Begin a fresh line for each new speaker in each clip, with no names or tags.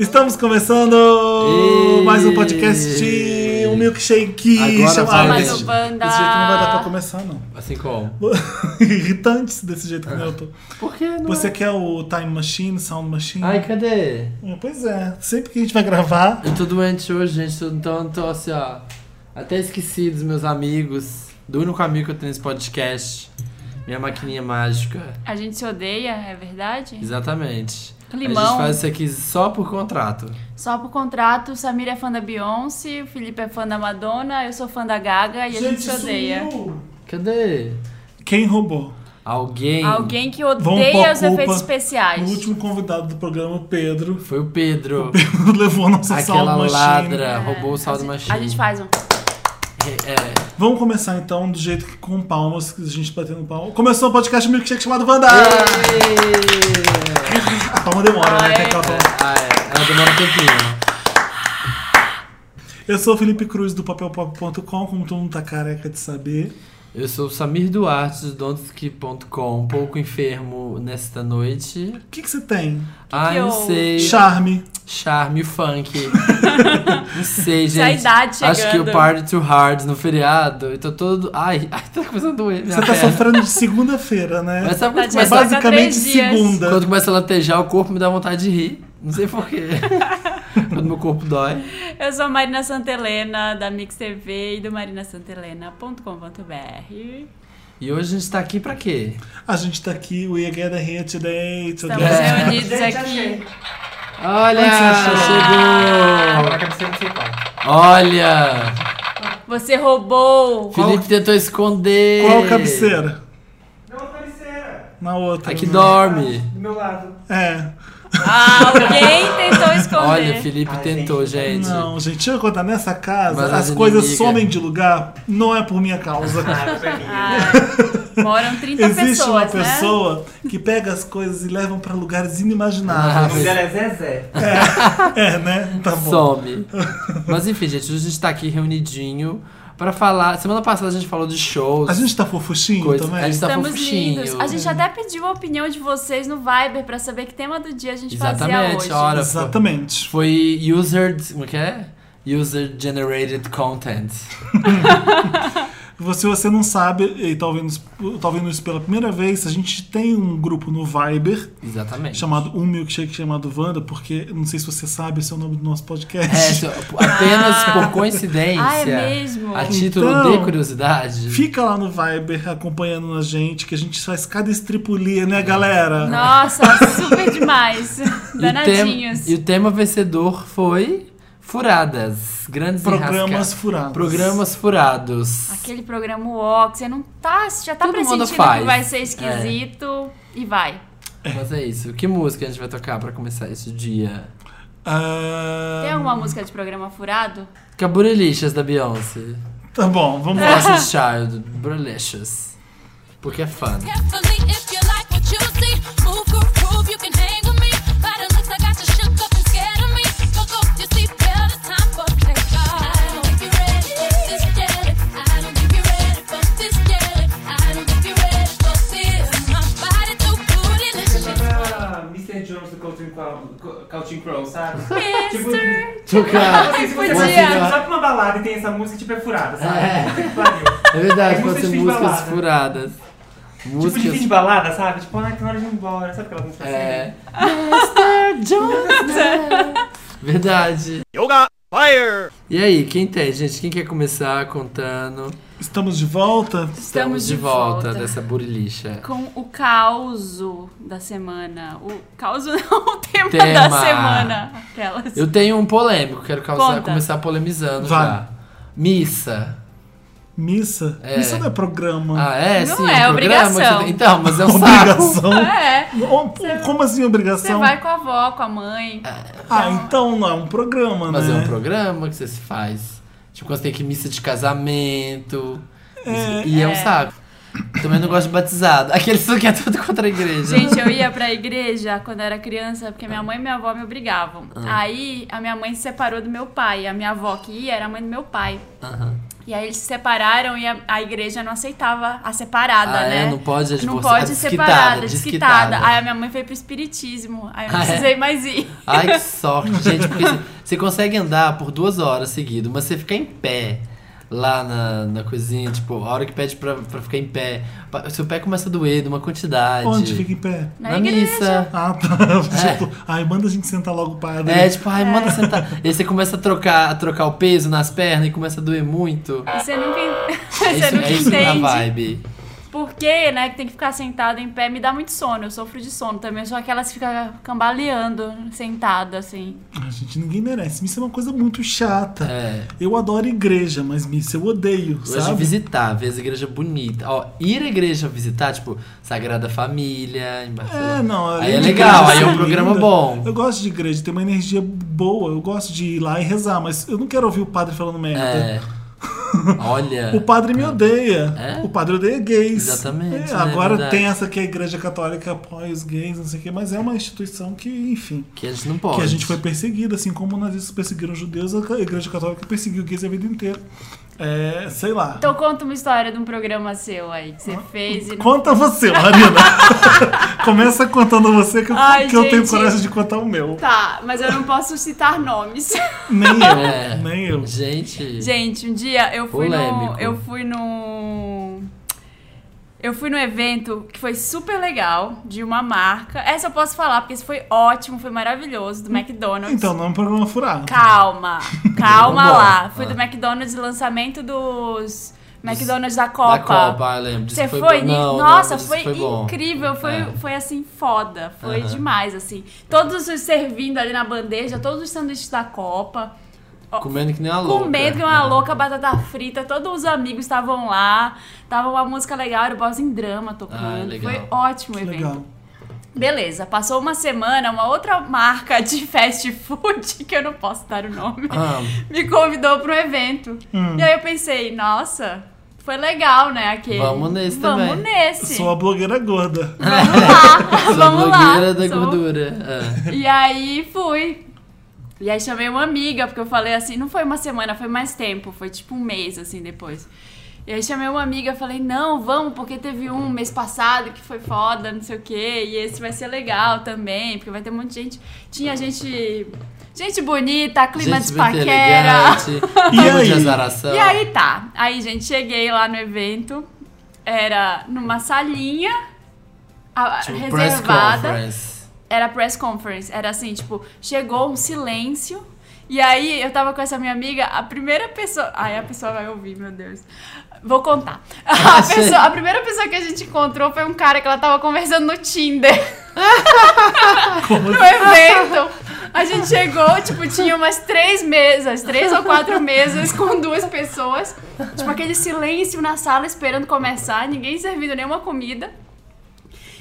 Estamos começando
E-
mais um podcast, um milkshake
Agora
chamado.
vai.
Ah, Desse
Mas o
jeito não
Wanda-
vai dar pra começar, não.
Assim como?
Irritantes desse jeito que eu tô.
Por que não? é?
Você quer o Time Machine, Sound Machine?
Ai, cadê?
Pois é, sempre que a gente vai gravar,
Eu tô doente hoje, gente, tô- então eu tô assim, ó. Até esqueci dos meus amigos, do único amigo que eu tenho nesse podcast. Minha maquininha mágica.
A gente se odeia, é verdade?
Exatamente. A gente
Climão.
faz isso aqui só por contrato.
Só por contrato, Samir é fã da Beyoncé, o Felipe é fã da Madonna, eu sou fã da Gaga e a gente se odeia.
sumiu.
Cadê?
Quem roubou?
Alguém.
Alguém que
Vamos pôr a
odeia os
culpa
efeitos especiais.
O último convidado do programa, o Pedro,
Foi o Pedro.
levou nosso
Aquela
Sound Machine.
ladra
É,
roubou o
a
saldo
gente-
machine.
A gente faz um.
É.
Vamos começar então do jeito que com palmas, que a gente batendo palma. Começou o podcast um milkshake chamado Wanda!
Ah, Ê!
A palma demora, né? Tem aquela palma.
Ah, é. Ela demora um tempinho.
Eu sou o Felipe Cruz do papelpop.com, como todo mundo tá careca de saber.
Eu sou o Samir Duarte, do Donski.com, um pouco enfermo nesta noite.
O que que você tem?
Ah, não
eu-
sei.
Charme.
Charme, funk. não sei,
a
gente.
idade
Acho que
chegando.
eu party too hard no feriado. E tô todo. Ai, ai, tá começando a doer. Minha
Você tá
perna.
sofrendo de segunda-feira, né?
Mas sabe quando
Tá
Mas
começa,
de- Só que há
basicamente
três dias.
segunda.
quando começa a latejar, o corpo me dá vontade de rir. Não sei porquê. quando meu corpo dói.
Eu sou a Marina Santelena, da Mix TV e do marinasantelena.com.br.
E hoje a gente tá aqui pra quê?
A gente tá aqui, we are getting here today,
Tá
today.
Estamos reunidos aqui.
Olha!
Antes de
Chegou! Olha!
Você roubou!
Felipe tentou esconder.
Qual cabeceira? Na outra.
Aqui
né?
dorme.
É Do meu lado.
É.
Ah, alguém tentou esconder.
Olha, Felipe
Ai,
tentou, gente.
Não, gente, deixa eu contar, nessa casa
Mas
as
as
coisas
inimigas-
somem de lugar, não é por minha causa.
Ah, moram 30
Existe
pessoas,
uma
né?
pessoa que pega as coisas e levam pra lugares
O
inimagináveis.
nome dela é Zezé.
Ah.
É, né? Tá bom.
Some. Mas enfim, gente, hoje a gente tá aqui reunidinho pra falar. Semana passada a gente falou de shows.
A gente tá fofuchinho
coisas-
também?
A gente tá
Estamos
fofuchinho.
lindos. A gente até pediu a opinião de vocês no Viber pra saber que tema do dia a gente
Exatamente,
fazia hoje.
olha.
Exatamente.
Foi user. Como que é? User generated content.
Você- Se você não sabe e tá ouvindo, isso- tá ouvindo isso pela primeira vez, a gente tem um grupo no Viber
Exatamente.
chamado Um Milkshake chamado Wanda, porque não sei se você sabe, esse é o nome do nosso
É,
podcast.
só- apenas por coincidência.
Ah, é mesmo?
A título
Então,
de curiosidade.
Fica lá no Viber acompanhando a gente, que a gente faz cada estripulia, né, galera?
Nossa, super demais.
E o, tema,
Danadinhos.
e o tema vencedor foi Furadas. Grandes
Programas
enrascadas.
furados.
Programas furados.
Aquele programa Walk, você não tá. você já tá
Todo mundo
pressentindo
faz. É.
que vai ser esquisito. E vai.
Mas é isso. Que música a gente vai tocar pra começar esse dia?
Ah,
Tem alguma música de programa furado?
Caburilixas da Beyoncé.
Tá bom, vamos
É.
lá.
Destiny's Child, Burlicious. Porque é fã.
carefully if you like what you see. Move, groove, groove, you can hang with me. By the looks, I got you shook up and scared of me. Don't go, you see, feel the time for play. I don't think you're ready for this jelly. I don't think you're ready for this jelly. I don't think you're ready for this. My body too bootylicious.
Chama Mr. É Jones do Coaching Crow, Co- Coaching Crow, sabe? Tipo,
Mr.
Tocar.
assim, se você
Podia.
vai só pra uma balada e tem essa música, tipo, é furada, sabe?
É.
Que pariu.
É verdade,
É
vão
música
ser
de
músicas
balada.
furadas.
Tipo, de
Músicas.
fim de balada, sabe? Tipo, ai, tá na hora de ir embora, sabe aquela música assim?
é. Verdade.
Yoga!
E aí, quem tem, gente? Quem quer começar contando?
Estamos de volta?
Estamos
de
de
volta,
volta.
dessa burilixa.
Com o caos da semana. O caos não, o tema,
Tema.
da semana. Aquelas.
Eu tenho um polêmico, quero causar,
Conta.
começar polemizando
Vai.
já. Missa.
Missa?
É.
Missa não é programa.
Ah, é?
Não
sim,
é
um programa que você
obrigação.
tem- Então, mas é um saco.
obrigação?
É.
Ou- Como assim
Você
obrigação?
vai com a avó, com a mãe.
Ah, então não é um programa,
Mas é
né?
um programa que você se faz. Tipo, quando você tem que ir em missa de casamento. e é um
É.
saco. Também não gosto de batizado. Aqueles que é tudo contra a igreja.
Gente, eu ia pra igreja quando eu era criança, porque minha mãe e minha avó me obrigavam.
Ah.
Aí a minha mãe se separou do meu pai. A minha avó que ia era a mãe do meu pai.
Aham.
E aí eles se separaram e a, a igreja não aceitava a separada,
Ah,
né?
é? Não pode a
Não
divorciada.
pode
desquitada,
separada,
desquitada.
desquitada. Aí a minha mãe foi pro espiritismo. Aí eu não
Ah, é?
precisei mais ir.
Ai, que sorte, gente. Porque assim, você consegue andar por duas horas seguido, mas você ficar em pé lá na, na cozinha, tipo, a hora que pede pra, pra ficar em pé. pa- Seu pé começa a doer de uma quantidade.
Onde fica em pé?
Na,
Na
igreja.
missa.
Ah, tá.
É.
Tipo, ai, manda a gente sentar logo, padre.
É, tipo, ai, manda sentar. E aí você começa a trocar, a trocar o peso nas pernas e começa a doer muito.
E Você nunca, en-
É
você
isso,
nunca
é isso a
entende.
vibe.
Porque, né, que tem que ficar sentado em pé me dá muito sono. Eu sofro de sono também. Eu sou aquelas que fica cambaleando, sentada, assim.
Ah, gente, ninguém merece. Missa é uma coisa muito chata.
É.
Eu adoro igreja, mas missa eu odeio,
Hoje
sabe?
visitar, ver as igrejas bonitas. Ó, ir à igreja visitar, tipo, Sagrada Família, em Barcelona.
É, não.
Aí é
de
legal,
igreja
aí é um
ser
programa
linda.
bom.
Eu gosto de igreja, tem uma energia boa. Eu gosto de ir lá e rezar, mas eu não quero ouvir o padre falando merda.
É. Olha.
O padre me odeia.
É?
O padre odeia gays.
Exatamente,
É,
né,
agora
verdade.
tem essa que a igreja católica apoia os gays, não sei o quê, mas é uma instituição que, enfim.
Que a gente não pode.
Que a gente foi perseguida, assim como os nazistas perseguiram os judeus, a igreja católica perseguiu gays a vida inteira. É, sei lá.
Então conta uma história de um programa seu aí que você fez e não
Conta você, Marina. Começa contando você que, eu-
Ai,
que eu tenho
gente.
coragem de contar o meu.
Tá, mas eu não posso citar nomes.
Nem eu,
É.
nem eu.
Gente.
Gente, um dia eu fui
Polêmico.
no. Eu fui no. Eu fui num evento que foi super legal, de uma marca. Essa eu posso falar, porque isso foi ótimo, foi maravilhoso,
Hum?
do McDonald's.
Então, não é um programa furado.
Calma, calma
Vambora.
lá. Fui
Ah.
do McDonald's lançamento dos McDonald's da
da
Copa.
Copa, eu lembro. disso,
Você foi?
bom.
Ni-
Não,
Nossa,
não, disso
foi,
bom.
incrível. Foi,
É.
foi assim, foda. Foi
Aham.
demais, assim. Todos os servindo ali na bandeja, todos os sanduíches da Copa.
Comendo que nem uma louca.
Com medo que uma louca batata frita, todos os amigos estavam lá, tava uma música legal, era o Boss em Drama
Ah,
tocando.
legal.
Foi ótimo o um evento.
Legal.
Beleza, passou uma semana, uma outra marca de fast food, que eu não posso dar o nome,
Ah,
me convidou para um evento. E aí eu pensei, nossa, foi legal, né? Aquele.
Vamos nesse
Vamos
também.
nesse.
Sou a blogueira gorda.
Vamos lá,
sou
vamos lá.
blogueira da
Sou-
gordura. Ah.
E aí fui. E aí chamei uma amiga, porque eu falei assim, não foi uma semana, foi mais tempo, foi tipo um mês assim depois. E aí chamei uma amiga, falei, não, vamos, porque teve um mês passado que foi foda, não sei o quê, e esse vai ser legal também, porque vai ter um monte de gente. Tinha gente. Gente bonita, clima
gente
de
muito
paquera.
elegante.
E
tipo
aí?
de azaração.
E aí tá. Aí, gente, cheguei lá no evento. Era numa salinha a-
Tipo, press
reservada
conference.
era press conference, era assim, tipo, chegou um silêncio. E aí eu tava com essa minha amiga, a primeira pessoa. Ai, a pessoa vai ouvir, meu Deus. Vou contar. A,
Ah, sim.
pessoa- a primeira pessoa que a gente encontrou foi um cara que ela tava conversando no Tinder. no evento. A gente chegou, tipo, tinha umas três mesas, três ou quatro mesas com duas pessoas. Tipo, aquele silêncio na sala esperando começar, ninguém servindo nenhuma comida.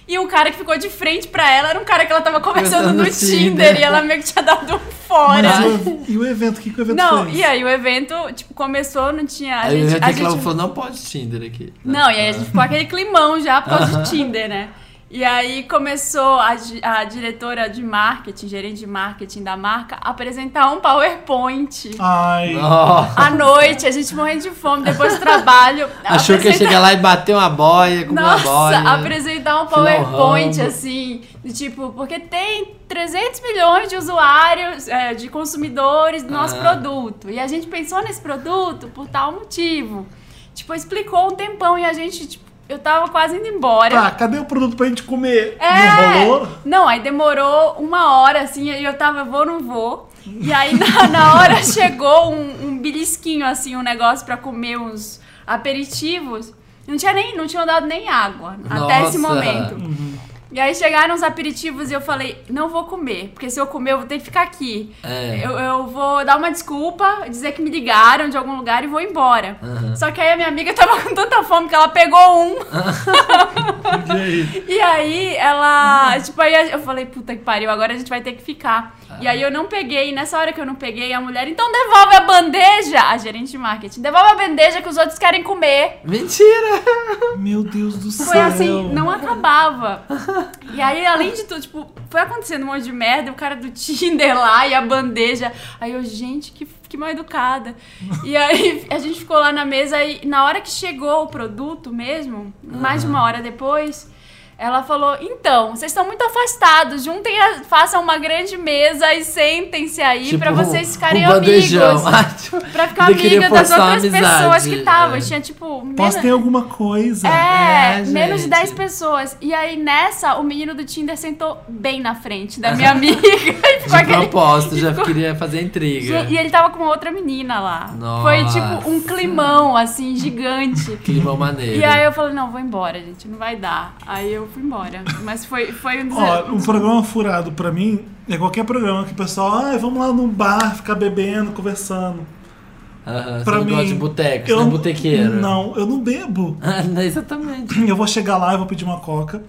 E o cara que ficou de frente pra ela era um cara que ela tava conversando
Conversando
no
no
Tinder,
Tinder.
e ela meio que tinha dado um fora.
Mas o- e o evento? O que, que o evento
não,
fez?
e aí o evento, tipo, começou, não tinha. A
Aí eu
gente,
ia
a
ter que lá
gente-
falou, não pode Tinder aqui.
Não, e aí a gente ficou aquele climão já por causa de Tinder, né? E aí começou a, di- a diretora de marketing, gerente de marketing da marca, a apresentar um PowerPoint.
Ah.
Ai,
Nossa.
À noite, a gente morrendo de fome, depois do trabalho.
Achou que ia
apresenta-
chegar lá e bater uma boia, comer uma
Nossa,
boia.
apresentar um
Filar um
PowerPoint
ramo.
assim, do tipo, porque tem 300 milhões de usuários, é, de consumidores do nosso
Ah.
produto. E a gente pensou nesse produto por tal motivo. Tipo, explicou um tempão e a gente, tipo, eu tava quase indo embora.
tá, cadê o produto pra gente comer?
É.
Não rolou?
Não, aí demorou uma hora, assim, e eu tava, vou, não vou. E aí na, na hora chegou um, um belisquinho, assim, um negócio pra comer uns aperitivos. Não tinha nem, não tinham dado nem água até esse
Nossa. Uhum.
momento. E aí chegaram os aperitivos e eu falei, não vou comer, porque se eu comer eu vou ter que ficar aqui.
É.
Eu, eu vou dar uma desculpa, dizer que me ligaram de algum lugar e vou embora.
Aham.
Só que aí a minha amiga tava com tanta fome que ela pegou um.
E aí?
E aí ela. Tipo, aí eu falei, puta que pariu, agora a gente vai ter que ficar. E aí eu não peguei, e nessa hora que eu não peguei, a mulher, então devolve a bandeja! A gerente de marketing, devolve a bandeja que os outros querem comer.
Mentira!
Meu Deus do céu.
Foi assim, não acabava. E aí, além de tudo, tipo, foi acontecendo um monte de merda, o cara do Tinder lá e a bandeja. Aí eu, gente, que, que mal educada. E aí a gente ficou lá na mesa e na hora que chegou o produto mesmo, mais de uma hora depois. Ela falou: então, vocês estão muito afastados, juntem, a- façam uma grande mesa e sentem-se aí pra vocês ficarem amigos. Pra ficar
Tipo, Ele queria
amiga das
forçar a
outras pessoas que
amizade,
estavam.
é.
Tinha tipo. menos-
Postem alguma coisa.
é,
É,
menos de
gente.
10 pessoas. E aí nessa, o menino do Tinder sentou bem na frente da minha amiga. e ficou
De
aquele...
propósito, já queria fazer intriga.
E ele tava com uma outra menina lá.
Nossa.
Foi tipo um climão, assim, gigante.
Clima maneiro.
E aí eu falei, não, vou embora, gente, não vai dar. Aí eu fui embora. Mas foi, foi um dos...
é-
Ó, um programa furado pra mim é qualquer programa que o pessoal, ah, vamos lá num bar, ficar bebendo, conversando.
Aham, você
Pra
não
mim,
gosta de boteco, você
eu
não é botequeiro.
Não, eu não bebo.
Ah, não, exatamente.
Eu vou chegar lá, eu vou pedir uma coca.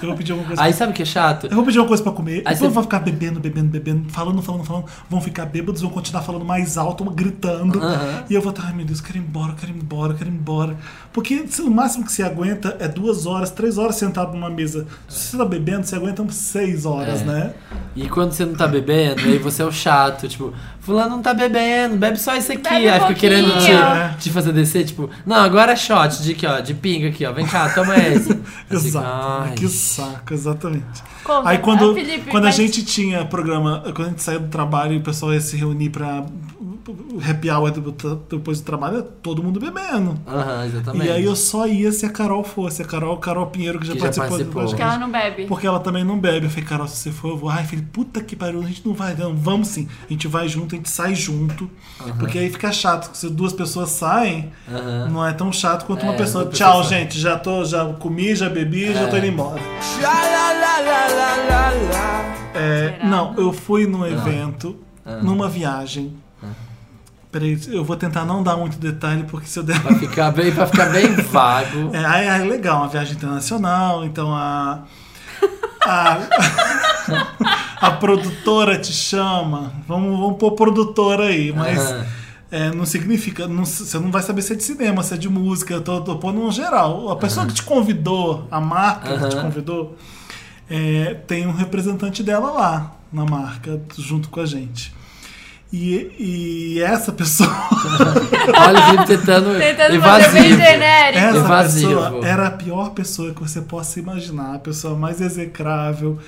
Eu vou pedir alguma coisa.
Aí sabe o que é chato?
Eu vou pedir uma coisa pra comer. Aí
Aí
povo
você-
vai ficar bebendo, bebendo, bebendo, falando, falando, falando. Vão ficar bêbados, vão continuar falando mais alto, gritando.
Aham.
E eu vou estar, ai meu Deus, quero ir embora, quero ir embora, quero ir embora. Porque se- o máximo que você aguenta é duas horas, três horas sentado numa mesa. Se você tá bebendo, você aguenta umas seis horas,
É.
né?
E quando você não tá bebendo, aí você é o chato, tipo, fulano não tá bebendo, bebe só isso aqui.
Bebe um
aí fica querendo
pouquinho.
te, te fazer descer, tipo, não, agora é shot de aqui, ó, de pinga aqui, ó. Vem cá, toma esse. Aí você fica,
Exato.
"Ai,
Que saco, exatamente.
Conta.
Aí quando,
Ah, Felipe,
quando
mas-
a gente tinha programa, quando a gente saía do trabalho e o pessoal ia se reunir pra o happy hour do- depois do trabalho, era todo mundo bebendo.
Aham, exatamente.
E aí eu só ia se a Carol fosse. A Carol, Carol Pinheiro, que já
Que já
participou, do
participou.
Porque
podcast.
ela não bebe.
Porque ela também não bebe. Eu falei, Carol, se você for, eu vou. Ai, filho, puta que pariu, a gente não vai, não. Vamos sim. A gente vai junto, a gente sai junto. Porque aí fica chato. Se duas pessoas saem,
Aham.
não é tão chato quanto uma
É,
pessoa.
uma pessoa
Tchau,
sai.
gente. Já tô, já comi, já bebi, já tô indo embora. É,
Será?
não, eu fui
Ah.
num evento, numa viagem. Peraí, eu vou tentar não dar muito detalhe, porque se eu der
Pra ficar bem, pra ficar bem vago.
É, aí é legal, uma viagem internacional, então a. A, a produtora te chama. Vamos, vamos pôr produtora aí, mas.
Aham.
é, não significa, não- você não vai saber se é de cinema, se é de música, eu tô, tô pondo no geral. A pessoa que te convidou, a marca que te
Aham.
convidou, é, tem um representante dela lá na marca, junto com a gente. E, e essa pessoa
Olha o Felipe tentando,
Tentando
evasivo.
fazer bem genérico.
Essa
Evasivo.
pessoa era a pior pessoa que você possa imaginar. A pessoa mais execrável,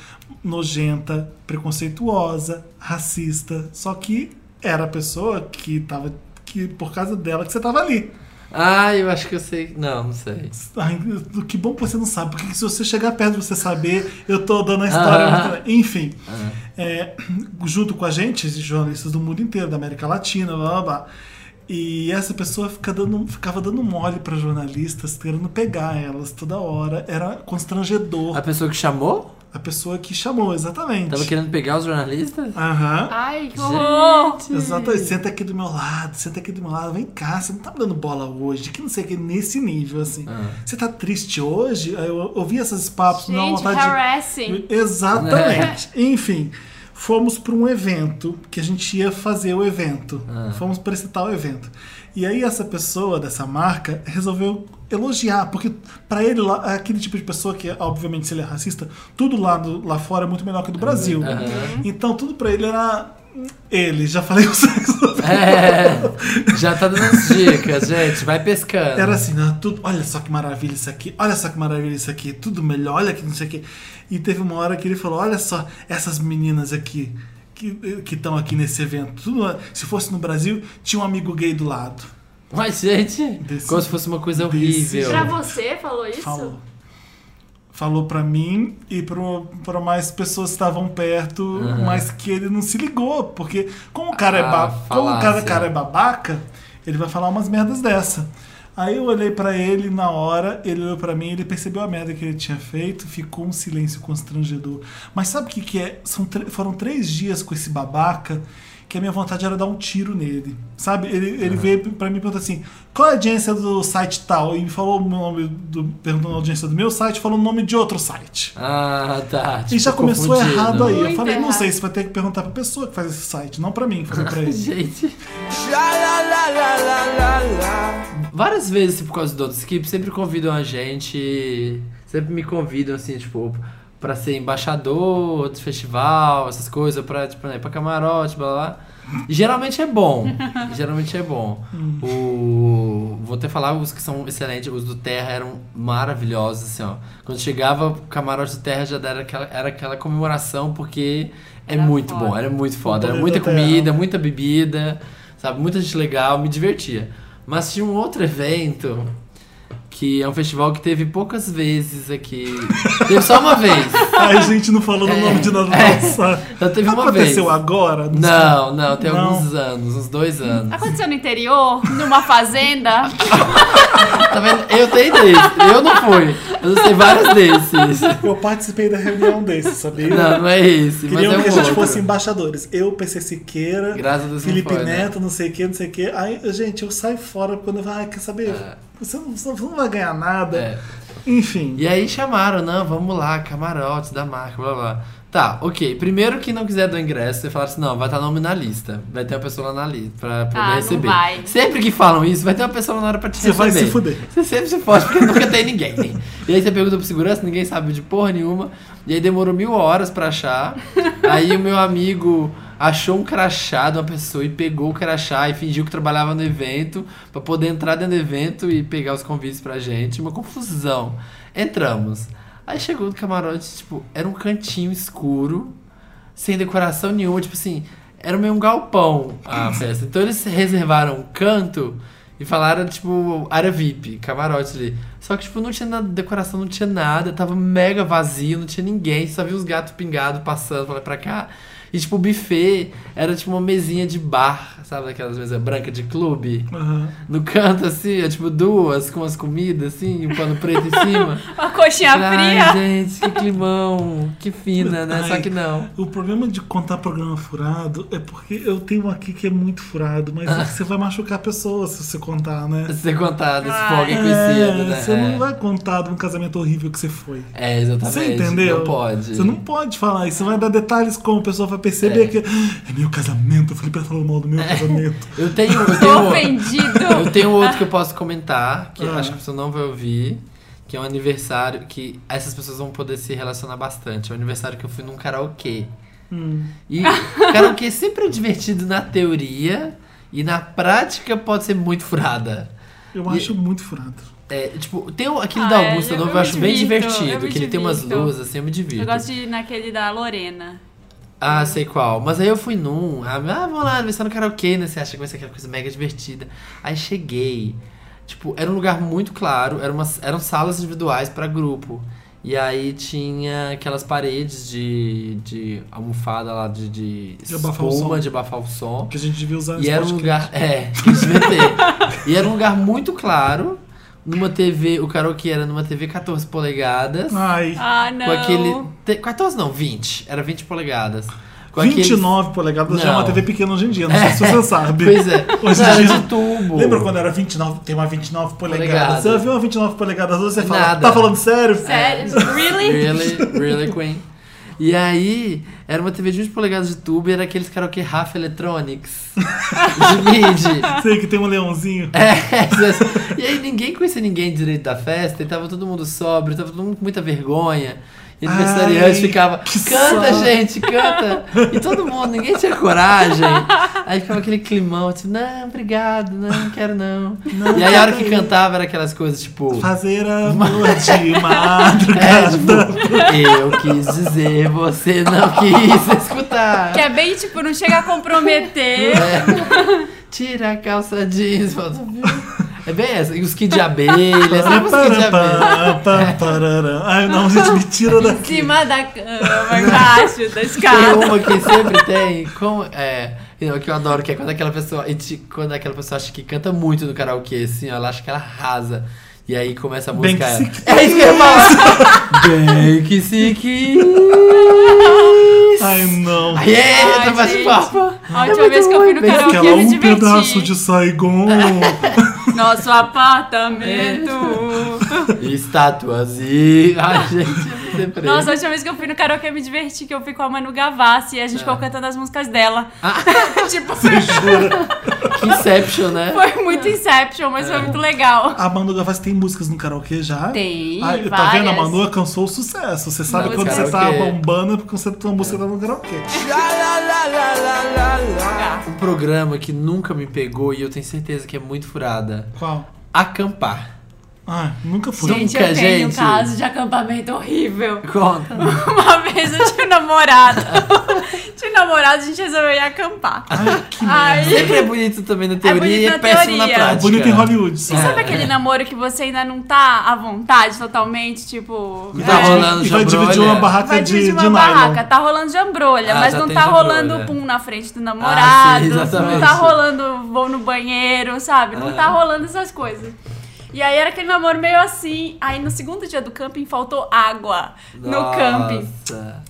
nojenta, preconceituosa, racista. Só que era a pessoa que tava. Que, por causa dela que você tava ali.
Ah, eu acho que eu sei. Não, não sei.
Ai, que bom que você não sabe, porque se você chegar perto de você saber, eu tô dando a história.
Ah.
Enfim, é, junto com a gente, esses jornalistas do mundo inteiro, da América Latina, blá blá blá. E essa pessoa fica dando, ficava dando mole para jornalistas, querendo pegar elas toda hora. Era constrangedor.
A pessoa que chamou?
A pessoa que chamou, exatamente.
Tava querendo pegar os jornalistas?
Aham.
Ai, que horror.
Exatamente, senta aqui do meu lado, senta aqui do meu lado, vem cá, você não tá me dando bola hoje, que não sei o que, nesse nível, assim.
Ah.
Você tá triste hoje? Aí Eu ouvi esses papos, não,
Gente,
vontade de-
harassing.
Exatamente. Enfim, fomos para um evento que a gente ia fazer o evento. Fomos para esse tal evento. E aí essa pessoa dessa marca resolveu elogiar, porque para ele lá, é aquele tipo de pessoa que obviamente se ele é racista, tudo lá do- lá fora é muito melhor que do Brasil.
Uhum.
Então tudo para ele era ele, já falei o sexo.
É. Já tá dando as dicas, gente. Vai pescando.
Era assim, né? Tudo, olha só que maravilha isso aqui, olha só que maravilha isso aqui, tudo melhor, olha que não sei o que. E teve uma hora que ele falou: olha só, essas meninas aqui que estão aqui nesse evento, tudo- se fosse no Brasil, tinha um amigo gay do lado.
Mas, gente,
Desse-
como se fosse uma coisa
desse
horrível.
Pra você falou isso?
Falou. Falou pra mim e pro- pra mais pessoas que estavam perto, mas que ele não se ligou, porque como o cara, é,
Ah,
ba- como o cara,
falácia.
cara é babaca, ele vai falar umas merdas dessa. Aí eu olhei pra ele na hora, ele olhou pra mim, ele percebeu a merda que ele tinha feito, ficou um silêncio constrangedor. Mas sabe o que, que é? São tre- foram três dias com esse babaca que a minha vontade era dar um tiro nele. Sabe? Ele, ele veio pra mim e perguntou assim: qual é a agência do site tal? E me falou o nome do. Perguntou a audiência do meu site, falou o nome de outro site.
Ah, tá.
E
tipo, né?
já começou
confundido.
errado aí. Eu
Muito
falei, não
errado.
sei, você vai ter que perguntar pra pessoa que faz esse site, não pra mim, fazer pra ele.
Gente. Várias vezes, assim, por causa do Don't Skip, sempre convidam a gente. Sempre me convidam, assim, tipo, pra ser embaixador do festival, essas coisas, pra, tipo, né, pra camarote, blá blá. blá. E Geralmente é bom. Geralmente é bom.
Hum.
O... Vou até falar os que são excelentes. Os do Terra eram maravilhosos, assim, ó. Quando chegava o camarote do Terra já era aquela, era aquela comemoração, porque é
Era
muito
foda.
bom, era muito foda. Era
poder
muita
do Terra.
comida, muita bebida, sabe? Muita gente legal, me divertia. Mas tinha um outro evento que é um festival que teve poucas vezes aqui. teve só uma vez.
Aí a gente não falou o nome de nada
É.
nossa.
Só teve uma vez.
Aconteceu agora?
Não, não, tem
Não.
alguns anos, uns dois anos.
Aconteceu no interior, numa fazenda.
Tá vendo? Eu tenho desse, eu não fui. Eu sei vários desses.
Eu participei da reunião desse, sabia?
Não, não é esse, mas
Queriam
é um
que a gente
outro.
fosse embaixadores. Eu, PC Siqueira,
Graças a Deus não
Felipe
foi, né?
Neto, não sei o que, não sei o que. Aí, gente, eu saio fora quando eu falo, ah, quer saber? Você, não, você não vai ganhar nada.
É.
Enfim.
E aí chamaram, não, vamos lá, camarotes da marca, blá blá. Tá, ok. Primeiro que não quiser do ingresso, você fala assim, não, vai estar nome na lista. Vai ter uma pessoa lá na lista pra poder
Ah, não
receber.
vai.
Sempre que falam isso, vai ter uma pessoa lá na hora pra te
Você vai
receber.
se fuder.
Você sempre se fode, porque nunca tem ninguém. né? E aí você pergunta pro segurança, ninguém sabe de porra nenhuma. E aí demorou mil horas pra achar. Aí o meu amigo achou um crachá de uma pessoa e pegou o crachá e fingiu que trabalhava no evento pra poder entrar dentro do evento e pegar os convites pra gente. Uma confusão. Entramos. Aí chegou no camarote, tipo, era um cantinho escuro sem decoração nenhuma, tipo assim, era meio um galpão a festa. Então eles reservaram um canto e falaram, tipo, área VIP, camarote ali. Só que, tipo, não tinha nada, decoração, não tinha nada, tava mega vazio, não tinha ninguém, só via os gatos pingados passando pra lá e pra cá. E, tipo, o buffet era tipo uma mesinha de bar, sabe? Aquelas mesas brancas de clube.
Aham.
No canto, assim, é, tipo, duas com as comidas, assim, um pano preto em cima.
Uma coxinha
Ai,
fria.
gente, que climão, que fina, né? Só
Ai,
que não.
O problema de contar programa furado é porque eu tenho aqui que é muito furado, mas
Ah.
é que você vai machucar pessoas se você contar, né?
Se você contar desse
Ah,
fogo é conhecido, né?
você
É.
não vai contar de um casamento horrível que você foi.
É, exatamente.
Você entendeu?
Não pode.
Você não pode falar isso. Você vai dar detalhes como a pessoa vai perceber
É.
que "Ah, é meu casamento. O Felipe falou mal do meu casamento.
Eu tenho, eu
Tô
tenho, eu
ofendido.
tenho outro que eu posso comentar, que
Ah.
acho que a pessoa não vai ouvir, que é um aniversário que essas pessoas vão poder se relacionar bastante. É um aniversário que eu fui num karaokê. E karaokê sempre é divertido na teoria e na prática pode ser muito furada.
Eu
E-
acho muito furado.
É, tipo, tem o- aquele
Ah,
da
é,
Augusta
eu-
Nova,
eu
eu,
me
acho bem
divirto, eu
divertido,
me
que ele tem umas
divirto.
luzes, assim, eu me divirto.
Eu gosto de ir naquele da Lorena.
Ah, sei qual. Mas aí eu fui num. Ah, ah, vamos lá, aniversário no karaokê, né? Você acha que vai ser aquela coisa mega divertida. Aí cheguei. Tipo, era um lugar muito claro, era umas, eram salas individuais pra grupo. E aí tinha aquelas paredes de, de almofada lá, de, de,
De abafar o
espuma,
som.
de abafar o som.
Que é a gente devia usar
E
esse
era um
podcast.
lugar. É, que devia ter. e era um lugar muito claro. Numa TV, o karaokê era numa TV 14 polegadas.
Ai,
Ah, não.
Com aquele. te- 14 não, 20. Era 20 polegadas. Com aquele-
29 polegadas já é uma
Não.
TV pequena hoje em dia. Não sei se você sabe.
Pois é.
Hoje em
Não, era
dia-
de tubo.
Lembra quando era 29? Tem uma 29 polegadas.
Polegada.
Você viu uma 29 polegadas hoje? Você fala,
Nada.
tá falando sério?
Sério?
É.
Really?
Really, really Queen. E aí, era uma TV de 20 polegadas de tubo e era aqueles karaokê Rafa Electronics. de mid.
Sei que tem um leãozinho.
É, e aí ninguém conhecia ninguém direito da festa, e tava todo mundo sóbrio, tava todo mundo com muita vergonha. E o
Ai,
aniversariante ficava,
que
canta,
saco."
gente, canta. E todo mundo, ninguém tinha coragem. Aí ficava aquele climão, tipo, não, obrigado, não, não quero não.
Não,
e aí a hora que
peraí.
cantava era aquelas coisas, tipo...
Fazer amor de madrugada.
É, tipo, eu quis dizer, você não quis escutar.
Que é bem, tipo,
É,
não chega a comprometer.
Tira a calça jeans, volta. É bem essa. E os kits de abelha, sabe os kits de abelha?
Parapá-pá-pá-rá. Ai, não, gente, me tira
é
Em
daqui.
cima da cama, embaixo da
Tem
escada.
uma que sempre tem. Como, é, o que eu adoro, que é quando aquela pessoa. e te- Quando aquela pessoa acha que canta muito no karaokê, assim, ó, ela acha que ela arrasa. E aí começa a
Bem
música.
que
ela-
se tá quis.
É isso que eu ia falar. Bem que se quis.
Ai, não.
Aí entra,
Ai,
faz
gente.
papo.
A última vez que eu fui no
Bem que
karaokê,
Aquela
É eu me
um pedaço
diverti.
de Saigon.
Nosso apartamento.
Estátuas e. Ai, gente, sempre.
Nossa, a última vez que eu fui no karaokê eu me diverti, que eu fui com a Manu Gavassi e
É.
a gente ficou cantando as músicas dela.
Ah.
tipo, foi,
que Inception, né?
foi muito Inception, mas
É.
foi muito legal.
A Manu Gavassi tem músicas no karaokê já?
Tem,
Ai, tá
várias.
vendo? A Manu alcançou o sucesso. Você sabe
Não,
quando
cara,
você tá
o quê?
bombando é porque você tua música tá no karaokê.
Um programa que nunca me pegou e eu tenho certeza que é muito furada.
Qual?
Acampar.
Ai, nunca fui.
Gente,
Nunca,
eu tenho
gente.
um caso de acampamento horrível.
Conta.
Uma vez eu tinha um namorado. tinha um namorado, a gente resolveu ir acampar.
Ai, que merda.
Aí.
Sempre é bonito também na teoria
bonito
e é
na
péssimo na
teoria.
prática.
Bonito em Hollywood. só.
E sabe aquele namoro que você ainda não tá à vontade totalmente? Tipo.
Tá rolando
E vai
jambrolha.
dividir uma barraca
Vai
de,
dividir uma
de nylon.
barraca, tá rolando jambrolha,
Ah,
mas
já
não
tem
tá
jambrolha.
rolando o pum na frente do namorado,
Ah, sim,
não
exatamente. Ah.
tá rolando vou no banheiro, sabe? Não tá rolando essas coisas. E aí era aquele namoro meio assim, aí no segundo dia do camping faltou água no
Nossa.
camping.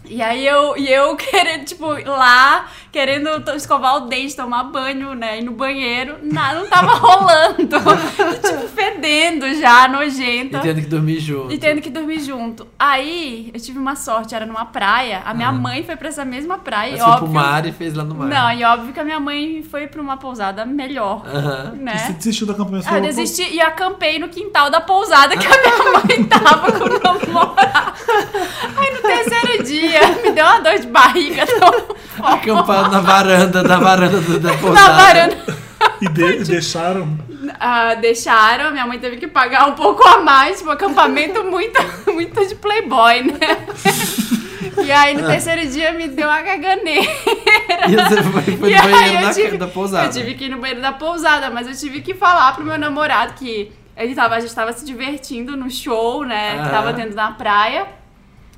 E aí eu, e eu querendo, tipo, lá, querendo to- escovar o dente, tomar banho, né? Ir no banheiro, na- não tava rolando. E, tipo, fedendo já, nojenta.
E tendo que dormir junto.
E tendo que dormir junto. Aí, eu tive uma sorte, era numa praia. A minha mãe foi pra essa mesma praia, e
Mas foi
óbvio.
Ah. Assim, pro mar e fez lá no mar.
Não, e óbvio que a minha mãe foi pra uma pousada melhor,
Aham.
E Você
né?
desistiu do acampamento?
Ah, eu desisti e acampei no quintal da pousada que a minha mãe tava com o namorado. Aí no terceiro dia, me deu uma dor de barriga tão forte.
Acampado na varanda, da varanda do, da pousada.
Na varanda.
E de- deixaram?
Ah, deixaram, minha mãe teve que pagar um pouco a mais, tipo, acampamento muito, muito de playboy, né? E aí
É.
no terceiro dia me deu uma caganeira.
E você foi, foi
e
no
aí
banheiro
eu
da,
tive,
da pousada.
Eu tive que ir no banheiro da pousada, mas eu tive que falar pro meu namorado que ele tava, a gente tava se divertindo no show, né? Que tava
Aham.
tendo na praia.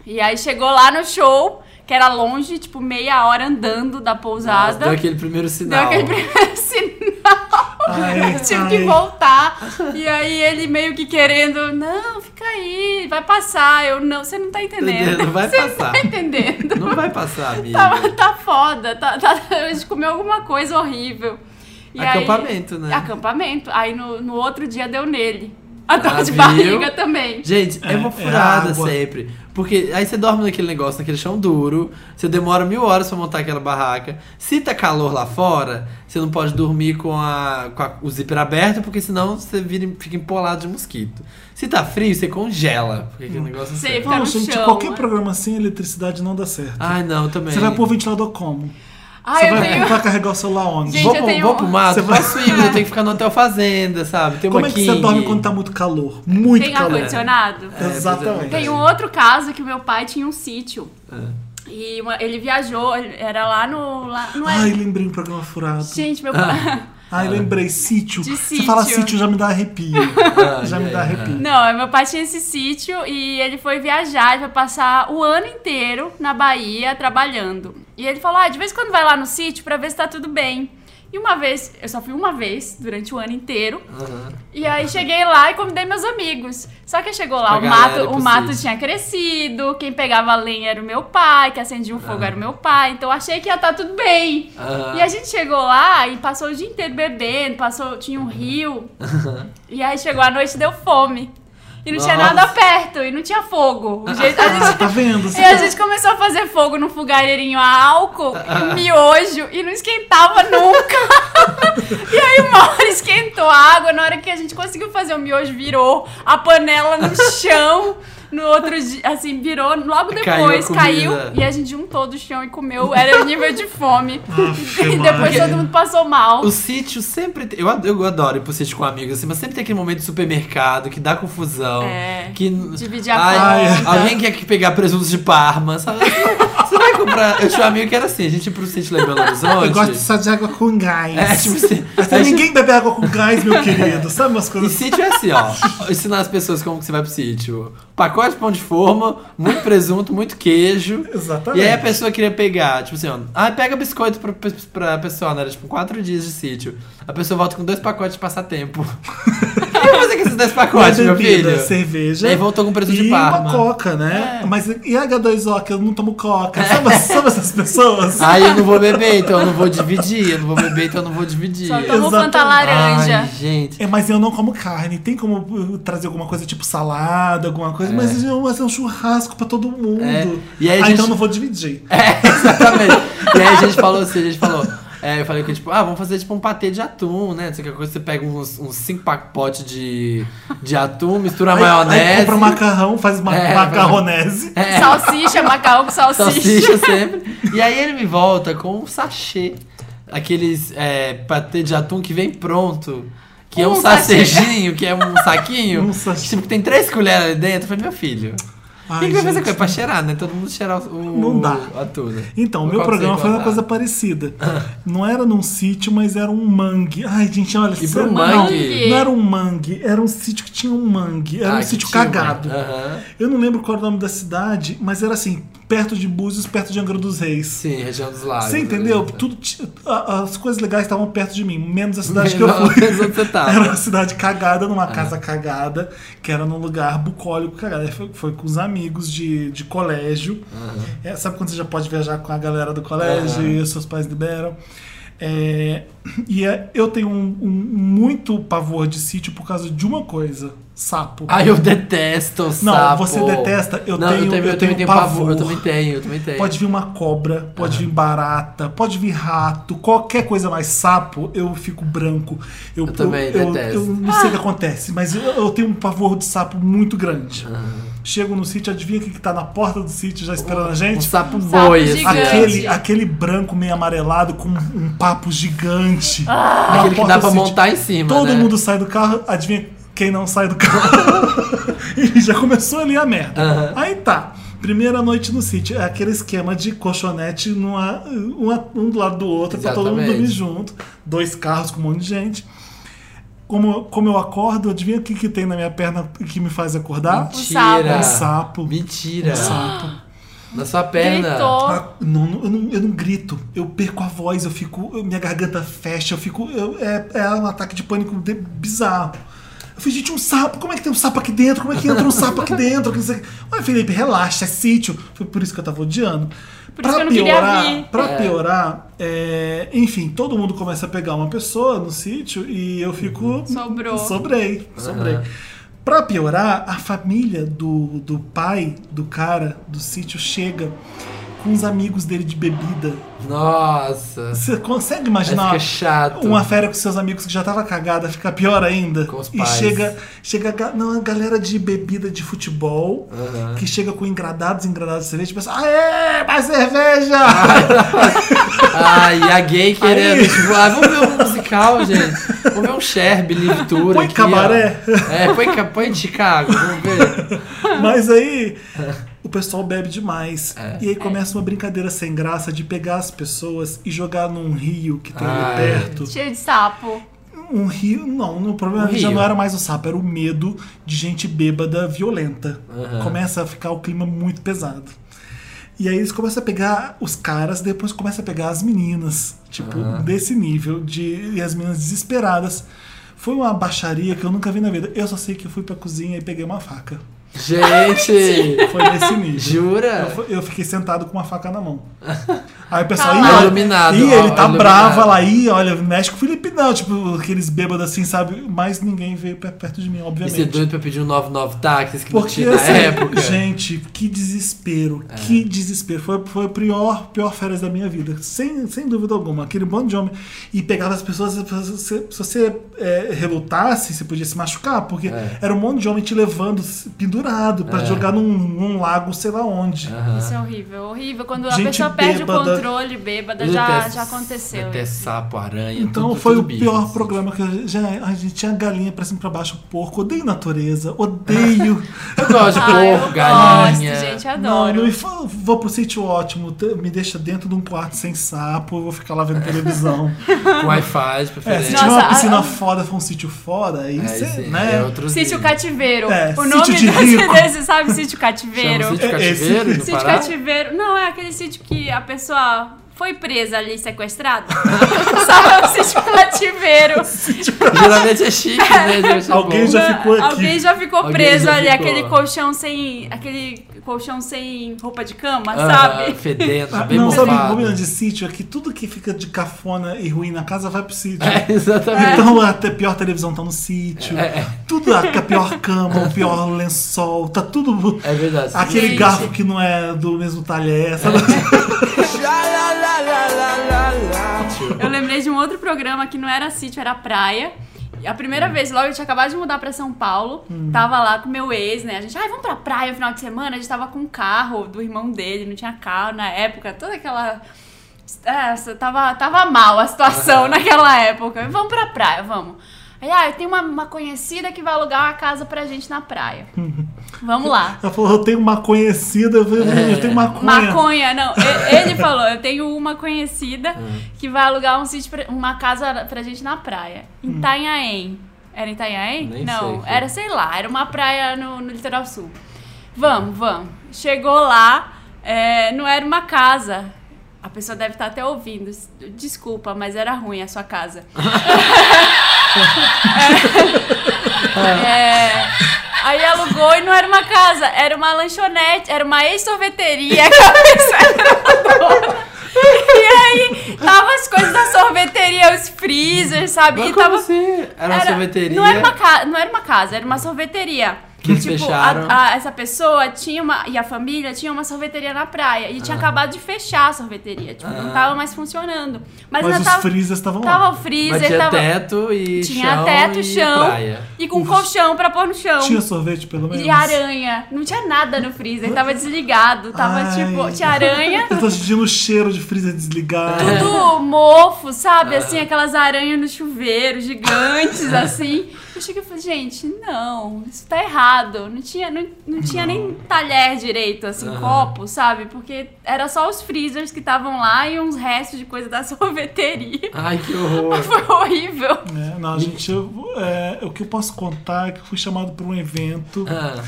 E aí chegou lá no show, que era longe, tipo, meia hora andando da
Nossa,
pousada.
Deu aquele primeiro
Deu
sinal.
aquele primeiro sinal.
Ai,
eu tive
ai.
que voltar. E aí ele meio que querendo, não, fica aí, vai passar. Eu, não, você não tá entendendo.
Não vai
você
passar."
não tá entendendo.
Não vai passar, amiga.
Tá, tá foda, tá, tá, a gente comeu alguma coisa horrível. E aí-
Acampamento, né?
Acampamento. Aí no, no outro dia deu nele. A dor
Ah,
de
viu?
barriga também.
Gente, é,
É,
uma
é
furada
água.
sempre. Porque aí você dorme naquele negócio, naquele chão duro, você demora mil horas pra montar aquela barraca. Se tá calor lá fora, você não pode dormir com, a, com a- o zíper aberto, porque senão você vira, fica empolado de mosquito. Se tá frio, você congela. Porque aquele negócio assim.
Sei. Ficar
Não,
no
gente,
chão,
qualquer
né?
programa sem eletricidade não dá certo.
Ai, não, também.
Você vai pôr ventilador como?
Ai,
você
Ah, eu
vai,
tenho.
vai carregar o celular onde?
Gente,
vou,
eu
pro,
tenho-
vou pro mato,
Você
vai
vai-
swing, eu tenho que ficar no hotel fazenda, sabe? Tem uma
Como é que você
king.
dorme quando tá muito calor? Muito
Tem
calor.
ar-condicionado?
É, pois é,
Exatamente.
Tem um outro caso que o meu pai tinha um sítio.
É.
E uma- ele viajou, ele- era lá no. Lá, não é-
Ai, lembrei um programa furado.
Gente, meu
ah.
pai.
Ai, lembrei, sítio.
De
Você fala
sítio.
sítio, já me dá arrepio.
Ah,
já me dá
é, é.
arrepio.
Não, meu pai tinha esse sítio e ele foi viajar e vai passar o ano inteiro na Bahia trabalhando. E ele falou: ah, de vez em quando vai lá no sítio pra ver se tá tudo bem. E uma vez, eu só fui uma vez durante o ano inteiro.
Aham.
E aí cheguei lá e convidei meus amigos. Só que chegou
Tipo,
lá,
A
o
galera
mato,
pro
o mato
sítio.
tinha crescido, quem pegava lenha era o meu pai, que acendia o fogo
Ah.
era o meu pai. Então achei que ia estar tudo bem.
Aham.
E a gente chegou lá e passou o dia inteiro bebendo, passou, tinha um rio. e aí chegou a noite e deu fome. E não tinha
Nossa.
nada perto, e não tinha fogo. O jeito- a
Ah,
gente-
tá vendo? Você
e a gente começou a fazer fogo no fogareirinho a álcool,
Ah,
miojo, e não esquentava nunca. e aí uma hora esquentou a água, na hora que a gente conseguiu fazer o miojo, virou a panela no chão. No outro dia, assim, virou, logo
Caiu a
depois
comida.
caiu, e a gente juntou do chão e comeu. Era o nível de fome.
Aff,
e depois
Maria.
todo mundo passou mal.
O sítio sempre tem. Eu, ad- eu adoro ir pro sítio com amigos, assim, mas sempre tem aquele momento de supermercado que dá confusão.
É,
Que.
dividir a
Ai,
conta.
é.
Alguém quer que pegar presunto de parma, sabe? Você vai pra. Eu tinha um amigo que era assim, a gente ia pro Sítio Leão Belo Horizonte.
Eu gosto só de água com gás.
É, tipo assim.
Até
a gente-
ninguém bebe água com gás, meu querido. Sabe umas
E
coisas.
sítio é assim, ó. Ensinar as pessoas como que você vai pro sítio. Pacote de pão de forma, muito presunto, muito queijo.
assim? Exatamente.
E aí é a pessoa queria pegar, tipo assim, ó. Ah, pega biscoito pra, pra pessoa, né? Era tipo quatro dias de sítio. A pessoa volta com dois pacotes de passatempo. O que eu vou fazer com esses dois
Uma
pacotes, meu
bebida,
filho?
cerveja.
E aí voltou com preço
e
de
uma
Parma.
coca, né?
É.
Mas e H2O, que eu não tomo coca? Sabe, sabe essas pessoas?
Ai, eu não vou beber, então eu não vou dividir. Eu não vou beber, então eu não vou dividir.
Só tomou
Exatamente.
Fanta laranja.
Ai, gente.
É, mas eu não como carne. Tem como uh, trazer alguma coisa tipo salada, alguma coisa, mas, eu- mas é um churrasco pra todo mundo.
É. E aí a
ah,
gente-
então eu não vou dividir.
É, exatamente. e aí a gente falou assim, a gente falou. é, eu falei que, tipo, ah, vamos fazer tipo um patê de atum, né? Não sei o que coisa, você pega uns, uns cinco pacotes de, de atum, mistura
Aí-
maionese.
Aí compra um macarrão, faz uma
É,
macarronese.
É.
Salsicha, macarrão com salsicha.
Salsicha sempre. E aí ele me volta com um sachê. Aqueles é, patê de atum que vem pronto. Que é um
Um sachê.
sachêzinho, que é um saquinho.
Um sachê.
Tipo, que tem três colheres ali dentro. Eu falei, meu filho, o que,
Ai,
que vai fazer com
gente.
ele? Pra cheirar, né? Todo mundo cheirar o, o,
Não dá.
o atum, né?
Então, o
Vou
meu programa
conseguir
foi uma
contar. Ah.
coisa parecida. Não era num sítio, mas era um mangue. Ai, gente, olha.
E
sério, não,
pro mangue.
Não, era um mangue, era um sítio que tinha um mangue. Era
Ah,
um
que
sítio
tinha, né?
cagado.
Aham.
Eu não lembro qual era o nome da cidade, mas era assim, perto de Búzios, perto de Angra dos Reis.
Sim, região dos lagos.
Você entendeu?
né?
Tudo ti- a- as coisas legais estavam perto de mim, menos a cidade que eu
Menos É.
fui.
onde você tá? tava.
Era uma cidade cagada, numa casa cagada, que era num lugar bucólico cagado. Aí Foi, foi com os amigos de, de colégio. É, sabe quando você já pode viajar com a galera do colégio
Aham.
e os seus pais liberam? É, e é- eu tenho um, um muito pavor de sítio por causa de uma coisa: sapo.
Ai, eu detesto o
Não,
sapo.
você detesta, eu
Não,
tenho-
eu, também,
eu
eu
tenho
também tenho
pavor.
Eu também tenho, eu também tenho.
Pode vir uma cobra, pode vir barata, pode vir rato, qualquer coisa mais sapo, eu fico branco. Eu,
também
eu,
detesto.
eu não sei o que acontece, mas eu, eu tenho um pavor de sapo muito grande. Chego no sítio, adivinha o que, que tá na porta do sítio já esperando a
Um
gente?
sapo boi, assim.
gigante.
Aquele, aquele branco meio amarelado com um papo gigante. na
Aquele que
porta
dá
do
pra
sítio.
montar em cima.
Todo
né?
mundo sai do carro, adivinha quem não sai do carro? e já começou ali a merda.
Aham.
Aí tá. Primeira noite no sítio, é aquele esquema de colchonete numa, uma- um do lado do outro, pra todo mundo
Exatamente.
dormir junto. Dois carros com um monte de gente. Como, como eu acordo, adivinha o que, que tem na minha perna que me faz acordar?
Mentira.
Um sapo.
Mentira.
Um sapo.
Na sua perna.
Gritou.
Ah, não, não, eu, não, eu não grito, eu perco a voz, eu fico. eu- minha garganta fecha, eu fico. eu- é, é um ataque de pânico de- bizarro. Eu falei, gente, um sapo, como é que tem um sapo aqui dentro? Como é que entra um sapo aqui dentro? Que não sei o quê. Ué, Felipe, relaxa, é sítio. Foi por isso que eu tava odiando.
Por isso que eu não queria vir.
pra
É.
piorar, é, enfim, todo mundo começa a pegar uma pessoa no sítio e eu fico.
Sobrou.
Sobrei, sobrei. Pra piorar, a família do, do pai do cara do sítio chega com os amigos dele de bebida.
Nossa.
Você consegue
Aí
imaginar
fica chato.
uma fera com seus amigos que já tava cagada ficar pior ainda?
Com os
e
pais.
chega, chega a ga- não, a galera de bebida de futebol que chega com engradados, engradados de cerveja e pensa: Aê, mais cerveja!
Ah, Ai, a gay querendo.
Aí.
Tipo, ah, vamos ver um musical, gente. Vamos ver um Cherby, Livitura.
Põe cabaré.
É, põe, ca- põe Chicago, vamos ver.
Mas aí o pessoal bebe demais.
É.
E aí começa uma brincadeira sem graça de pegar as pessoas e jogar num rio que tem
Ah,
ali
é.
perto.
Cheio de sapo.
Um rio, não, o problema
Um
já
rio.
não era mais o sapo, era o medo de gente bêbada violenta. Começa a ficar o clima muito pesado. E aí eles começam a pegar os caras, depois começam a pegar as meninas. Tipo, desse nível. De, e as meninas desesperadas. Foi uma baixaria que eu nunca vi na vida. Eu só sei que eu fui pra cozinha e peguei uma faca.
Gente,
Foi nesse nível.
jura?
Eu, fu- eu fiquei sentado com uma faca na mão. Aí o pessoal,
Ah,
ih,
lá.
olha,
Iluminado,
ih,
ó,
ele tá
iluminado.
brava lá, ih, olha, mexe com o Felipe não, tipo, aqueles bêbados assim, sabe? Mas ninguém veio pe- perto de mim,
E você é
obviamente.
doido pra pedir um 99 táxis que
Porque,
não tinha
assim,
na época? É.
gente, que desespero, que desespero. Foi, foi a pior, pior férias da minha vida, sem, sem dúvida alguma. Aquele bando de homem. E pegava as pessoas, as pessoas- se, se você é, relutasse, você podia se machucar, porque
É.
era um monte de homem te levando, se- pendurado pra jogar num, num lago, sei lá onde.
Isso é horrível, horrível. Quando
Gente
a pessoa perde
bêbada.
o controle, bêbada,
Eu
já,
detesto-
já aconteceu.
Detesto
isso.
sapo, aranha.
Então
tudo-
foi
É, tudo
o
bicho,
pior
assim.
programa que eu já. A gente tinha galinha pra cima e pra baixo, porco. Odeio natureza, odeio.
Eu gosto de
Ah, eu
porco, tipo,
gosto,
galinha.
gente,
não,
adoro.
não, e fa- vou pro sítio ótimo, te- me deixa dentro de um quarto sem sapo, eu vou ficar lá vendo televisão.
Com Wi-Fi, de
É, se
preferência.
tiver uma
Nossa,
piscina
a-
foda, for um sítio foda, aí
Aí
você,
sim,
né?
é outro
Sítio
nível.
Cativeiro.
É,
o
sítio
nome
de
desse,
rico.
desse, sabe? Sítio Cativeiro.
Chama Sítio
É, esse-
Cativeiro, no
Sítio
Pará?
cativeiro. Não, é aquele sítio que a pessoa foi presa ali, sequestrada. Sabe? É o sítio cativeiro.
Geralmente é chique, né? gente? É
Alguém
bom.
já ficou aqui.
Alguém já ficou
Alguém
preso
já
ali,
ficou.
aquele colchão sem. Aquele colchão sem roupa de cama,
Ah,
sabe?
Fedendo,
Ah,
bem
não, sabe o
mofado.
problema de sítio é que tudo que fica de cafona e ruim na casa vai pro sítio.
É, exatamente. É,
Então a te- pior televisão tá no sítio. Tudo a a pior cama, o pior lençol, tá tudo.
É verdade.
Aquele
Gente.
garfo que não é do mesmo talher, sabe?
Eu lembrei de um outro programa que não era sítio, era praia. E A primeira vez, logo eu tinha acabado de mudar pra São Paulo, tava lá com meu ex, né? A gente, ai, vamos pra praia no final de semana. A gente tava com o carro do irmão dele, não tinha carro na época, toda aquela. é, Essa, tava, tava mal a situação naquela época. Vamos pra praia, vamos. Aí, ah, eu tenho uma, uma conhecida que vai alugar uma casa pra gente na praia. Vamos lá.
Ela falou, eu tenho uma conhecida, eu falei, eu tenho
É.
maconha.
Maconha, não. E- Ele falou, eu tenho uma conhecida
Hum.
que vai alugar um sítio pra- uma casa pra gente na praia. Em Itanhaém. Era em Itanhaém?
Hum. Nem sei,
não,
foi.
era, sei lá, era uma praia no, no litoral sul. Vamos, vamos. Chegou lá, é, não era uma casa. A pessoa deve estar até ouvindo. Desculpa, mas era ruim a sua casa.
Ah.
É. Aí alugou e não era uma casa, era uma lanchonete, era uma ex-sorveteria que a pessoa era dona. E aí, tava as coisas da sorveteria, os freezers, sabe?
Mas
e
como
tava.
assim? Era uma
era-
sorveteria.
Não era uma, ca... não era uma casa, era uma sorveteria.
Que eles
tipo,
fecharam.
a- a- essa pessoa tinha uma. E a família tinha uma sorveteria na praia. E tinha acabado de fechar a sorveteria. Tipo, não
Ah.
tava mais funcionando. Mas,
Mas
ainda
os
tava.
freezers estavam lá.
Tava o
Mas
freezer,
tinha
tava.
teto e
Tinha
chão
teto,
e
chão
praia.
e com colchão pra pôr no chão.
Tinha sorvete, pelo menos.
E aranha. Não tinha nada no freezer, tava desligado. Tava
Ai.
tipo, tinha aranha,
Eu tô sentindo o cheiro de freezer desligado.
É. tudo mofo, sabe?
Ah.
Assim, aquelas aranhas no chuveiro, gigantes, assim. Eu cheguei e falei, gente, não, isso tá errado. Não tinha, não, não tinha nem talher direito, assim, copo, sabe? Porque era só os freezers que estavam lá e uns restos de coisa da sorveteria.
Ai, que horror.
Foi horrível.
É, não, gente, eu, é, o que eu posso contar é que eu fui chamado pra um evento.
Ah,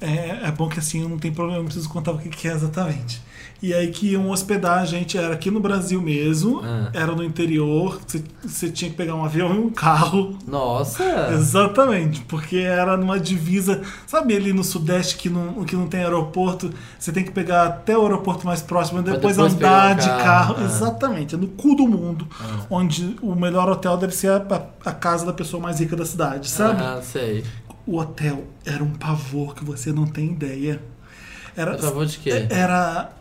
É, é bom que assim eu não tem problema, eu não preciso contar o que, que é exatamente. E aí que iam hospedar a gente, era aqui no Brasil mesmo,
Ah.
era no interior, você- você tinha que pegar um avião e um carro.
nossa.
Exatamente, porque era numa divisa, sabe ali no sudeste que não, que não tem aeroporto, você tem que pegar até o aeroporto mais próximo e
Pra
depois,
depois
andar de
pegar o
carro.
carro, É. ah.
Exatamente, é no cu do mundo, onde o melhor hotel deve ser a, a- a casa da pessoa mais rica da cidade, sabe?
Ah, sei.
O hotel era um pavor que você não tem ideia. Era,
Eu tava de quê?
É, era,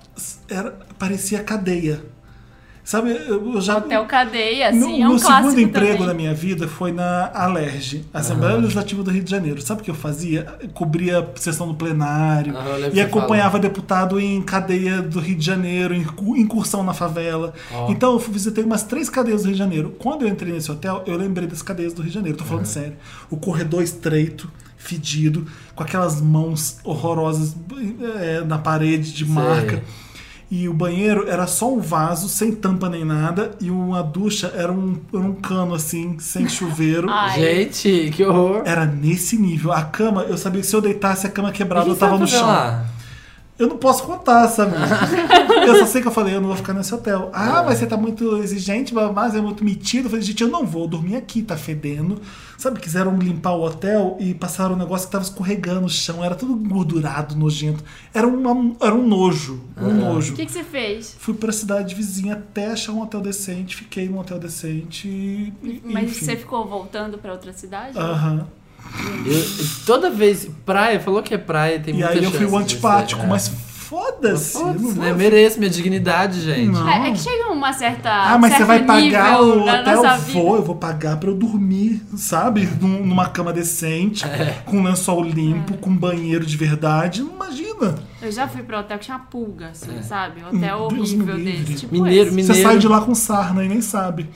era parecia cadeia. Sabe, eu eu já
Hotel cadeia,
meu,
assim, é um
meu
clássico
segundo emprego
também.
da minha vida foi na Alerj, Assembleia Legislativa do Rio de Janeiro. Sabe o que eu fazia? Eu Cobria a sessão do plenário
Aham, eu lembro
e
que
acompanhava deputado em cadeia do Rio de Janeiro, em cu- incursão na favela.
Ó.
Então eu fui- visitei umas três cadeias do Rio de Janeiro. Quando eu entrei nesse hotel, eu lembrei das cadeias do Rio de Janeiro, tô falando sério. O corredor estreito, fedido, com aquelas mãos horrorosas eh, na parede de marca. E o banheiro era só um vaso, sem tampa nem nada, e uma ducha era um, era um cano assim, sem chuveiro.
Ai.
Gente, que horror.
Era nesse nível. A cama, eu sabia que se eu deitasse a cama quebrava,
O
eu
que você
É, tava
vai
no
fazer
chão.
lá?
Eu não posso contar, sabe? eu só sei que eu falei, eu não vou ficar nesse hotel.
É.
Ah, mas você tá muito exigente, mas é muito metido. Eu falei, gente, eu não vou dormir aqui, tá fedendo. Sabe, quiseram limpar o hotel e passaram um negócio que tava escorregando o chão, era tudo gordurado, nojento. Era, uma, era um nojo, um nojo.
O que, que você fez?
Fui pra cidade vizinha até achar um hotel decente, fiquei num hotel decente e. e-
Mas
enfim.
você ficou voltando pra outra cidade?
Aham.
Eu- toda vez. Praia, falou que é praia, tem
E
muita
aí eu
chance
fui o
de ser,
antipático,
é.
mas Foda-se. eu não
Foda-se,
vou-
né? Mereço minha dignidade, gente.
Não.
É, é que chega uma certa.
Ah, mas
certo
você vai pagar
nível
o
na
hotel?
nossa vida.
Vou, eu vou pagar pra eu dormir, sabe? Num- numa cama decente,
É.
com um lençol limpo, com banheiro de verdade. Não imagina.
Eu já fui pra hotel que tinha pulga, assim, sabe? Hotel
Deus
horrível
me livre.
desse. Tipo
É. Mineiro,
esse.
mineiro.
Você sai de lá com sarna e nem sabe.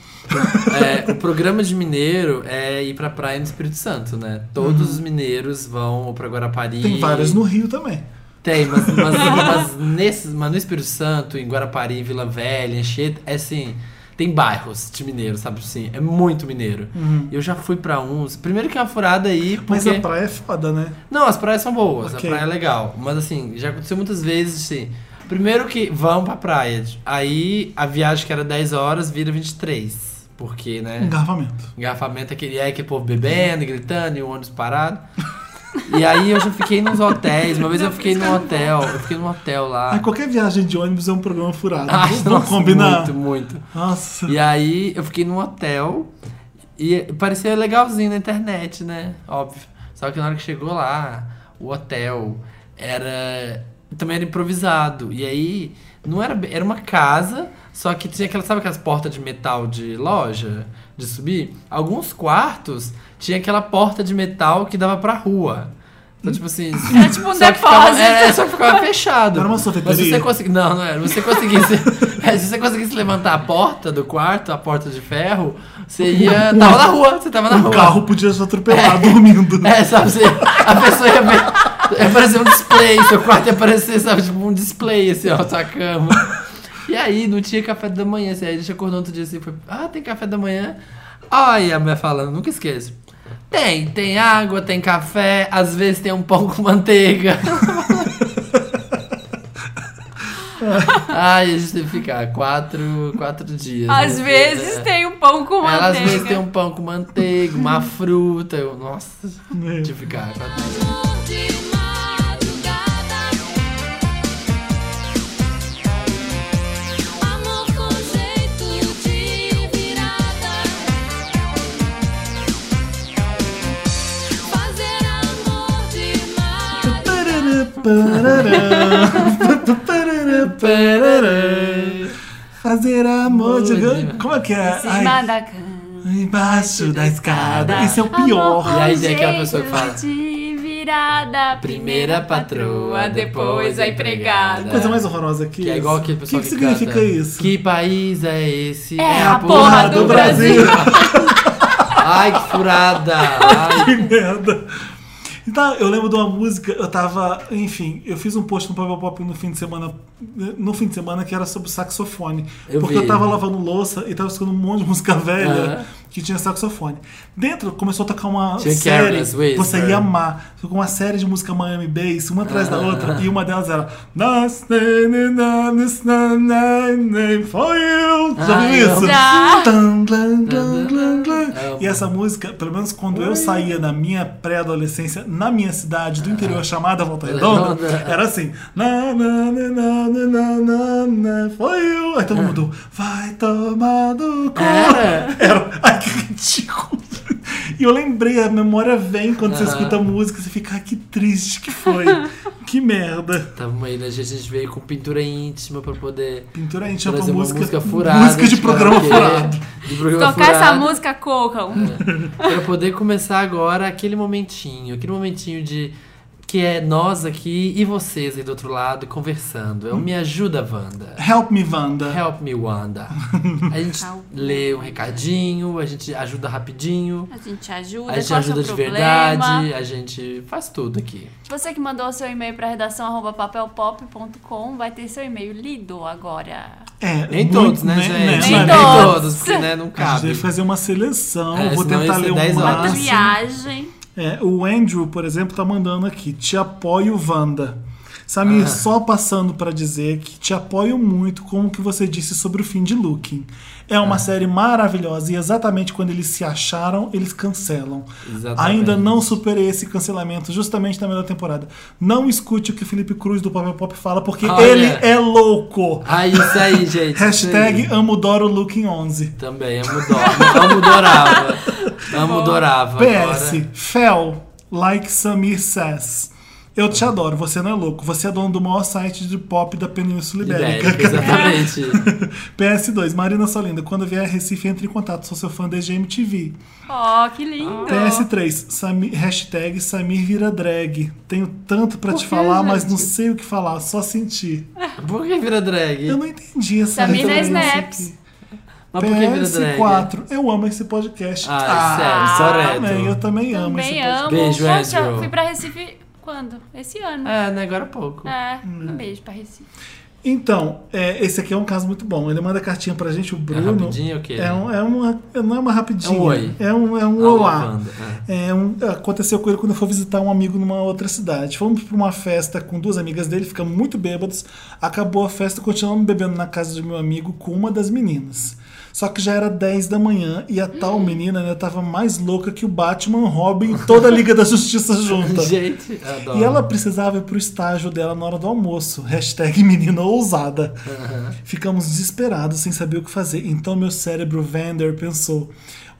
É, o programa de mineiro é ir pra praia no Espírito Santo, né? Todos os mineiros vão ou pra Guarapari.
Uhum. Tem várias no Rio também.
Tem, mas, mas, mas, nesse, mas no Espírito Santo, em Guarapari, em Vila Velha, em Xeta, é assim. Tem bairros de mineiro, sabe assim? É muito mineiro. Eu já fui pra uns. Primeiro que é uma furada aí, porque.
Mas a praia é foda, né?
Não, as praias são boas,
Ok.
a praia é legal. Mas assim, já aconteceu muitas vezes assim. Primeiro que vão pra praia, aí a viagem que era 10 horas vira 23. Porque, né?
Engarrafamento.
Engarrafamento é aquele, é aquele povo bebendo, gritando e o ônibus parado. E aí eu já fiquei nos hotéis. Uma vez eu fiquei num hotel, eu fiquei num hotel
Ah,
lá.
qualquer viagem de ônibus é um programa furado.
Ai,
Vamos
Ah, nossa,
combinar.
Muito, muito.
Nossa.
E aí eu fiquei num hotel e parecia legalzinho na internet, né? Óbvio. Só que na hora que chegou lá, o hotel era. também era improvisado. E aí não era. bem- Era uma casa, só que tinha aquela, sabe aquelas portas de metal de loja de subir? Alguns quartos tinha aquela porta de metal que dava pra rua. Então, tipo assim.
Era tipo um
só que ficava-
depósito.
é, só que ficava fechado.
Era uma
Mas se
sorveteria.
você consegui- Não, não era. Você conseguisse. é, se você conseguisse levantar a porta do quarto, a porta de ferro, você ia.
Um-
Tava na rua, você tava na
O
rua.
carro podia se atropelar dormindo.
É, sabe? Você, a pessoa ia ver. Ia aparecer um display, seu quarto ia aparecer, sabe? Tipo um display, assim, ó, sua cama. E aí, não tinha café da manhã, assim, aí a gente acordou outro dia assim, foi, ah, tem café da manhã? Olha a mulher falando, nunca esqueço. Tem, tem água, tem café, às vezes tem um pão com manteiga. Ai, a gente teve que ficar quatro, quatro dias.
Às
né?
vezes
É.
tem um pão com
Ela
manteiga.
às vezes tem um pão com manteiga, uma fruta. Eu, nossa, de ficar.
De madrugada, amor com jeito de virada, fazer amor de madrugada.
Fazer amor de... Como é que é?
Em
Ai,
cima da cama.
Embaixo da escada. Esse é o pior.
Amor
E aí
com
tem aquela
jeito
pessoa que fala,
De virada,
Primeira patroa, depois a empregada.
Coisa mais horrorosa aqui.
Que é igual aquele pessoal
que,
que,
que significa
canta,
isso?
Que país é esse?
É a porra do Brasil.
Ai, que furada. Ai,
Que merda. Então, eu lembro de uma música, eu tava, enfim, eu fiz um post no Papel Pop no fim de semana, no fim de semana que era sobre saxofone,
Eu
porque
vi.
eu tava lavando louça e tava escutando um monte de música velha
Aham.
que tinha saxofone. Dentro começou a tocar uma
Tinha
série,
Careless Whisper.
você ia amar, com uma série de música Miami Bass, uma atrás da outra, e uma delas era Nas, ne, ne, na, nes, na, na, ne, For You. Já
Ai,
viu
Ah, eu
isso?
amo.
Já.
Tan, tan, tan, tan, tan.
Amo.
E essa música, pelo menos quando eu saía na minha pré-adolescência, na minha cidade do interior chamada Volta Redonda,
Ah, Redonda.
era assim. Na, na, na, na, na, na, na, na, foi eu. Aí
Ah.
todo mundo, vai tomar do cu.
Era?
Era. Ai, que ridículo. E eu lembrei, a memória vem quando você
Aham.
escuta a música, você fica, "Ai, que triste que foi. que merda.
Tamo aí, né, gente? A gente veio com pintura íntima pra poder
Pintura íntima pra
trazer é uma
música.
música, furada. tipo,
música de programa
karaokê,
furado.
De programa
Tocar essa
furado.
música, um- corram.
Pra poder começar agora aquele momentinho, aquele momentinho de que é nós aqui e vocês aí do outro lado conversando.
Hum.
É o Me Ajuda, Wanda.
Help me, Wanda.
Help me, Wanda. A gente lê um recadinho, a gente ajuda rapidinho,
A gente ajuda,
a gente
qual é o seu
ajuda de
problema?
verdade, a gente faz tudo aqui.
Você que mandou seu e-mail pra redação arroba papelpop.com vai ter seu e-mail lido agora.
É,
Nem
muito,
todos, né, gente?
Nem
Maria?
todos.
porque né, não
A gente
cabe.
deve fazer uma seleção.
É,
Vou
senão
tentar
ia ser
ler
10
um
horas.
Uma
Ah,
máximo.
triagem.
É, o Andrew, por exemplo, tá mandando aqui: Te apoio, Wanda.
Ah.
Samir, só passando pra dizer que te apoio muito com o que você disse sobre o fim de Looking. É
Ah.
uma série maravilhosa e exatamente quando eles se acharam, eles cancelam.
Exatamente.
Ainda não superei esse cancelamento, justamente na melhor temporada. Não escute o que Felipe Cruz do Papel Pop fala, porque
Olha.
ele é louco.
Ah, isso aí, gente. isso
Hashtag
aí.
amo Doro Looking 11.
Também, amo, Dora, amo Dorava. Amo Dorava.
PS,
agora.
fell, like Samir says. Eu te adoro, você não é louco. Você é dono do maior site de pop da Península Ibérica.
Ibérica, exatamente.
PS2, Marina Solinda, quando vier a Recife, entre em contato. Sou seu fã desde MTV.
Ó, que
Ah.
lindo.
PS3, Sami- hashtag Samir vira drag. Tenho tanto pra
Por
te
que,
falar, mas
gente?
não sei o que falar, só sentir.
Por que vira drag?
Eu não entendi essa
Samir na
referência
Snaps.
aqui.
Mas Ah, por que vira drag?
PS4, eu amo esse podcast.
Ah, sério, só reto.
amém, eu também amo esse
Também
podcast.
amo.
Beijo,
Poxa,
Andrew.
fui pra Recife quando? Esse ano.
É, né? Agora há pouco.
É, um beijo pra Recife.
Então, é, esse aqui é um caso muito bom. Ele manda cartinha pra gente, o Bruno.
rapidinha ou quê?
É, um, é uma, é- não é uma rapidinha.
É um oi.
É um, é um
Alô,
olá.
Wanda. É.
É um- aconteceu com ele quando eu fui visitar um amigo numa outra cidade. Fomos pra uma festa com duas amigas dele, ficamos muito bêbados. Acabou a festa, continuamos bebendo na casa do meu amigo com uma das meninas. Só que já era 10 da manhã e a tal
Hum.
menina ainda tava mais louca que o Batman, Robin e toda a Liga da Justiça junta.
Gente, eu adoro.
E ela precisava ir pro estágio dela na hora do almoço. Hashtag menina ousada. Ficamos desesperados sem saber o que fazer. Então meu cérebro Vander pensou: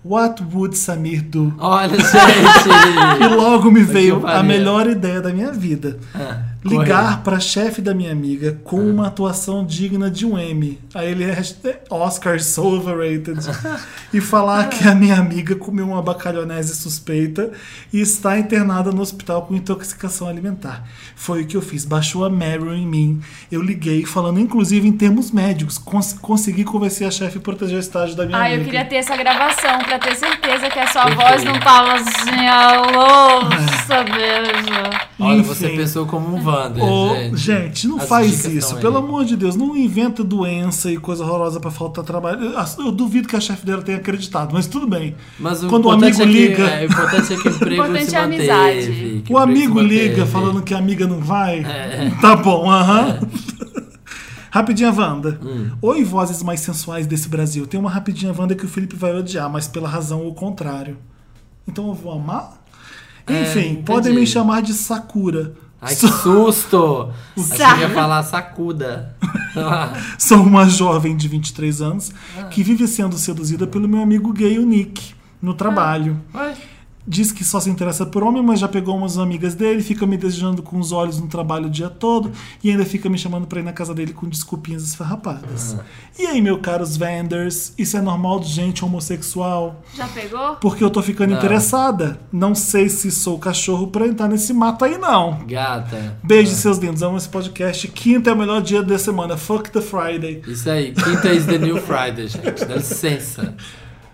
What would Samir do?
Olha,
E
gente!
logo me
que
veio a
pariu.
melhor ideia da minha vida.
Ah,
Ligar pra chefe da minha amiga com
É.
uma atuação digna de um M. Aí ele é hashtag Oscar so overrated. e falar que a minha amiga comeu uma bacalhonese suspeita e está internada no hospital com intoxicação alimentar. Foi o que eu fiz. Baixou a Meryl em mim. Eu liguei, falando inclusive em termos médicos. Cons- consegui convencer a chefe a proteger o estágio da minha
Ai,
amiga.
Ah, eu queria ter essa gravação pra ter certeza que a sua
Perfeito.
voz não tava assim, alô, beijo.
Olha, você
Enfim.
pensou como um Wander,
Ô,
gente.
gente, não
As
faz
dicas
isso.
tão
Pelo
aí.
amor de Deus, não inventa doença e coisa horrorosa pra faltar trabalho. Eu, eu duvido que a chefe dela tenha acreditado, mas tudo bem.
Mas o
Quando o
importante
amigo
é que,
liga-
é, o importante é que o emprego
importante
se
é a
manteve.
amizade.
que
o
emprego
amigo
se manteve.
liga falando que a amiga não vai.
É.
Tá bom, aham. Rapidinha Wanda.
Hum.
Oi, vozes mais sensuais desse Brasil. Tem uma rapidinha Wanda que o Felipe vai odiar, mas pela razão ou contrário. Então eu vou amar?
É,
Enfim,
entendi.
podem me chamar de Sakura.
Ai, que
Sou-
susto! Achei
Sa-
que ia falar sacuda.
Sou uma jovem de 23 anos
Ah.
que vive sendo seduzida pelo meu amigo gay, o Nick, no trabalho.
Ah, Ué,
Diz que só se interessa por homem, mas já pegou umas amigas dele, fica me desejando com os olhos no trabalho o dia todo e ainda fica me chamando pra ir na casa dele com desculpinhas esfarrapadas.
Ah.
E aí, meus caros Vanders, isso é normal de gente homossexual?
Já pegou?
Porque eu tô ficando
Não.
interessada. Não sei se sou cachorro pra entrar nesse mato aí, não.
gata.
Beijo, seus lindos. Amo esse podcast. Quinta é o melhor dia da semana. Fuck the Friday.
Isso aí, quinta is the new Friday, gente. Dá licença.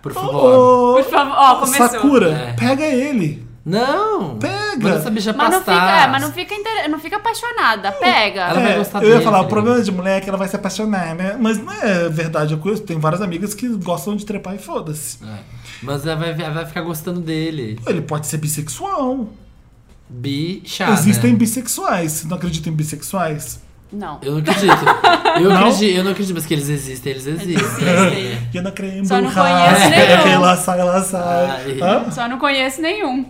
Por favor.
Ô,
Por favor, ó, começou.
Sakura,
É.
pega ele.
Não!
Pega.
Manda essa bicha
Mas não,
pastar.
fica, é, mas não fica, inter- não fica apaixonada, pega.
Ela vai gostar
É, eu ia
dele,
falar, o
né?
problema de mulher é que ela vai se apaixonar, né? Mas não é verdade. Eu conheço, tenho várias amigas que gostam de trepar e foda-se.
É. Mas ela vai, ela vai ficar gostando dele.
Ele pode ser bissexual.
Bicha.
Existem
né?
bissexuais. Você não acredita em bissexuais?
Não.
Eu não acredito. Eu
Não?
acredito, eu não acredito, mas que eles existem, eles existem.
Existem.
Eu não creio em
Só não né,
burra.
conheço nenhum.
Ela sai, ela sai.
Ai.
Hã?
Só não conheço nenhum.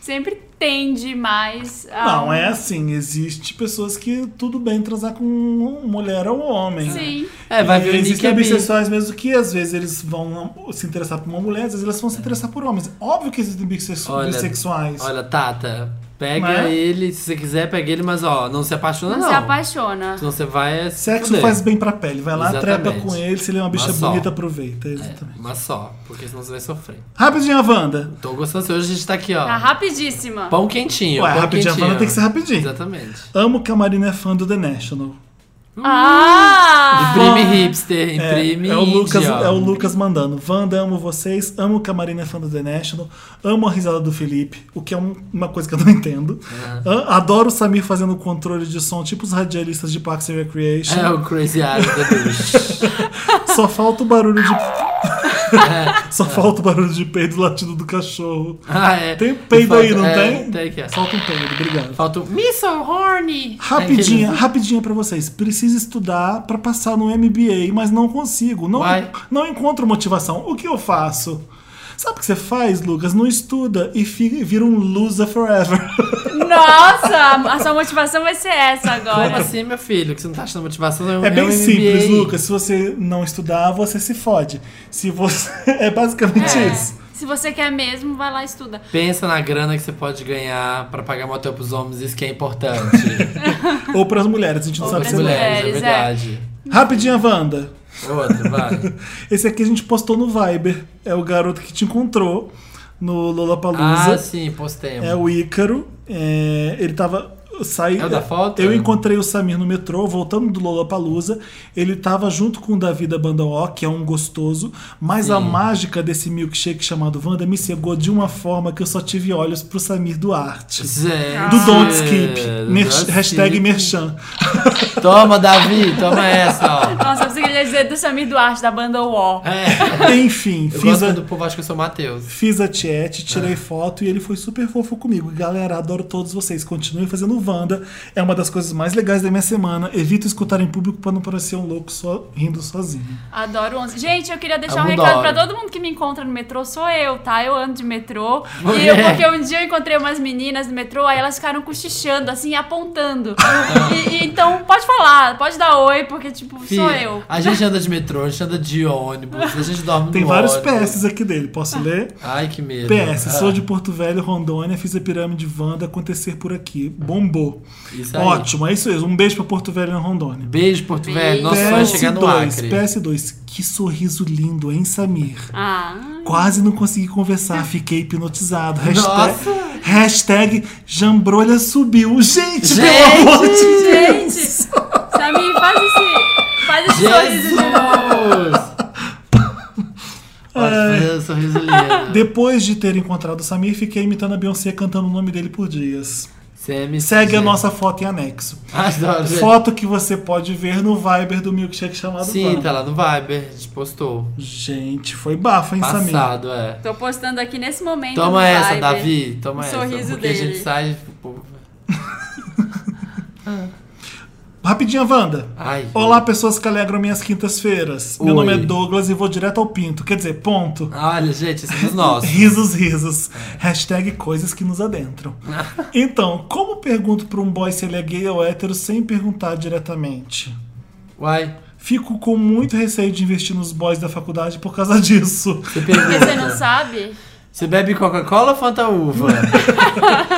Sempre tende mais a.
Não,
um-
é assim. Existe pessoas que tudo bem transar com mulher ou um homem.
Sim.
É, vai ver o Nick
Existem
é bi.
bissexuais mesmo que às vezes eles vão se interessar por uma mulher, às vezes elas vão se interessar por homens. Óbvio que existem bissexu-
Olha,
bissexuais.
Olha, Tata, pega
Né?
ele, se você quiser, pega ele, mas ó, não se apaixona,
Não,
não.
se apaixona.
Senão você vai. se
Sexo
fuder.
faz bem pra pele. Vai lá,
Exatamente.
trepa com ele, se ele é uma bicha
Mas só.
bonita, aproveita.
É,
Exatamente.
mas só, porque senão você vai sofrer.
Rapidinho a Wanda.
Tô gostando, hoje a gente tá aqui, ó.
Tá rapidíssima.
Pão quentinho.
Ué,
pão
rapidinho a
quentinho.
Wanda tem que ser rapidinho.
Exatamente.
Amo que a Marina é fã do The National.
Ah!
Imprime hipster, imprime.
É, é o
indie,
Lucas,
ó.
é o Lucas mandando. Wanda, amo vocês, amo que a Marina é fã do The National, amo a risada do Felipe, o que é um- uma coisa que eu não entendo.
É.
A- Adoro o Samir fazendo controle de som, tipo os radialistas de Parks and Recreation.
É o Crazy Eyes da Bush.
Só falta o barulho de.
É,
Só falta o barulho de peido latido do cachorro.
Ah, é.
Tem peido aí, não
é,
tem?
Tem aqui, ó.
Falta um peido, obrigado.
Falta um o Miss so Horny.
Tá
Rapidinha,
Aquele-
rapidinha pra vocês. Preciso estudar pra passar no MBA, mas não consigo. Não,
Uai.
não encontro motivação. O que eu faço? Sabe o que você faz, Lucas? Não estuda e fi- vira um loser forever.
Nossa! A sua motivação vai ser essa agora.
Como assim, meu filho? Que você não tá achando motivação? um-
É bem
um
simples,
MBA.
Lucas. Se você não estudar, você se fode. Se você. É basicamente
É.
isso.
Se você quer mesmo, vai lá e estuda.
Pensa na grana que você pode ganhar pra pagar motel pros homens, isso que é importante.
Ou pras mulheres, a gente não
Ou
sabe
As
pras
se mulher.
mulheres, é
mulheres, é.
verdade.
Rapidinha, Wanda.
Outra, vai.
Esse aqui a gente postou no Viber. É o garoto que te encontrou no
Ah,
Lollapalooza.
sim, postemos.
é o Ícaro. É, ele tava... eu Saí,
É o da foto?
Eu encontrei o Samir no metrô, voltando do Lollapalooza. Ele tava junto com o Davi da Banda O, que é um gostoso. Mas a mágica desse milkshake chamado Wanda me cegou de uma forma que eu só tive olhos pro Samir Duarte.
Gente,
Do Don't Skip.
do
Mer-
Don't
hashtag
Skip.
merchan.
Toma, Davi, toma essa, ó.
Nossa, eu pensei que ele ia dizer do Samir Duarte, da banda UOL.
É.
Enfim,
Eu
fiz
gosto
a,
quando o povo acha que eu sou o Matheus.
fiz a chat, tirei
Ah.
foto e ele foi super fofo comigo. Galera, adoro todos vocês. Continuem fazendo Wanda. É uma das coisas mais legais da minha semana. Evito escutar em público pra não parecer um louco só rindo sozinho.
Adoro 11. Gente, eu queria deixar
Algum
um recado
dólar.
pra todo mundo que me encontra no metrô. Sou eu, tá? Eu ando de metrô. E
Mulher.
eu, porque um dia eu encontrei umas meninas no metrô, aí elas ficaram cochichando, assim, apontando. E- e então, pode falar, pode dar oi, porque, tipo, sou
Fia,
eu.
A gente anda de metrô, a gente anda de ônibus, a gente dorme
Tem
no
vários
ônibus.
PS aqui dele. Posso ler?
Ai, que medo.
PS, sou
Ah,
de Porto Velho, Rondônia, fiz a pirâmide Wanda acontecer por aqui. Bombou.
Isso aí.
Ótimo, é isso mesmo. Um beijo pra Porto Velho e Rondônia.
Beijo, Porto
Beijo.
Velho. Nosso sonho é chegar no Acre.
PS2, PS2, que sorriso lindo, hein, Samir?
Ah,
Quase não consegui conversar, fiquei hipnotizado. Hashtag,
Nossa!
hashtag jambrolha subiu. Gente,
Gente!
pelo amor de
gente!
Deus!
Samir, faz esse, faz esse sorriso
Jesus!
de
Nossa, sorriso lindo.
Depois de ter encontrado o Samir, fiquei imitando a Beyoncé cantando o nome dele por dias.
Semi-
Segue a
gente.
nossa foto em anexo.
Adoro, gente.
Foto que você pode ver no Viber do milkshake chamado
Sim,
Vanda.
tá lá no Viber, a gente postou.
Gente, foi bafa, hein, Samir?
Passado, é.
Tô postando aqui nesse momento. no
Toma essa,
Viber.
Davi. Toma
O
essa.
sorriso
porque a gente
dele.
sai. tipo,
Rapidinha, Wanda.
Ai.
Olá, pessoas que alegram minhas quintas-feiras. Meu
Oi.
nome é Douglas e vou direto ao pinto. Quer dizer, ponto.
Olha, gente, esse é dos nossos.
Risos, risos. Hashtag coisas que nos adentram. então, como pergunto pra um boy se ele é gay ou hétero sem perguntar diretamente?
Uai,
Fico com muito receio de investir nos boys da faculdade por causa disso.
você
Porque você não
pergunta.
sabe?
Você bebe Coca-Cola ou Fanta Uva?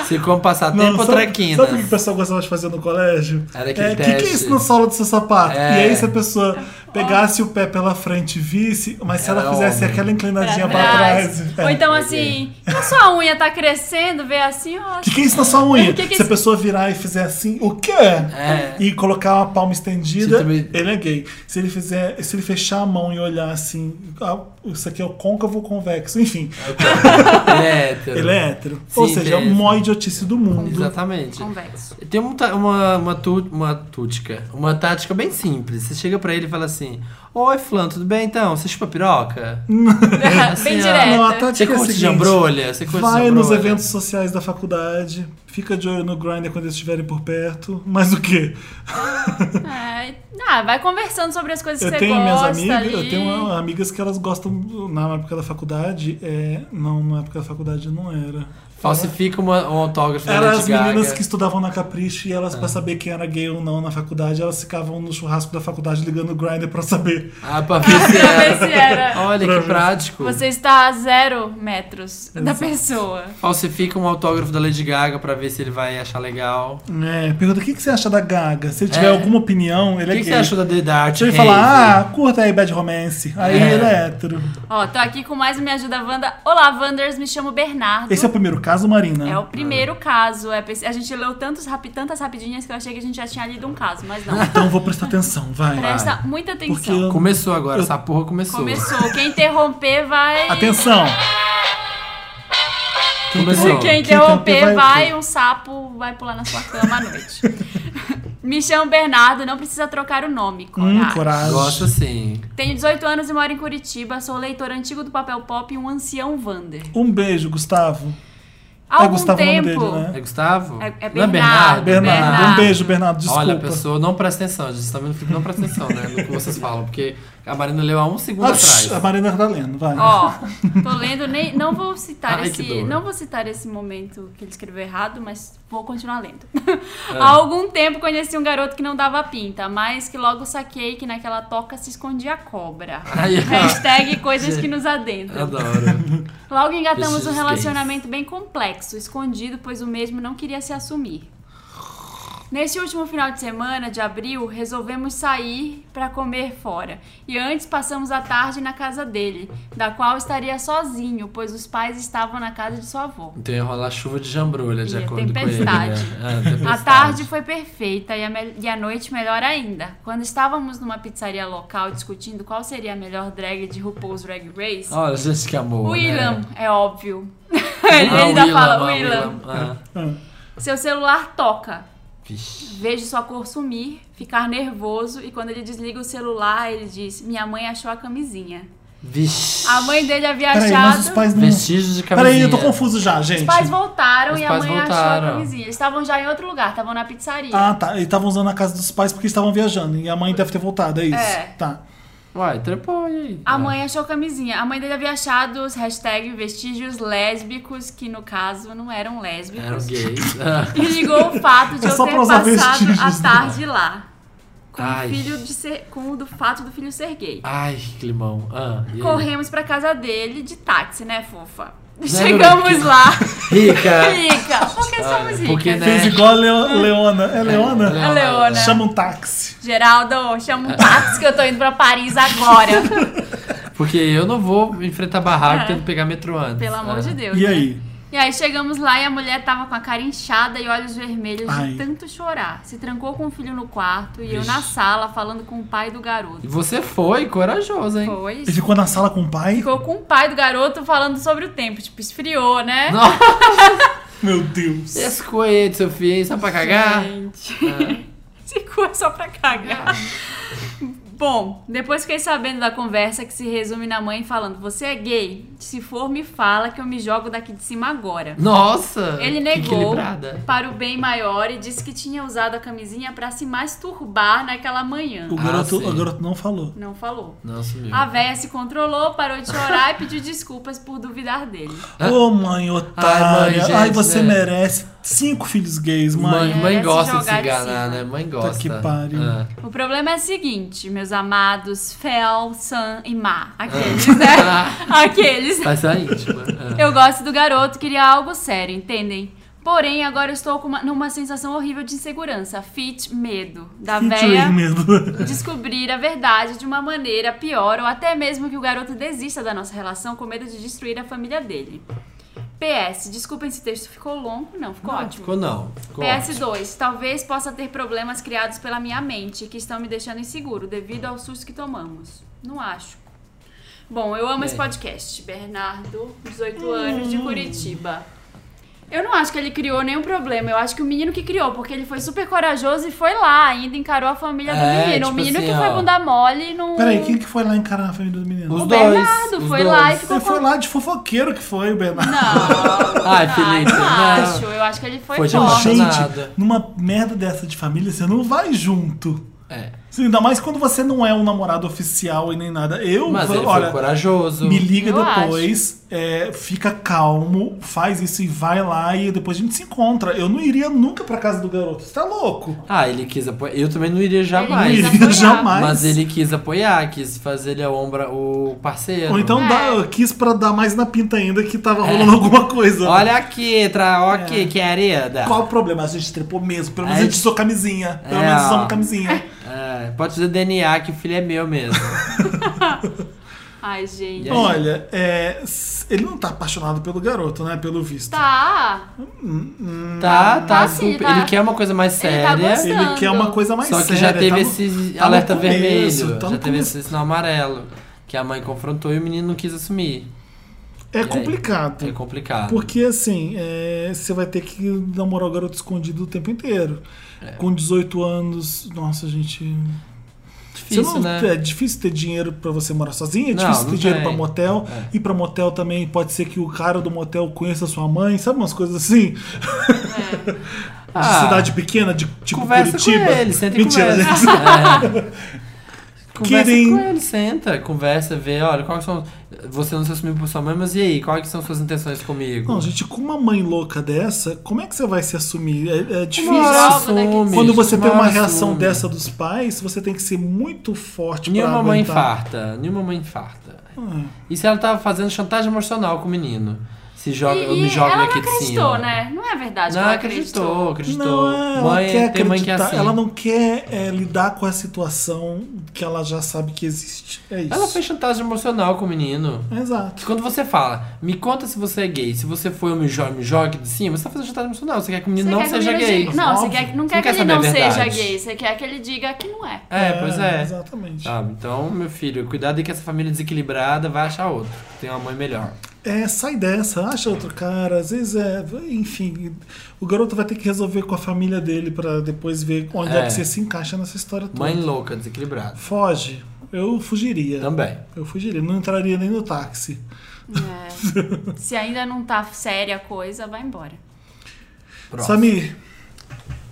Você come passatempo ou
sabe,
traquina?
sabe o que o pessoal gostava de fazer no colégio?
Era aquele
é, que, que é
teste.
isso na sola do seu sapato?
É.
E aí, se a pessoa pegasse o pé pela frente e visse, mas se
Era
ela fizesse
homem.
aquela inclinadinha pra, trás. é.
Ou então assim, a sua unha tá crescendo, vê assim, ó.
O que, que é isso na sua unha?
Que que é
Se a
isso?
pessoa virar e fizer assim, o quê?
É.
E colocar uma palma estendida,
Você também-
ele é gay. Se ele fizer, se ele fechar a mão e olhar assim, ah, isso aqui é o côncavo convexo, enfim,
Ele é hétero.
ele é um hétero. Ou
Sim,
seja, é
tem
a maior idiotice do mundo.
Exatamente.
Convexo.
Tem uma, ta- uma, uma, tu- uma tútica, uma tática bem simples. Você chega pra ele e fala assim: Oi, Fulano, tudo bem então? Você chupa piroca?
Bem
assim, ó.
direto.
Não, a tática
Você
é a
curte
seguinte,
jambrolha? Você curte né?
Vai
jambrolha?
nos eventos sociais da faculdade, fica de olho no grinder quando eles estiverem por perto. Mas o quê?
É, ah, vai conversando sobre as coisas
Eu
que você
tenho minhas
gosta
amigas,
ali.
eu tenho amigas que elas gostam na época da faculdade. É, não, na época da faculdade não era.
Falsifica uma, um autógrafo da
Eram
Lady
as meninas
Gaga. Ah.
que estudavam na Capricho e elas, pra saber quem era gay ou não na faculdade, elas ficavam no churrasco da faculdade ligando o grinder pra saber.
Ah, pra ver se
Pra ver
era.
se era.
Olha
Pra
que
ver.
prático.
Você está a zero metros da pessoa.
Falsifica um autógrafo da Lady Gaga pra ver se ele vai achar legal.
É, pergunta: o que, que você acha da Gaga? Se ele tiver
É.
alguma opinião, ele
O
é gay.
que, que você achou da The Dart?
Se ele falar, ah, curta aí Bad Romance, aí
É.
ele é hétero.
Ó, tô aqui com mais um Me Ajuda Wanda. Olá, Wanders, me chamo Bernardo.
Esse é o primeiro caso, Marina.
É o primeiro caso. É, a gente leu tantos, rapi- tantas rapidinhas que eu achei que a gente já tinha lido um caso, mas não.
Então eu vou prestar atenção, vai.
Presta muita atenção.
Porque eu-
Começou agora, essa porra começou.
Começou. Quem interromper vai.
Atenção!
Começou.
Quem
Quem interromper
interromper vai o
vai,
quê?
um sapo vai pular na sua cama à noite. Me chamo Bernardo, não precisa trocar o nome. Coragem.
Hum, coragem.
Gosto sim.
Tenho 18 anos e moro em Curitiba, sou leitor antigo do papel pop e um ancião Vander.
Um beijo, Gustavo.
Há
é
algum
Gustavo
tempo.
o nome dele, né?
É Gustavo?
É- é
Não
Bernardo.
Bernardo,
Um
Bernardo.
beijo, Bernardo. Desculpa.
Olha, pessoa, não presta atenção. A gente tá vendo o filme, não presta atenção, né? No que vocês falam, porque A Marina leu há um segundo
Ah,
atrás.
tch, a Marina tá lendo, vai.
Ó, tô lendo, nem, não vou citar
Ai, que
esse,
dor.
não vou citar esse momento que ele escreveu errado, mas vou continuar lendo.
É.
Há algum tempo conheci um garoto que não dava pinta, mas que logo saquei que naquela toca se escondia a cobra.
Ai,
Hashtag coisas que nos adentram.
Adoro.
Logo engatamos um
Esses
relacionamento bem complexo, escondido, pois o mesmo não queria se assumir. Neste último final de semana de abril, resolvemos sair para comer fora. E antes passamos a tarde na casa dele, da qual estaria sozinho, pois os pais estavam na casa de sua avó.
Então ia rolar chuva de jambrulha, de
Ia,
acordo
tempestade.
com ele. Né? É, tempestade.
A tarde foi perfeita e a, me- e a noite melhor ainda. Quando estávamos numa pizzaria local discutindo qual seria a melhor drag de RuPaul's Drag Race,
Olha, gente, que amor. Ah,
Willam,
Né?
é óbvio. ele
Ah,
ainda fala
ah,
Willam.
Willam. Ah,
Seu celular toca.
vixe.
Vejo sua cor sumir, ficar nervoso e quando ele desliga o celular, ele diz: Minha mãe achou a camisinha.
Vixe.
A mãe dele havia
Peraí, mas os
achado.
pais não.
Vestígios de camisinha.
Peraí, eu tô confuso já, gente.
Os pais voltaram
Os
e a
pais
mãe achou
voltaram.
a camisinha. Eles estavam já em outro lugar, estavam na pizzaria.
Ah, tá. Eles estavam usando a casa dos pais porque estavam viajando. E a mãe deve ter voltado, é isso.
É.
Tá.
Uai, trepou, e aí?
A
Ah.
mãe achou a camisinha. A mãe dele havia achado os hashtag vestígios lésbicos, que no caso não eram lésbicos.
Eram gays. Ah.
E ligou o fato de
É
eu
só
ter
pra usar
passado
vestígios, né?
a tarde lá. Com
Ai.
o filho de ser, com o do fato do filho ser gay.
Ai, que limão. Ah, e aí?
Corremos pra casa dele de táxi, né, fofa?
porque-
Chegamos lá.
Rica.
Rica. Porque somos ricas.
porque, né?
Fez igual a Leo- Leona. É Leona?
É,
A Leona.
Chama um táxi.
Geraldo, chama um táxi que eu tô indo pra Paris agora.
Porque eu não vou enfrentar barraco
É.
tendo que pegar metrô antes.
Pelo amor
Ah.
de Deus.
E
né?
aí?
E aí chegamos lá e a mulher tava com a cara inchada e olhos vermelhos
Ai.
de tanto chorar. Se trancou com o filho no quarto e eu
Vixe.
na sala falando com o pai do garoto.
E você foi corajoso, hein?
Foi.
Ele ficou na sala com o pai?
Ficou com o pai do garoto falando sobre o tempo. Tipo, esfriou, né?
Nossa,
Meu Deus.
esse coelho, seu filho, hein? só pra cagar?
Gente. Se cura é só pra cagar. Bom, depois fiquei sabendo da conversa que se resume na mãe falando: Você é gay? Se for, me fala que eu me jogo daqui de cima agora.
Nossa!
Ele
que
negou
equilibrada.
para o bem maior e disse que tinha usado a camisinha pra se masturbar naquela manhã.
O garoto,
Ah, sim.
o garoto não falou.
Não falou.
Não sumiu.
A véia se controlou, parou de chorar e pediu desculpas por duvidar dele.
Ô, mãe otária. Ai,
Ah. gente,
você
né?
merece cinco filhos gays, mãe. Tá
mãe,
Mãe,
mãe
é,
gosta
se
de se
jogar de
enganar,
cima.
né? Mãe gosta.
que pariu.
Ah.
O problema é o seguinte, meus amados Fel, Sam e Ma. Aqueles, né? Aqueles.
Vai ser íntima. Ah.
Eu gosto do garoto, queria algo sério, entendem? Porém, agora eu estou com uma- numa sensação horrível de insegurança, fit, medo, da
Não tive
véia
medo.
descobrir a verdade de uma maneira pior ou até mesmo que o garoto desista da nossa relação com medo de destruir a família dele. PS, desculpem se o texto ficou longo, não, ficou ótimo.
Ficou não. Ficou ótimo.
PS2, talvez possa ter problemas criados pela minha mente que estão me deixando inseguro devido ao susto que tomamos. Não acho. Bom, eu amo
Bem.
esse podcast. Bernardo,
Hum.
18 anos, de Curitiba. Eu não acho que ele criou nenhum problema. Eu acho que o menino que criou, porque ele foi super corajoso e foi lá, ainda encarou a família do
É,
menino.
tipo
o menino
assim,
que foi
ó.
bunda mole não.
Peraí, quem que foi lá encarar a família do
é Os
menino?
O
dois,
Bernardo
os
foi
dois.
lá e ficou
Ele
com-
foi lá de fofoqueiro que foi, o Bernardo.
Não.
Ai,
Ai,
Felipe,
não,
não.
acho. Eu acho que ele foi,
Foi de um
forte.
Não, nada.
Gente, um numa merda dessa de família, você não vai junto.
É.
Sim, ainda mais quando você não é um namorado oficial e nem nada. Eu,
Mas ele foi
olha,
corajoso.
me liga
Eu
depois, é, fica calmo, faz isso e vai lá e depois a gente se encontra. Eu não iria nunca pra casa do garoto, você tá louco?
Ah, ele quis apoiar. Eu também não iria
Não
Mas
jamais.
quis
iria
apoiar.
jamais.
Mas ele quis apoiar, quis fazer ele a ombra o parceiro.
Ou então
É.
dá- eu quis pra dar mais na pinta ainda que tava rolando alguma coisa.
É. Olha aqui, tra... ó
É.
aqui, que é areda.
Qual o problema? A gente trepou mesmo. Pelo menos
É.
a gente usou camisinha. Pelo
É,
menos
ó.
usamos camisinha.
É, pode dizer DNA que o filho é meu mesmo.
Ai, gente.
E aí?
Olha, é, s- ele não tá apaixonado pelo garoto, né? Pelo visto.
Tá.
Hum,
tá, tá,
Mas sim,
super.
tá-
Ele quer uma coisa mais
ele tá
séria.
gostando.
assim, Ele quer uma coisa mais
só que
séria.
já teve
tá no-
esse
tá no
alerta
começo,
vermelho.
tá no
já teve
começo.
esse sinal amarelo. Que a mãe confrontou e o menino não quis assumir.
É
aí?
complicado.
É complicado.
Porque assim, é, você vai ter que namorar o garoto escondido o tempo inteiro.
É.
Com 18 anos, nossa, gente.
Difícil,
você não-
né?
É difícil ter dinheiro pra você morar sozinha, é
Não,
difícil
não
ter dinheiro
tem.
pra motel.
É.
Ir pra motel também pode ser que o cara do motel conheça sua mãe, sabe umas coisas assim? de
Ah,
cidade pequena, de tipo
Conversa
Curitiba.
com ele, senta e
Mentira, né?
conversa.
gente.
É. Conversa
Kidding.
com ele, senta, conversa, vê, olha, quais são. Você não se assumiu por sua mãe, mas e aí, quais que são suas intenções comigo?
Não, gente, com uma mãe louca dessa, como é que você vai se assumir? É, é difícil.
Nossa,
Quando você tem uma
Mas
reação
assume.
dessa dos pais, você tem que ser muito forte Tipo, pra
Nenhuma mãe
aguentar. Ah.
infarta, nenhuma mãe infarta. E se ela tava fazendo chantagem emocional com o menino? Se joga,
E,
me
e
joga
ela não
daqui de
acreditou,
cima.
né? Não é verdade que
Não,
ela
acreditou, acreditou.
Não, ela
mãe,
quer
tem mãe que é
acreditar,
assim.
Ela não quer é, lidar com a situação que ela já sabe que existe. É isso.
Ela fez chantagem emocional com o menino.
Exato.
Quando você fala, me conta se você é gay, se você foi ou me joga, me joga aqui de cima, você tá fazendo chantagem emocional, você quer que o menino
Você
não
quer que o
seja
menino
gay.
diga- Não, você
Óbvio.
quer, não
Não
quer que
quer
ele
saber a
não
verdade.
seja gay, você quer que ele diga que não é.
É, pois é.
Exatamente.
Sabe? Então, meu filho, cuidado aí que essa família desequilibrada vai achar outro. Tem uma mãe melhor.
É, sai dessa, acha outro cara, às vezes é. Enfim, o garoto vai ter que resolver com a família dele pra depois ver onde é,
É.
que você se encaixa nessa história toda.
Mãe louca, desequilibrada.
Foge. Eu fugiria.
Também.
Eu fugiria, não entraria nem no táxi.
É. Se ainda não tá séria a coisa, vai embora.
Próximo.
Samir,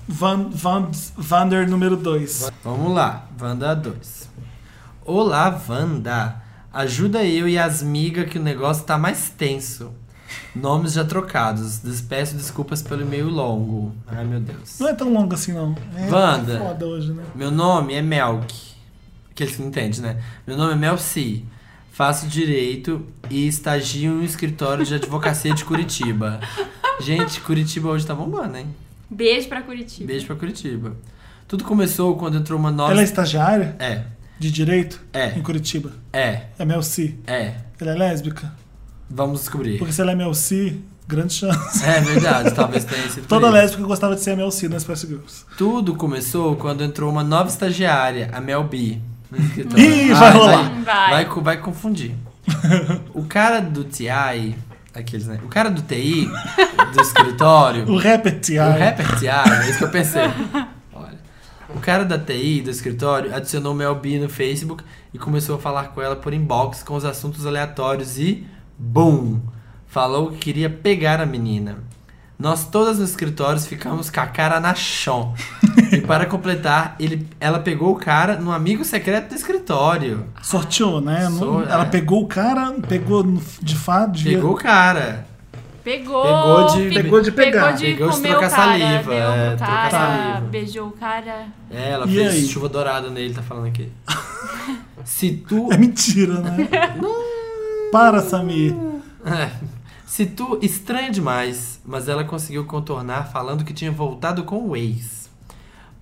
Van, Van, Vander número 2.
Vamos lá, Wanda 2. Olá, Wanda. Ajuda eu e as migas que o negócio tá mais tenso. Nomes já trocados. Des- Peço desculpas pelo e-mail longo. Ai, meu Deus.
Não é tão longo assim, não. É
Wanda.
foda hoje, né?
Meu nome é Melk. Que eles não entendem, né? Meu nome é Melci. Faço direito e estagio em um escritório de advocacia de Curitiba. Gente, Curitiba hoje tá bombando, hein?
Beijo pra Curitiba.
Beijo pra Curitiba. Tudo começou quando entrou uma nova.
Ela é estagiária
É,
de direito
É.
em Curitiba.
é,
É Mel C.
é.
Ela é lésbica?
Vamos descobrir.
Porque se ela é Mel C, grande chance.
É verdade, talvez tenha sido. por
Toda
isso.
lésbica gostava de ser a Mel C nas Spice Girls.
Tudo começou quando entrou uma nova estagiária, a Mel B. no escritório.
Ih,
Ai,
vai rolar.
Vai,
Vai.
vai co- vai confundir. O cara do TI, aqueles, né? O cara do TI, do escritório,
O rapper Tiago.
o rapper TI, é isso que eu pensei. Olha. O cara da TI, do escritório, adicionou Mel B no Facebook e começou a falar com ela por inbox com os assuntos aleatórios e. BUM! Falou que queria pegar a menina. Nós todas nos escritórios ficamos com a cara na chão. e para completar, ele, ela pegou o cara no amigo secreto do escritório.
Sorteou, né? Não-
Sor-
ela
é.
pegou o cara, pegou no- de fato, de
Pegou o cara.
Pegou,
Pegou de-
pe-
pegou de pegar.
Pegou de
Pegou de
comer
trocar
o cara,
saliva,
deu
é,
pro
trocar
cara,
saliva.
beijou o cara.
É, ela
E
fez
aí?
chuva dourada nele, tá falando aqui. Se tu
É mentira, né? Para, Samir.
É. Se tu estranha demais, mas ela conseguiu contornar falando que tinha voltado com o ex.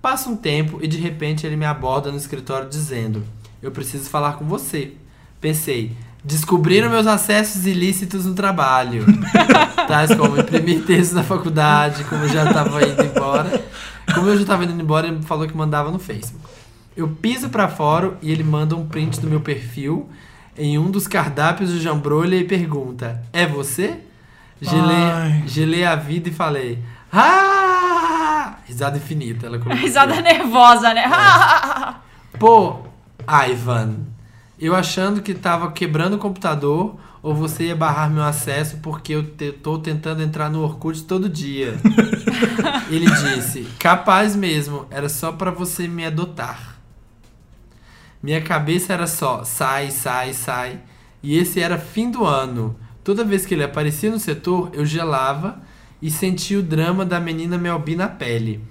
Passa um tempo e de repente ele me aborda no escritório dizendo: Eu preciso falar com você. Pensei, descobriram meus acessos ilícitos no trabalho. Tais como imprimir textos na faculdade, como eu já tava indo embora. Como eu já tava indo embora, ele falou que mandava no Facebook. Eu piso pra fora e ele manda um print do meu perfil em um dos cardápios do Jambrolha e pergunta: É você?
Ai.
Gelei, gelei a vida e falei: Ah! Risada infinita. Ela colocou.
Risada nervosa, né?
É. Pô, ah, Ivan, eu achando que tava quebrando o computador ou você ia barrar meu acesso porque eu te- tô tentando entrar no Orkut todo dia. Ele disse: "Capaz mesmo, era só pra você me adotar". Minha cabeça era só sai, sai, sai. E esse era fim do ano. Toda vez que ele aparecia no setor, eu gelava e sentia o drama da menina Melbi na pele.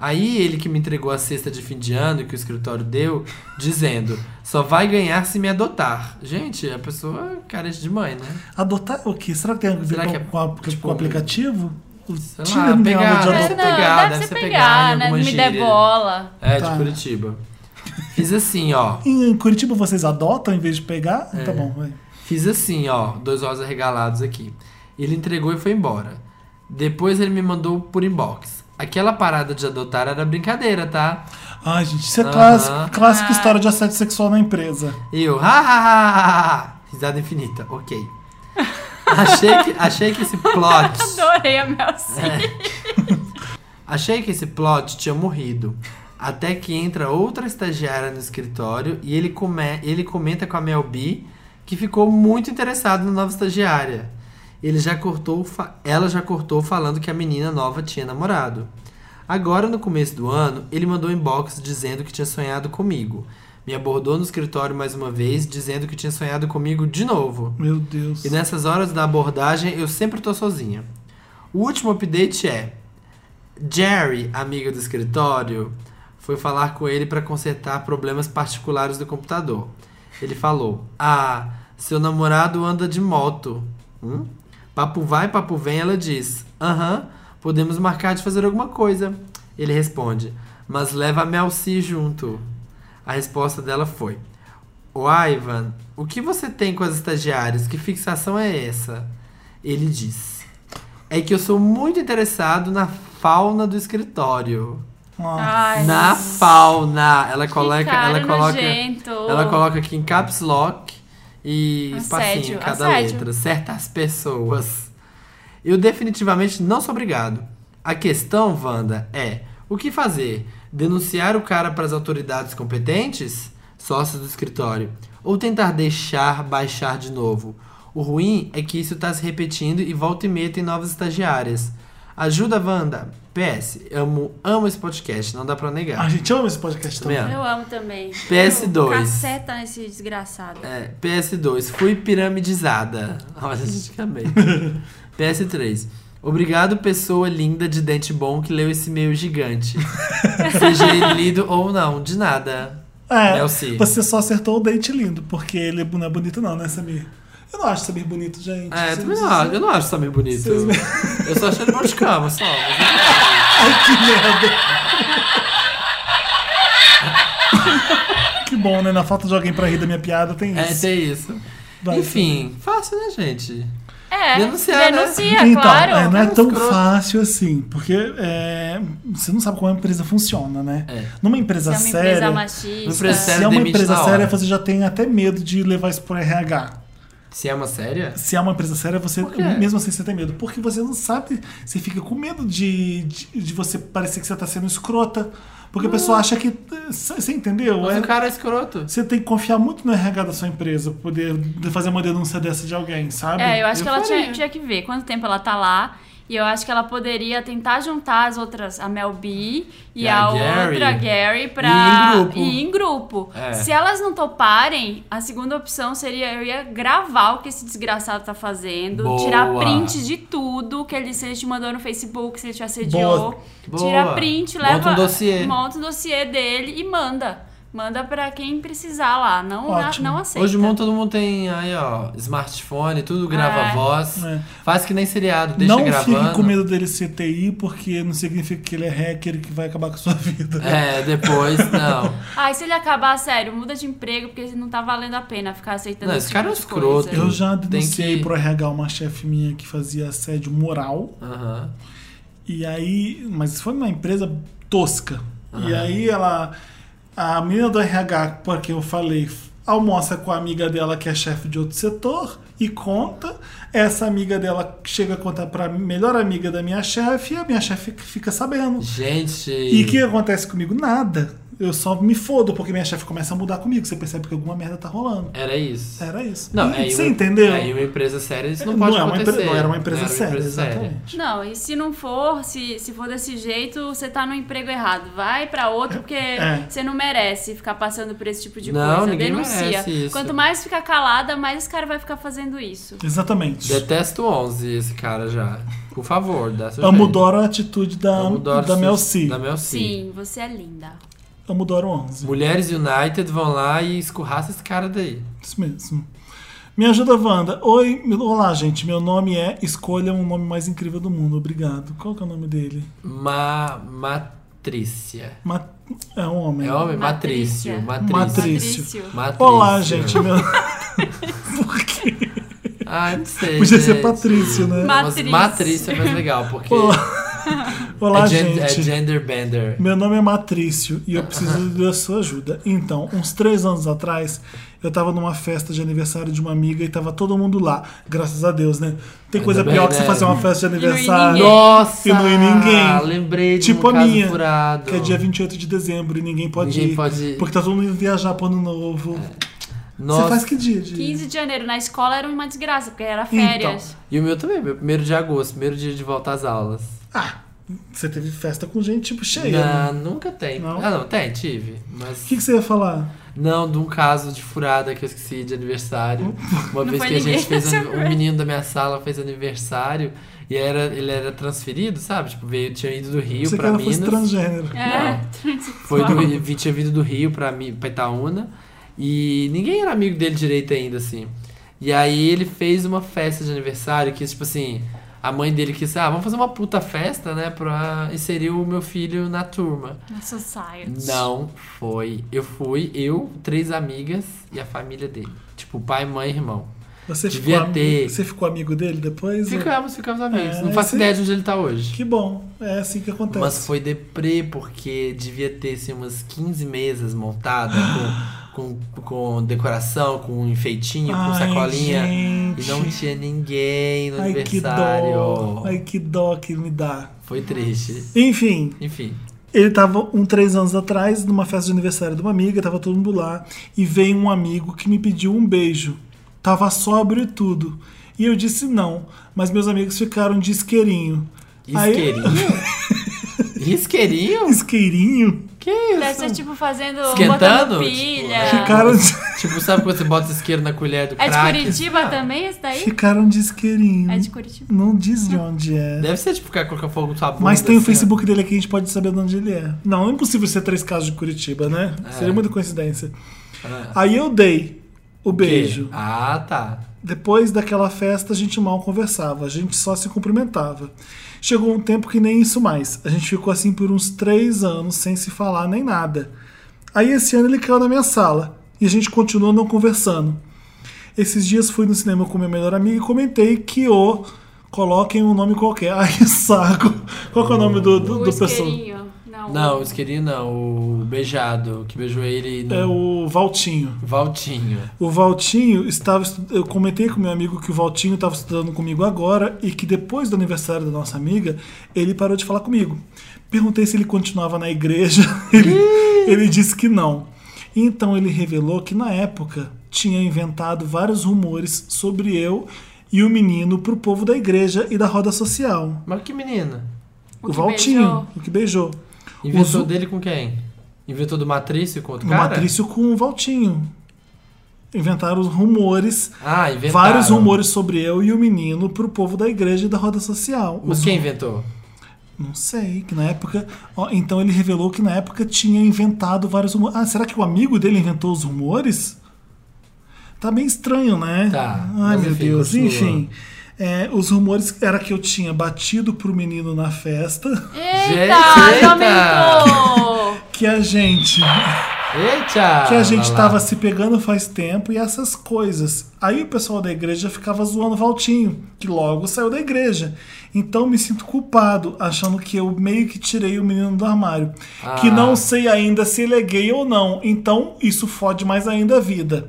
Aí ele que me entregou a cesta de fim de ano que o escritório deu, dizendo: só vai ganhar se me adotar. Gente, a pessoa é carente de mãe, né?
Adotar o quê? Será que tem a ver
Será
com,
que é,
com a- com
tipo,
o aplicativo? O
sei lá,
Tinder não tem
pegar-
aula de
Deve
adotar.
ser pegar, deve
É, deve
ser
ser
pegar em
pegar, né?
alguma
Me dê
gíria.
bola.
É,
Tá.
de Curitiba. Fiz assim, ó.
Em Curitiba vocês adotam em vez de pegar?
É.
Tá bom, vai.
Fiz assim, ó, dois olhos arregalados aqui. Ele entregou e foi embora. Depois ele me mandou por inbox. Aquela parada de adotar era brincadeira, tá?
Ai, gente, isso é
Aham.
clássico,
Ah.
clássica história de assédio sexual na empresa.
E eu, ha, ha, ha, ha, ha. risada infinita, ok. Achei que, achei que esse plot.
Adorei a Melcinha.
Achei que esse plot tinha morrido. Até que entra outra estagiária no escritório e ele, come, ele comenta com a Mel B que ficou muito interessado na nova estagiária. Ele já cortou, fa- ela já cortou falando que a menina nova tinha namorado. Agora, no começo do ano, ele mandou um inbox dizendo que tinha sonhado comigo. Me abordou no escritório mais uma vez, dizendo que tinha sonhado comigo de novo.
Meu Deus.
E né? nessas horas da abordagem eu sempre tô sozinha. O último update é: Jerry, amiga do escritório, foi falar com ele para consertar problemas particulares do computador. Ele falou: Ah, seu namorado anda de moto. Hum? Papo vai, papo vem, ela diz: Aham, podemos marcar de fazer alguma coisa. Ele responde: Mas leva a Melci junto. A resposta dela foi: o Ivan, o que você tem com as estagiárias? Que fixação é essa? Ele diz. É que eu sou muito interessado na fauna do escritório.
Ah,
Ai,
Na fauna! Ela coloca.
cara
ela coloca.
nojento.
Ela coloca aqui em caps lock e espacinho
Oh. Assédio,
em cada
assédio.
letra. Certas pessoas. Eu definitivamente não sou obrigado. A questão, Wanda, é o que fazer? Denunciar o cara para as autoridades competentes? Sócios do escritório. Ou tentar deixar baixar de novo? O ruim é que isso tá se repetindo e volta e meia tem novas estagiárias. Ajuda, Wanda. PS, amo, amo esse podcast, não dá pra negar.
a gente ama esse podcast também.
Também
Eu amo também.
PS2.
Caceta nesse desgraçado.
É, PS2, fui piramidizada. Olha, gente, acabei. PS3, obrigado, pessoa linda de dente bom que leu esse e-mail gigante. Seja ele lido ou não, de nada.
É,
Elci.
você só acertou o dente lindo, porque ele não é bonito não, né, Samir? Eu não acho Samir bonito, gente.
É,
Vocês-
também não, acho- eu não acho o Samir bonito. Eu só achei ele bom de cama, só. mas-
Ai, que merda. que bom, né? Na falta de alguém pra rir da minha piada, tem
É,
isso.
tem isso.
Vai,
Enfim, fácil, né, gente?
É,
Denunciar, né?
denuncia,
então,
claro. um
é, não é
Menos
tão
escroto.
fácil assim, porque é, você não sabe como a empresa funciona, né?
É.
Numa empresa
Se é uma
séria,
empresa machista.
Uma empresa séria.
se é uma
demite
empresa
na hora.
séria, você já tem até medo de levar isso pro RH.
Se é uma séria?
se é uma empresa séria, você
quê?
mesmo assim você tem medo. Porque você não sabe, você fica com medo de, de, de você parecer que você tá sendo escrota. Porque a pessoa acha que. c- Você entendeu?
Mas
É-
o cara é escroto.
você tem que confiar muito no RH da sua empresa pra poder de- fazer uma denúncia dessa de alguém, sabe?
É, eu acho
Eu
que ela
faria.
tinha, tinha que ver quanto tempo ela tá lá. E eu acho que ela poderia tentar juntar as outras, a Mel B e,
E a
a,
Gary.
outra Gary pra
E ir em grupo.
ir em grupo.
É.
Se elas não toparem, a segunda opção seria eu ia gravar o que esse desgraçado tá fazendo,
Boa.
tirar print de tudo que ele, se ele te mandou no Facebook, se ele te assediou.
Boa.
Boa.
Tira print,
Monta
leva.
um dossiê.
Monta um dossiê dele e manda. Manda pra quem precisar lá. Não,
Ótimo.
não aceita.
Hoje bom, todo mundo tem aí, ó, smartphone, tudo grava
É.
voz.
É.
Faz que nem seriado, deixa
não
gravando.
fique com medo dele ser TI, porque não significa que ele é hacker que vai acabar com a sua vida.
É, depois, não.
Ai, se ele acabar, sério, muda de emprego, porque não tá valendo a pena ficar aceitando
Não,
esse,
esse cara é
tipo de
escroto.
coisa.
Eu já
Tem
denunciei
que-
pro RH uma chefe minha que fazia assédio moral.
Aham.
E aí, mas foi numa empresa tosca. E aí ela, a menina do RH, por quem eu falei, almoça com a amiga dela que é chefe de outro setor e conta. Essa amiga dela chega a contar pra melhor amiga da minha chefe e a minha chefe fica sabendo.
Gente.
E o que acontece comigo? Nada. Eu só me fodo porque minha chefe começa a mudar comigo. Você percebe que alguma merda tá rolando.
Era isso.
Era isso.
Não,
E
é
Hum, Você
uma-
entendeu?
Aí uma empresa séria, isso não pode
é uma
acontecer.
empresa, não era uma empresa
Não era
séria.
empresa séria.
Exatamente.
Não, e se não for, se, se for desse jeito, você tá no emprego errado. Vai pra outro, porque
É.
você não merece ficar passando por esse tipo de
Não,
coisa.
ninguém
Denuncia.
merece isso.
Quanto mais ficar calada, mais esse cara vai ficar fazendo isso.
Exatamente.
Detesto 11 esse cara já. Por favor, dá seu
Amo
jeito.
Dora a atitude da,
Amo Dora
da
Sus-
Mel C.
Da Mel C.
Sim, você é linda.
Amo Dora 11.
Mulheres United vão lá e escorraça esse cara daí.
Isso mesmo. Me ajuda, Wanda. Oi, meu- olá, gente. Meu nome é Escolha um nome mais incrível do mundo. Obrigado. Qual que é o nome dele?
Ma Matrícia.
Ma- É um homem.
É homem? Matrício. Matrício.
Matrício.
Matrícia.
Olá,
é.
gente. Meu... Por quê?
Ai, Ah, não sei.
Podia ser
gente.
Patrício, né?
Ma-
Mas
Matrícia.
Matrícia é mais legal, porque
Olá, Olá,
é, gen-
gente.
é gender bender.
Meu nome é Matrício e eu preciso da sua ajuda. Então, uns três anos atrás, eu tava numa festa de aniversário de uma amiga e tava todo mundo lá. Graças a Deus, né? Tem coisa
bem,
pior que
né?
você fazer uma festa de
E não ir
aniversário.
ninguém.
Nossa!
E não ir ninguém.
Lembrei de
Tipo
um
a
caso
minha,
furado.
Que é dia 28 de dezembro e ninguém pode
Ninguém
ir.
pode ir.
Porque tá todo mundo indo viajar pro ano novo.
Nossa.
Você faz que dia? De...
15 de janeiro na escola era uma desgraça, porque era
Então.
férias.
E o meu também, meu primeiro de agosto, primeiro dia de volta às aulas.
Ah, Você teve festa com gente, tipo, cheia. né?
Não, nunca tem.
Não?
Ah, não, tem, tive.
O
Mas.
que, que você ia falar?
Não, de um caso de furada que eu esqueci de aniversário. Uma
Não
vez
foi
que a gente
ninguém
fez.
nessa
ani- Um
vez.
menino da minha sala fez aniversário e era, ele era transferido, sabe? Tipo, veio, tinha ido do Rio
você que
pra
ela fosse
Minas.
transgênero.
É.
Não. Foi do, ele tinha vindo do Rio pra, Mi- pra Itaúna e ninguém era amigo dele direito ainda, assim. E aí ele fez uma festa de aniversário que, tipo assim, a mãe dele quis, ah, vamos fazer uma puta festa, né, pra inserir o meu filho na turma.
Na society.
Não foi. Eu fui, eu, três amigas e a família dele. Tipo, pai, mãe e irmão.
Você
Devia
ficou, ami-
ter.
você ficou amigo dele depois?
Ficamos, ficamos amigos.
É,
Não faço
esse-
ideia de onde ele tá hoje.
Que bom. É assim que acontece.
Mas foi deprê, porque devia ter assim, umas 15 mesas montadas com, com, com decoração, com um enfeitinho, com
Ai,
sacolinha.
gente.
E não tinha ninguém no
Ai, que dó.
aniversário.
Ai, que dó que me dá.
Foi triste.
Enfim,
Enfim.
ele tava um três anos atrás, numa festa de aniversário de uma amiga, tava todo mundo lá, e veio um amigo que me pediu um beijo. Tava sóbrio e tudo. E eu disse não, mas meus amigos ficaram de isqueirinho. Aí-
Isqueirinho? Isqueirinho?
Isqueirinho?
Que isso?
Deve ser tipo fazendo.
Esquentando?
botando pilha.
Tipo,
Ficaram de,
Tipo, sabe quando você bota isqueiro na colher do
É de
crack?
Curitiba
Ah,
também esse daí?
ficaram de isqueirinho.
É de Curitiba.
Não diz de onde é.
Deve ser tipo ficar colocando fogo no sua bunda.
Mas tem o
assim, ó.
Facebook dele aqui, a gente pode saber de onde ele é. Não, é impossível ser três casos de Curitiba, né? Seria muita coincidência. Aí eu dei o
Ah. Que?
beijo.
Ah, tá.
Depois daquela festa, a gente mal conversava, a gente só se cumprimentava. Chegou um tempo que nem isso mais. A gente ficou assim por uns três anos sem se falar nem nada. Aí esse ano ele caiu na minha sala e a gente continuou não conversando. Esses dias fui no cinema com meu melhor amigo e comentei que o. Coloquem um nome qualquer. Ai, que saco. Qual que é o nome do, do, do
O
pessoa?
isqueirinho. Não.
Não, o isqueirinho não. O beijado, que beijou ele no
É o Valtinho.
Valtinho.
O Valtinho estava. estu- Eu comentei com meu amigo que o Valtinho estava estudando comigo agora e que depois do aniversário da nossa amiga, ele parou de falar comigo. Perguntei se ele continuava na igreja. Ele, ele disse que não. Então ele revelou que na época tinha inventado vários rumores sobre eu e o menino pro povo da igreja e da roda social.
Mas que menino?
O,
O que
Valtinho,
beijou.
o que beijou.
Inventou
Usu-
dele com quem? Inventou do Matrício com outro
No
cara?
Matrício com o Valtinho. Inventaram os rumores
Ah, inventaram.
Vários rumores sobre eu e o menino pro povo da igreja e da roda social.
Mas
Os-
quem inventou?
Não sei, que na época. ó, então ele revelou que na época tinha inventado vários rumores. Ah, será que o amigo dele inventou os rumores? Tá bem estranho, né?
Tá,
Ai,
mas
meu
enfim,
Deus.
continua.
Enfim. é, os rumores era que eu tinha batido pro menino na festa,
Eita,
Gente,
ele aumentou!
que a gente.
Eita!
que a gente
lá, lá.
tava se pegando faz tempo e essas coisas. Aí o pessoal da igreja ficava zoando o Valtinho, que logo saiu da igreja. Então me sinto culpado, achando que eu meio que tirei o menino do armário.
Ah.
Que não sei ainda se ele é gay ou não. Então isso fode mais ainda a vida.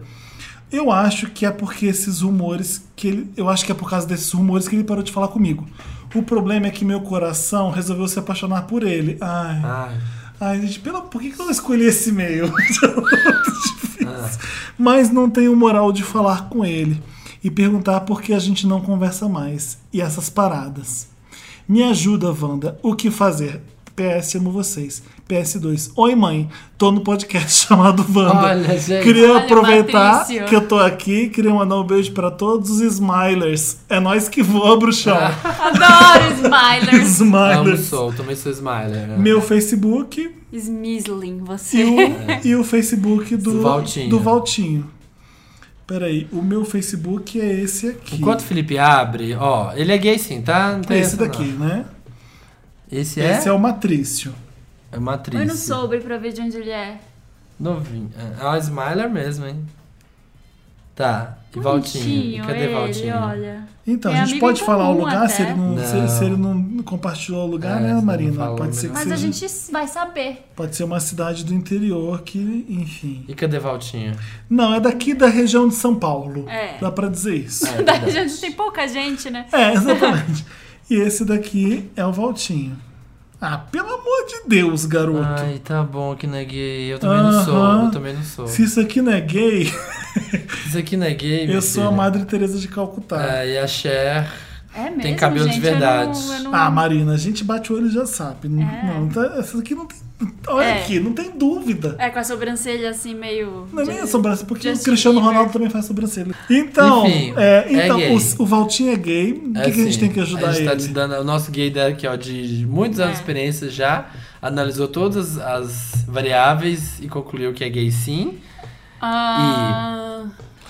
Eu acho que é porque esses rumores que ele, eu acho que é por causa desses rumores que ele parou de falar comigo. O problema é que meu coração resolveu se apaixonar por ele. Ai.
Ai,
Ai, gente, pela... por que que eu escolhi esse e-mail? Tá
Ah.
Difícil. Mas não tenho moral de falar com ele e perguntar por que a gente não conversa mais. E essas paradas. Me ajuda, Wanda. O que fazer? PS, amo vocês. PS2. Oi, mãe. Tô no podcast chamado Wanda.
Olha, gente.
Queria
Olha,
aproveitar
Patrício.
que eu tô aqui. Queria mandar um beijo pra todos os Smilers. É nós que voa, bruxão.
Adoro Smilers.
Ah. amo
Smilers.
sou, também sou Smiler. né?
Meu Facebook,
Smisling,
e o,
você.
e o Facebook do,
É. Do Valtinho.
do Valtinho. Peraí, o meu Facebook é esse aqui.
Enquanto o Felipe abre, ó, ele é gay sim, tá? Não
é
tem
esse
essa,
daqui,
não.
né?
Esse é?
Esse é o Matrício.
É uma atriz.
Eu não soube pra ver de onde ele é.
Novinho. É é uma Smiler mesmo, hein? Tá. E Valtinho?
Bonitinho
Cadê
ele,
Valtinho?
olha.
Então,
É
a gente
amigo
pode
em
falar o
comum
lugar se
até.
ele, não, se,
Não.
se ele não compartilhou o lugar,
É, se
né,
não
Marina?
falou,
Pode ser, que
Mas
seja,
a gente vai saber.
pode ser uma cidade do interior que, enfim.
E cadê Valtinho?
Não, é daqui da região de São Paulo.
É.
Dá pra dizer isso.
É,
Da
verdade.
região onde tem pouca gente, né?
É, exatamente. e esse daqui é o Valtinho. Ah, pelo amor de Deus, garoto.
Ai, tá bom que não é gay. Eu também não
Aham.
sou, eu também não sou.
Se isso aqui não é gay,
Isso aqui não é gay,
eu
minha
sou a
filha.
Madre Teresa de Calcutá.
É, e a Cher
É mesmo,
Tem cabelo de
gente, eu
verdade.
não- eu não-
Ah, Marina, a gente bate o olho e já sabe. Não, não, tá- essas aqui não tem. Olha
É.
aqui, não tem dúvida.
É, com a sobrancelha assim, meio...
Não é
de- né?
nem a sobrancelha, porque
Justin
o Cristiano
Bieber.
Ronaldo também faz sobrancelha. Então,
Enfim,
é,
é
então
gay.
o, o Valtinho é gay. O que,
É
que a gente
assim,
tem que ajudar
a gente Tá
ele?
te dando, o nosso gay aqui, ó, de muitos anos de
É.
experiência já, analisou todas as variáveis e concluiu que é gay sim.
Ah,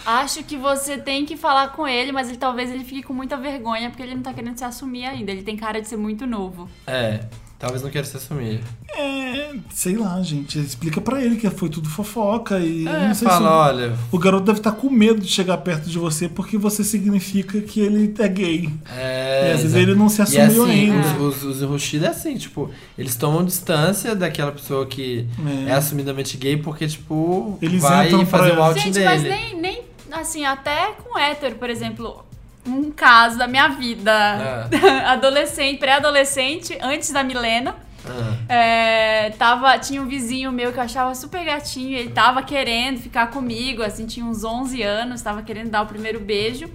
Acho que você tem que falar com ele, mas ele talvez ele fique com muita vergonha, porque ele não tá querendo se assumir ainda. Ele tem cara de ser muito novo.
É, talvez não queira se assumir.
É, sei lá, gente. Explica pra ele que foi tudo fofoca e
É.
eu não sei
Fala,
se.
olha,
O garoto deve estar com medo de chegar perto de você porque você significa que ele é gay.
É,
E às vezes
exato.
ele não se
E
assumiu
assim,
ainda.
Os, os, os enrustidos é assim, tipo, eles tomam distância daquela pessoa que
É.
é, assumidamente gay porque, tipo,
Eles
vai
entram
fazer
pra-
o outing
Gente,
dele.
mas nem, nem, assim, até com hétero, por exemplo, um caso da minha
É. Ah.
vida, adolescente, pré-adolescente, antes da Milena,
Ah.
é, tava, tinha um vizinho meu que eu achava super gatinho, ele tava querendo ficar comigo, assim, tinha uns 11 anos, tava querendo dar o primeiro beijo.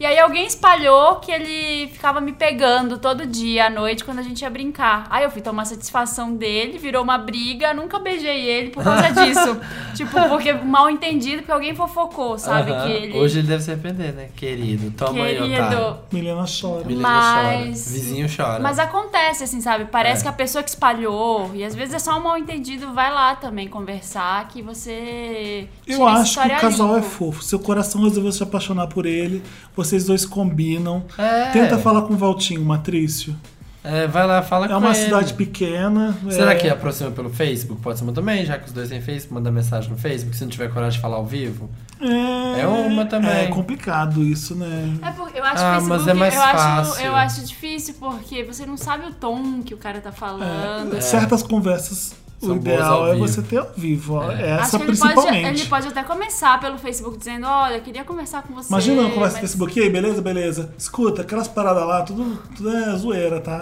E aí alguém espalhou que ele ficava me pegando todo dia à noite quando a gente ia brincar. Aí eu fui tomar satisfação dele, virou uma briga, nunca beijei ele por causa disso. tipo, porque mal entendido, porque alguém fofocou, sabe?
Aham.
Que ele
Hoje ele deve se arrepender, né? Querido, toma aí, tá. otário.
querido.
Milena chora.
Beleza,
Mas-
chora. Vizinho chora.
Mas acontece, assim, sabe? Parece
É.
que a pessoa que espalhou, e às vezes é só um mal entendido, vai lá também conversar, que você.
Eu
tira essa
acho que
história
o casal é
limpo.
fofo. Seu coração resolveu se apaixonar por ele. Vocês dois combinam.
É.
Tenta falar com o Valtinho, Matrício.
É, vai lá, fala com
É uma
ele.
cidade pequena.
Será
é-
que aproxima pelo Facebook? Pode ser uma também, já que os dois têm Facebook, manda mensagem no Facebook, se não tiver coragem de falar ao vivo.
é...
É uma também.
É complicado isso, né?
É porque eu acho
Ah,
Facebook,
mas é mais
eu, Acho,
fácil.
eu acho difícil porque você não sabe o tom que o cara tá falando.
É, Certas conversas, o
São boas
ideal
ao
é
vivo.
você ter ao vivo. ó.
É.
Essa
acho que ele pode,
principalmente.
ele pode até começar pelo Facebook dizendo: Olha, eu queria conversar com você.
Imagina uma conversa no
mas-
Facebook, e aí, beleza, beleza. Escuta, aquelas paradas lá, tudo, tudo é zoeira, tá?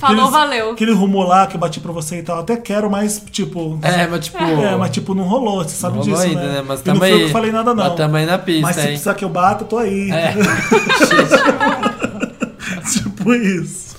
Falou,
Aqueles-
valeu.
Aquele rumor lá que eu bati pra você e tal, até quero, mas tipo.
É, mas tipo.
é, mas tipo, não rolou, você sabe
rolou
disso.
ainda,
né?
né? Mas
E
tamo
não foi eu
aí.
que falei nada, não.
Mas tamo aí na pista,
Mas se um
hein?
precisar que eu bata, eu tô aí.
É.
tipo isso.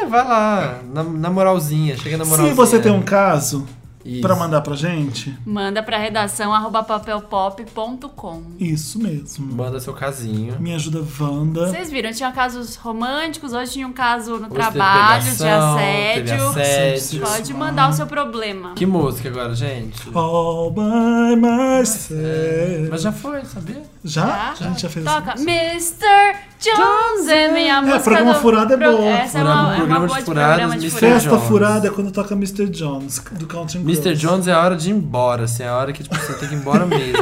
É, vai lá, na, na moralzinha, chega na moralzinha.
Se você tem um caso
Isso.
pra mandar pra gente,
Manda pra redação arroba papelpop.com.
isso mesmo.
Manda seu casinho.
Me ajuda, Wanda.
Vocês viram, tinha casos românticos, hoje tinha um caso no
Hoje teve
trabalho,
pegação,
de assédio.
teve assédio.
Pode mandar o seu problema.
Que música agora, gente?
All by myself.
Mas já foi, sabia?
Já?
Tá?
A gente já fez
Toca
essa música?
Mr. Jones é minha música.
programa
do-
furado é
pro-
boa.
Essa
Programa-
é uma, é uma
programa de
boa de
furadas,
programa de
Mr.
furado.
Festa
Jones.
furada é quando toca Mr. Jones, do Country Girls.
Mr. Jones é a hora de ir embora, assim, é a hora que tipo, você tem que ir embora mesmo.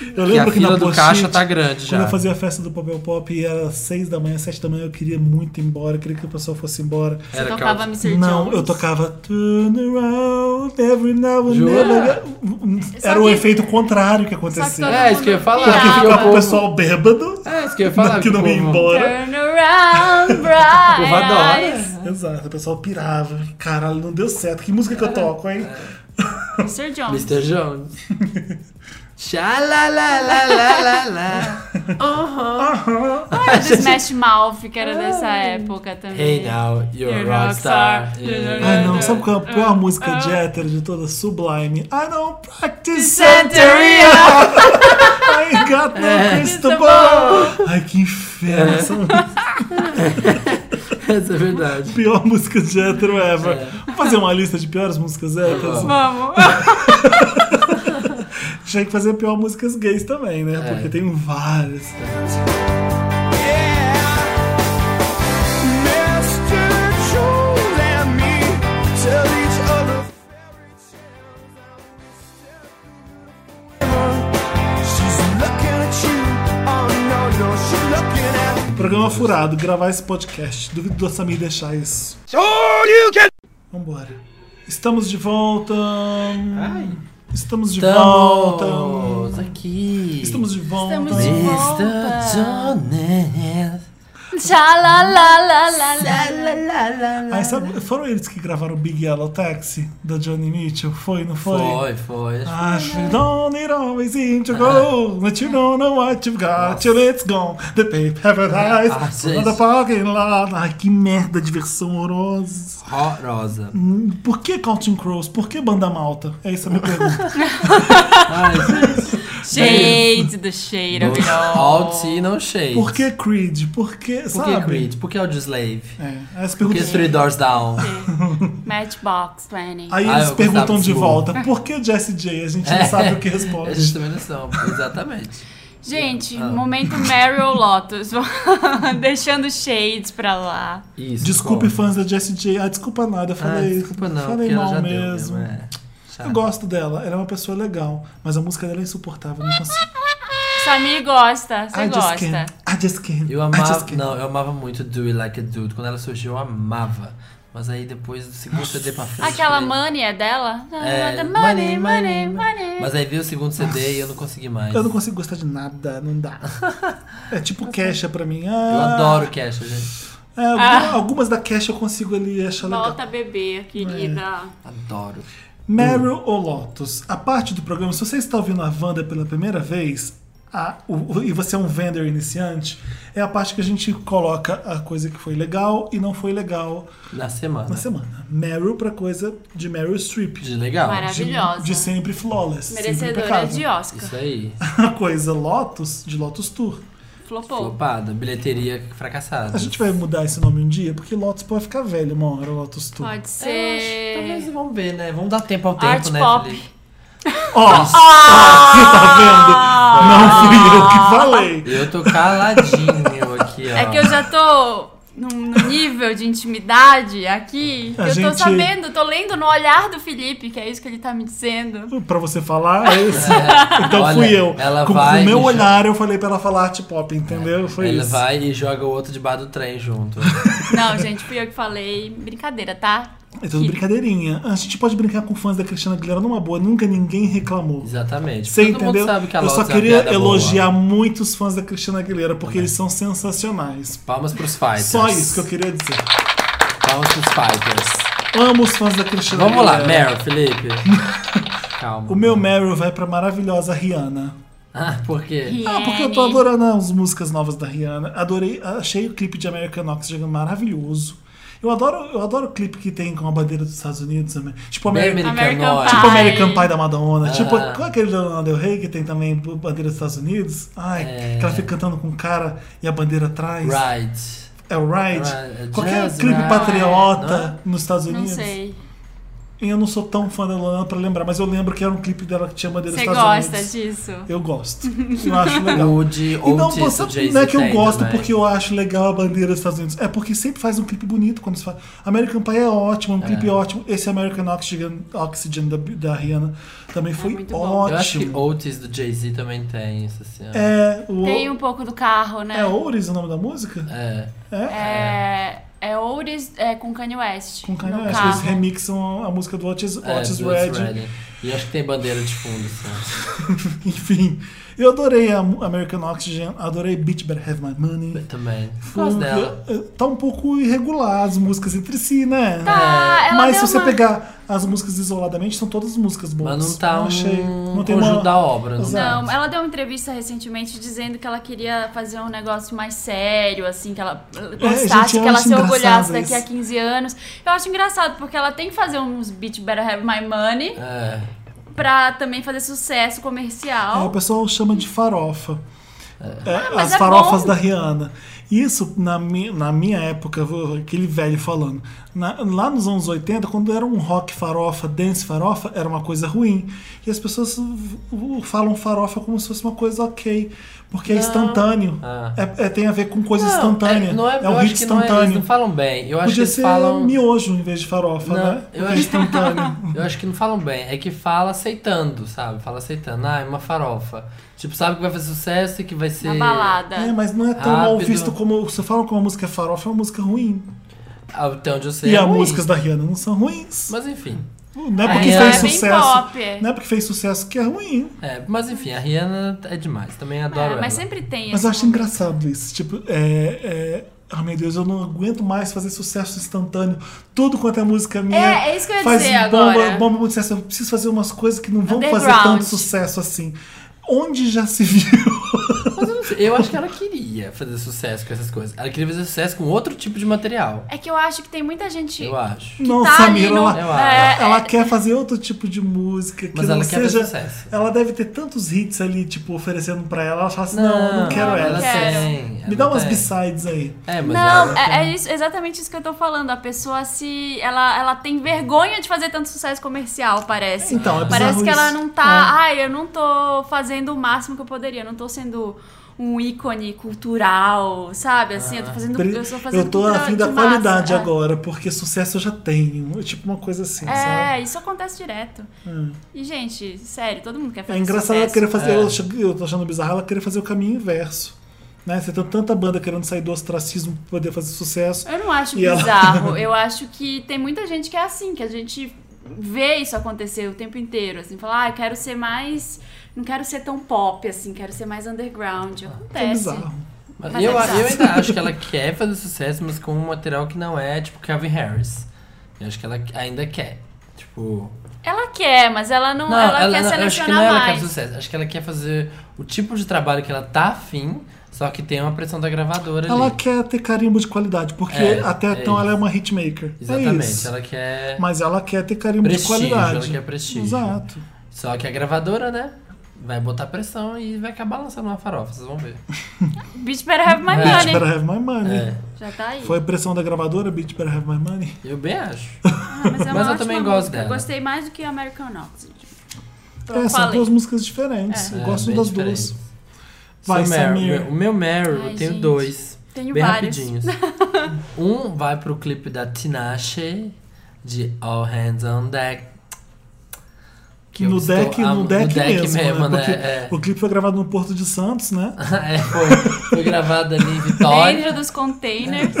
Eu
que a
lembro que,
fila
na
do
post
caixa tá grande
Quando
já.
eu fazia a festa do Papel Pop e era 6 da manhã, 7 da manhã, eu queria muito ir embora, eu queria que o pessoal fosse embora.
Você
Era
tocava
aquela-
Mr.
Não,
Jones?
eu tocava Turn around every now and
Jura?
then.
Só
Era o
que-
efeito contrário que
Só que
acontecia.
todo
É, isso que eu ia
mundo
falar,
pirava.
porque
Ficava
Ah,
com o
o-
pessoal bêbado,
É, isso que eu ia falar.
que não ia
povo-
embora.
Turn around,
O povo adora.
bright eyes.
Exato, o pessoal pirava. Caralho, não deu certo. Que música que eu toco, hein?
Mr. Jones.
Mr. Jones. Xalalalalala.
Olha do Smash Mouth, que era dessa época
Hey
também.
now, you're a
You're a
rockstar.
rockstar.
Ai, não,
É,
sabe qual é a pior música de
é.
hétero de toda? Sublime. I don't practice
Santeria!
I ain't got no crystal ball. Ai, que inferno. Essa
Essa é verdade.
pior música de hétero ever.
É.
Vamos fazer uma lista de piores músicas héteras?
Vamos.
Tinha que fazer pior músicas gays também, né?
É.
Porque tem várias. Programa furado, gravar esse podcast. Duvido do Samir deixar isso. Vambora. Estamos de volta. Estamos de volta.
aqui.
Estamos de volta.
Estamos de volta.
Mr. Jones.
Tchá, lá, lá, lá, lá, lá, lá.
Aí sabe, foram eles que gravaram Big Yellow Taxi da Johnny Mitchell? Foi, não foi?
Foi, É. foi. acho
Ah, you don't need always in to go, but you don't know what you've got till it's gone. The paper paradise,
Ah,
on the
gente.
parking lot. Ai, que merda de versão horrorosa.
que Horrorosa.
Hum, Por que Counting Crows? Por que Banda Malta? É isso a minha pergunta.
Ai, gente.
Shade do cheiro,
Alt e não shade.
Por que Creed? Por que,
Por
sabe?
que Creed? Por que Audio Slave?
É, as
Por que
perguntas...
Three Doors Down?
Matchbox 20.
Aí
Ah,
eles
eu
perguntam
gostava
de
desse É.
volta, por que Jesse J? A gente não sabe o que responde.
A gente também não sabe, exatamente.
Gente,
Ah.
momento Meryl Lotus. Deixando shades pra lá.
Isso,
Desculpe,
bom.
fãs da Jessie J. Ah, desculpa nada, eu
Ah,
falei,
desculpa não,
falei
porque ela
mal
já deu
mesmo.
mesmo. é. Chato.
Eu gosto dela, ela é uma pessoa legal, mas a música dela é insuportável. Não consigo.
Samir gosta, Ah, você
I just
gosta.
can't. I just can't.
Eu
I
amava,
just can't.
não, eu amava muito Do It Like a Dude. Quando ela surgiu, eu amava. Mas aí depois do segundo CD pra frente.
Aquela
falei,
mania dela.
É,
money, money, money.
Mas aí veio o segundo CD e eu não consegui mais.
Eu não consigo gostar de nada, não dá. É tipo Kesha pra mim. Ah,
Eu adoro Cash, gente.
é, alguma- algumas da Kesha eu consigo ali achar legal.
Ah. Volta a beber, querida.
Adoro.
Meryl ou Lotus? A parte do programa, se você está ouvindo a Wanda pela primeira vez a- o- o- e você é um vendor iniciante, é a parte que a gente coloca a coisa que foi legal e não foi legal
Na semana.
Tá.
na semana. Meryl pra coisa de Meryl Streep.
De legal.
Maravilha.
De,
Maravilhosa.
de sempre flawless. sempre
Merecedora
impecável.
de Oscar.
Isso aí.
A coisa Lotus, de Lotus Tour.
Flopou.
Flopada. Bilheteria fracassada.
A gente vai mudar esse nome um dia, porque Lotus pode ficar velho uma hora, Lotus Tour.
Pode
Eu acho-
ser.
Talvez vamos ver, né? Vamos dar tempo ao tempo,
Art
né,
pop.
Felipe?
Ó, você tá vendo? Não fui eu que falei.
Eu tô caladinho aqui, ó.
É que eu já tô num, num nível de intimidade aqui. que
A
eu tô
gente-
sabendo, tô lendo no olhar do Felipe, que é isso que ele tá me dizendo.
Pra você falar, é isso. Então
Olha,
fui eu.
ela
Com
vai
o meu
e
olhar, eu falei pra ela falar art pop, entendeu? Foi
Ele
isso.
vai e joga o outro debaixo do trem junto.
Não, gente, fui eu que falei. Brincadeira, tá?
É tudo brincadeirinha. A gente pode brincar com fãs da Cristina Aguilera numa boa, nunca ninguém reclamou.
Exatamente.
Você
Todo
entendeu?
mundo sabe que a
eu só
Lotus é uma
queria
piada
elogiar
Boa. É.
muito os fãs da Cristina Aguilera, porque eles são sensacionais.
Palmas pros fighters.
Só isso que eu queria dizer.
Palmas pros fighters.
Amo os fãs da Cristina
Vamos lá,
Aguilera.
Meryl, Felipe. Calma.
É. O meu Meryl vai pra maravilhosa Rihanna.
Ah, por quê?
Ah, porque eu tô adorando as músicas novas da Rihanna. Adorei, achei o clipe de American Ox chegando maravilhoso. Eu adoro, eu adoro o clipe que tem com a bandeira dos Estados Unidos também. Tipo Ameri-
American
American
Noise.
tipo
Pie.
American Pie da Madonna.
Ah.
Tipo, qual é aquele da Lana Del Rey que tem também b- bandeira dos Estados Unidos? Ai,
É.
que ela fica cantando com o cara e a bandeira atrás.
Right.
É o Ride.
Right.
Qualquer
Just
clipe
Right.
patriota
Ah, é?
nos Estados
Não
Unidos.
sei.
E eu não sou tão fã da Lana pra lembrar, mas eu lembro que era um clipe dela que tinha bandeira dos
Você
Estados
gosta
Unidos.
disso?
Eu gosto. Eu acho legal.
O de
E não,
Otis,
pô,
do
sabe,
Jay-Z
não é que eu
tem
gosto
também.
porque eu acho legal a bandeira dos Estados Unidos. É porque sempre faz um clipe bonito quando se fala. American Pie é ótimo, é um clipe ótimo. Esse American Oxygen, Oxygen da, da Rihanna também foi
É muito bom.
Eu acho que
ótimo.
Otis do Jay-Z também tem isso, assim. ó.
É o
Tem um pouco do carro, né?
é Ouris o nome da música?
É.
É.
É, é Ouris é, com Kanye West.
Com Kanye
no
West. Eles
carro.
remixam a música do Otis,
É,
Otis
do
Red.
Redding. E acho que tem bandeira de fundo, assim.
Enfim, eu adorei a American Oxygen, adorei Bitch Better Have My Money.
Eu Também. Gosto dela.
Tá um pouco irregular as músicas entre si, né?
Tá, ela
Mas
deu
se você
uma-
pegar as músicas isoladamente, são todas músicas boas.
Mas não tá
Eu
um
achei. Não tem
conjunto
uma...
da obra, não. tá?
Exato.
Não, ela deu uma entrevista recentemente dizendo que ela queria fazer um negócio mais sério, assim, que ela gostasse,
gente, eu
que ela
acho
se orgulhasse
engraçado
daqui a
isso.
15 anos. Eu acho engraçado, porque ela tem que fazer uns Beat Better Have My Money
É.
pra também fazer sucesso
É, o
comercial.
pessoal chama de farofa. É,
Ah,
mas
as
é
farofas
bom.
da Rihanna. Isso, na, mi- na minha época, vou- aquele velho falando. Na- lá nos anos 80, quando era um rock farofa, dance farofa, era uma coisa ruim. E as pessoas v- v- falam farofa como se fosse uma coisa ok. Porque é instantâneo.
Ah.
É, é- tem a ver com coisa
Não,
instantânea.
É, não é, eu
um
acho
hit
que não é, eles
instantâneo.
não falam bem. Eu acho que
Podia
eles
ser
falam.
miojo em vez de farofa,
Não,
né?
eu
Porque
acho-
instantâneo.
Eu acho que não falam bem. É que fala aceitando, sabe? Fala aceitando. Ah, é uma farofa. Tipo, sabe que vai fazer sucesso e que vai
Na
ser.
balada.
É, mas não é tão mal
Rápido.
visto como. Você fala que uma música é farofa, é uma música ruim.
Ah, Até onde eu sei.
E
é
as
ruim.
músicas da Rihanna não são ruins.
Mas enfim.
Não é
A
porque
Rihanna
fez
é bem
sucesso.
pop.
Não é porque fez sucesso que é ruim.
É, mas enfim, a Rihanna é demais. Também adoro
É, mas
ela.
sempre tem
Mas
esse
eu acho
momento.
engraçado isso. Tipo, é, é, Ah, meu Deus, eu não aguento mais fazer sucesso instantâneo. Tudo quanto é música minha.
É, é isso que eu ia
faz
dizer
bomba,
agora.
bomba muito sucesso. Eu preciso fazer umas coisas que não vão fazer
Underground.
tanto sucesso assim. Onde já se viu?
Mas eu, não sei, eu acho que ela queria fazer sucesso com essas coisas. Ela queria fazer sucesso com outro tipo de material.
É que eu acho que tem muita gente.
Eu acho.
Não,
tá ali
Samira,
no-
ela,
É,
Eu acho.
ela quer fazer outro tipo de música que
Mas
não
ela quer fazer
seja.
sucesso.
Ela deve ter tantos hits ali, tipo, oferecendo pra ela. Ela fala assim: não, não, quero
ela.
ela.
quero.
tem,
Me
ela
dá umas
tem.
b-sides aí.
É, mas
Não,
ela
é,
tem.
é isso- exatamente isso que eu tô falando. A pessoa se. Ela, ela tem vergonha de fazer tanto sucesso comercial, parece.
Então, é
parece
bizarro
que ela
isso. É.
não tá. Ai, eu não tô fazendo o máximo que eu poderia. Eu não tô sendo um ícone cultural, sabe? Assim, eu tô fazendo. Eu, sou fazendo
Ah. É. eu tô
cultura
afim da
de massa,
qualidade
é.
agora, porque sucesso eu já tenho. É tipo uma coisa assim, sabe?
É, isso acontece direto. E, gente, sério, todo mundo quer
É
fazer
engraçado ela
sucesso.
querer fazer.
É.
Eu, acho- eu tô achando bizarro ela querer fazer o caminho inverso. Né? Você tem tanta banda querendo sair do ostracismo pra poder fazer sucesso.
Eu não acho
E ela-
bizarro. Eu acho que tem muita gente que é assim, que a gente vê isso acontecer o tempo inteiro. Assim, falar, ah, eu quero ser mais. Não quero ser tão pop, assim, quero ser mais underground.
É
Acontece.
bizarro.
Mas
Mas
eu,
é bizarro.
eu ainda acho que ela quer fazer sucesso, mas com um material que não é tipo Calvin Harris. Eu acho que ela ainda quer. Tipo.
ela quer, mas ela não.
Não,
ela,
ela,
quer
não- eu acho que não
selecionar
é ela quer
mais.
fazer sucesso. Acho que ela quer fazer o tipo de trabalho que ela tá afim, só que tem uma pressão da gravadora
Ela
ali.
quer ter carimbo de qualidade, porque
É,
até
é
então
isso.
ela é uma hitmaker.
Exatamente.
É isso.
Ela quer
Mas ela quer ter carimbo de
prestígio, ela
qualidade.
quer prestígio.
Exato.
Só que a gravadora, né? Vai botar pressão e vai acabar lançando uma farofa, vocês vão ver.
Bitch better have my
É.
Beat
money.
Better Have My Money.
É,
Já tá aí.
Foi a pressão da gravadora, Beat Better Have My Money.
eu bem acho.
Ah, mas é uma
Mas eu
ótima
também gosto
música. Eu
dela.
gostei mais do que American Oxygen.
é, são
Então, falei.
duas músicas diferentes. Eu
É,
gosto
bem
das
diferente.
duas. Vai,
Seu Meryl,
Samir.
meu- O meu Meryl,
Ai,
eu tenho
gente.
dois.
Tenho
bem
vários.
rapidinhos. um vai pro clipe da Tinashe, de All Hands on Deck. que eu
no,
estou
deck,
am-
no deck, mesmo, né?
né?
Porque
É.
o clipe foi gravado no Porto de Santos, né?
É, foi, foi gravado ali em Vitória.
Dentro
É
dos containers.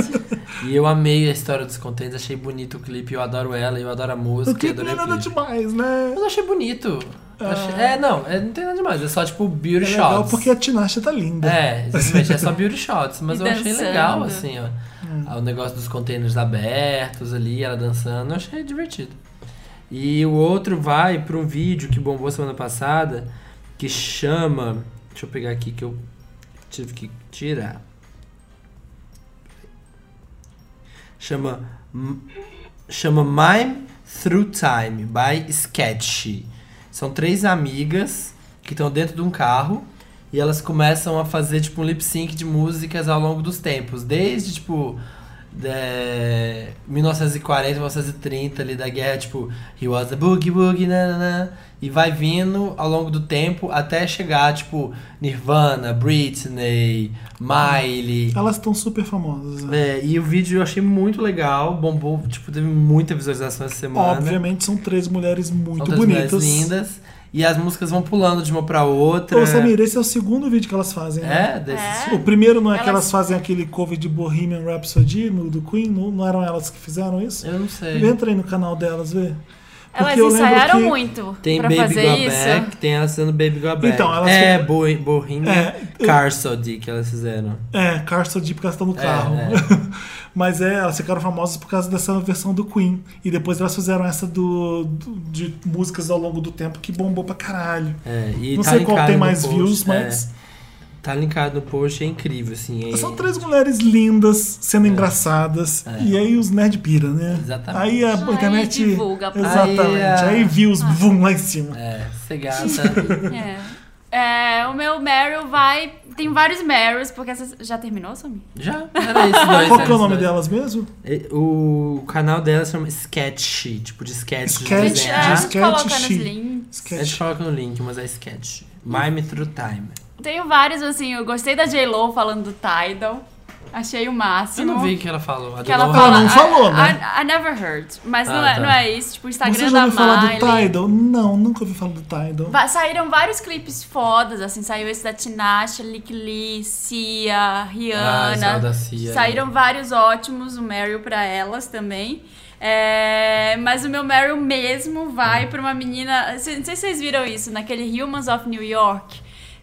e eu amei a história dos contentes, achei bonito o clipe, eu adoro ela, eu adoro a música,
O
eu
clipe não
adorei
é
o
nada
clipe.
demais, né?
Mas eu achei bonito. Eu achei- É, não, é, não tem nada demais, é só tipo
É
beauty shots.
legal porque a Tinashe tá linda.
É, exatamente, é só beauty shots, mas
E
eu achei
dançando.
legal, assim, ó. Ah, O negócio dos containers abertos ali, ela dançando, eu achei divertido. E o outro vai pra um vídeo que bombou semana passada, que chama. Deixa eu pegar aqui que eu tive que tirar. Chama. Chama Mime Through Time, by Sketchy. São três amigas que estão dentro de um carro e elas começam a fazer tipo um lip sync de músicas ao longo dos tempos, desde tipo é, de 1940, 1930 ali da guerra, tipo He was a boogie boogie nanana, e vai vindo ao longo do tempo até chegar tipo Nirvana, Britney, Miley.
Elas estão super famosas. né?
É, e o vídeo eu achei muito legal, bombou, tipo, teve muita visualização essa semana.
Obviamente são três mulheres é muito
São três mulheres
bonitas.
lindas. E as músicas vão pulando de uma pra outra.
Ô, Samir, esse é o segundo vídeo que elas fazem, né?
É, desses.
É.
O primeiro não é que
Elas-
elas fazem aquele cover de Bohemian Rhapsody no- do Queen? Não, não eram elas que fizeram isso?
Eu não sei.
Entra aí no canal delas, vê.
Elas
Porque eu lembro
ensaiaram
que-
muito
Tem
pra
Baby
fazer
Go
isso.
Back, tem ela sendo Baby Go Back.
Então, elas
é,
fizeram-
Bo- Bohemian
É, eu-
Carsody que elas fizeram.
É, Carstody porque elas estão no
É,
carro.
é.
Mas é, elas ficaram famosas por causa dessa versão do Queen. E depois elas fizeram essa do, do- de músicas ao longo do tempo que bombou pra caralho.
É, e
não
tá
sei qual
linkado
tem
no
mais
post,
views,
é.
mas.
tá linkado no post, é incrível, assim. é-
São três mulheres lindas, sendo engraçadas.
É.
E aí os nerd pira, né?
Exatamente.
Aí a
Aí
internet.
divulga, Ah. pá.
Exatamente. Aí,
Aí a-
views, vum, lá em cima.
É, você gata.
É. É, o meu Meryl vai. Tem vários Meryls, porque essas. Já terminou, Sami?
Já, era esse dois.
Qual
era
que é o
esses
nome
dois.
delas mesmo?
E- É, O canal dela se chama Sketch, tipo de sketch. de
Sketch,
Gente, é,
desenhar.
a
É, disquete
gente coloca nos
chique.
links.
A gente
Sketch.
coloca no link, mas é sketch. Mime Through Time.
Tenho vários, assim, eu gostei da J-Lo falando do Tidal. Achei o
Eu
máximo.
não vi o que ela falou. A
Que ela
Dolores-
fala,
não
"I-
falou, né?
I, I never heard. Mas
Ah,
não, é,
tá.
não é isso. Tipo, o Instagram
Você já
da
ouviu falar do
Miley.
Tidal? Não, nunca ouvi falar do Tidal.
Va- Saíram vários clipes fodas, assim. Saiu esse da Tinashe, Lick Lee,
Ah, esse é o
Cia, Rihanna.
da Cia.
Saíram vários ótimos, o Meryl pra elas também. É, mas o meu Meryl
Hum.
mesmo vai pra uma menina. cê- Não sei se vocês viram isso, naquele Humans of New York.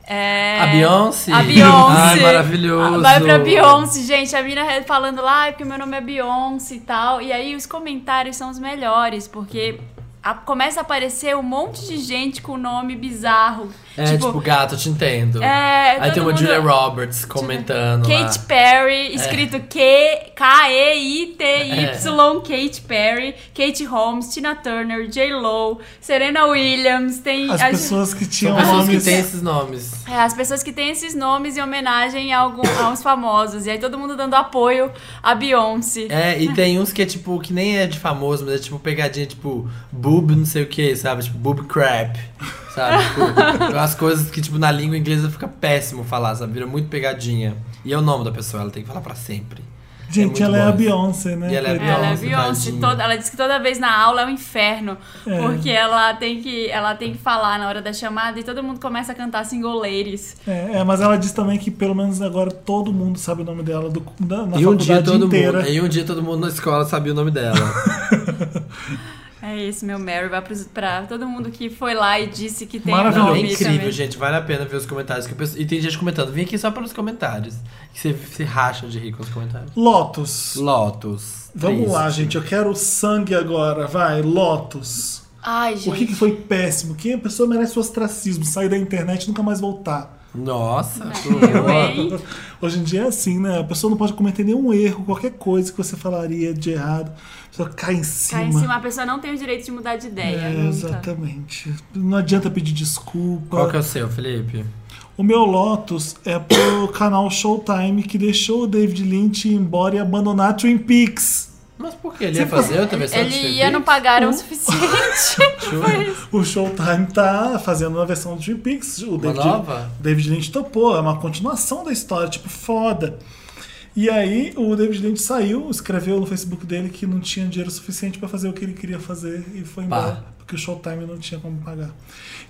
É,
A Beyoncé?
A Beyoncé.
Ai, maravilhoso.
Vai pra Beyoncé, gente. A mina falando lá, "Ai, porque meu nome é Beyoncé e tal. E aí os comentários são os melhores, porque a- começa a aparecer um monte de gente com nome bizarro.
É, tipo, gato, eu te entendo.
é,
Aí tem
todo
uma
mundo-
Julia Roberts comentando
Kate
lá. É.
Perry, escrito Q-
É.
K-E-I-T-Y, Kate Perry, Kate Holmes, Tina Turner, J-Lo, Serena Williams, tem...
As
a gente-
pessoas que tinham
São pessoas um que
nomes.
têm esses nomes.
É, as pessoas que têm esses nomes em homenagem a algum, aos famosos. E aí todo mundo dando apoio a Beyoncé.
É, e tem uns que é tipo, que nem é de famoso, mas é tipo pegadinha, tipo, boob não sei o que, sabe? Tipo, boob crap, sabe? tipo, umas coisas que, tipo, na língua inglesa fica péssimo falar, sabe? Vira muito pegadinha. E é o nome da pessoa, ela tem que falar pra sempre.
Gente,
muito
ela é a
bom.
Beyoncé, né?
E ela é
Legal.
Ela é
Beyoncé,
Beyoncé,
tadinha.
toda, ela diz que toda vez na aula é um inferno,
É.
porque ela tem que ela tem que falar na hora da chamada e todo mundo começa a cantar single ladies.
É, é, mas ela diz também que pelo menos agora todo mundo sabe o nome dela do, da, na
e um dia
faculdade
todo
inteira.
mundo. E um dia todo mundo na escola sabia o nome dela.
É isso, meu Mary, vai pros- pra todo mundo que foi lá e disse que tem
Maravilhoso.
Não, é
nome
incrível,
também.
gente. Vale a pena ver os comentários. Que o pessoal- E tem gente comentando, vem aqui só pelos comentários. Que você se racha de rir com os comentários.
Lotus.
Lotus.
Vamos
Triste.
lá, gente. Eu quero sangue agora. Vai, Lotus.
Ai,
O que, que
gente.
foi péssimo? Quem é a pessoa merece o ostracismo, sair da internet e nunca mais voltar.
Nossa,
Eu, hein?
Hoje em dia é assim, né? A pessoa não pode cometer nenhum erro, qualquer coisa que você falaria de errado. A pessoa cai em cima.
Cai em cima, a pessoa não tem o direito de mudar de ideia.
É,
nunca.
exatamente. Não adianta pedir desculpa.
Qual que é o seu, Felipe?
O meu Lotus é pro canal Showtime que deixou o David Lynch ir embora e abandonar Twin Peaks.
Mas por que? Ele ia fazer outra versão de
Ele
Twin
ia, não
Peaks?
pagaram o suficiente.
O Showtime tá fazendo uma versão do Twin Peaks. O David,
nova?
o David Lynch topou, é uma continuação da história, tipo, foda. E aí o David Lynch saiu, escreveu no Facebook dele que não tinha dinheiro suficiente pra fazer o que ele queria fazer e foi
Pá.
embora. Porque o Showtime não tinha como pagar.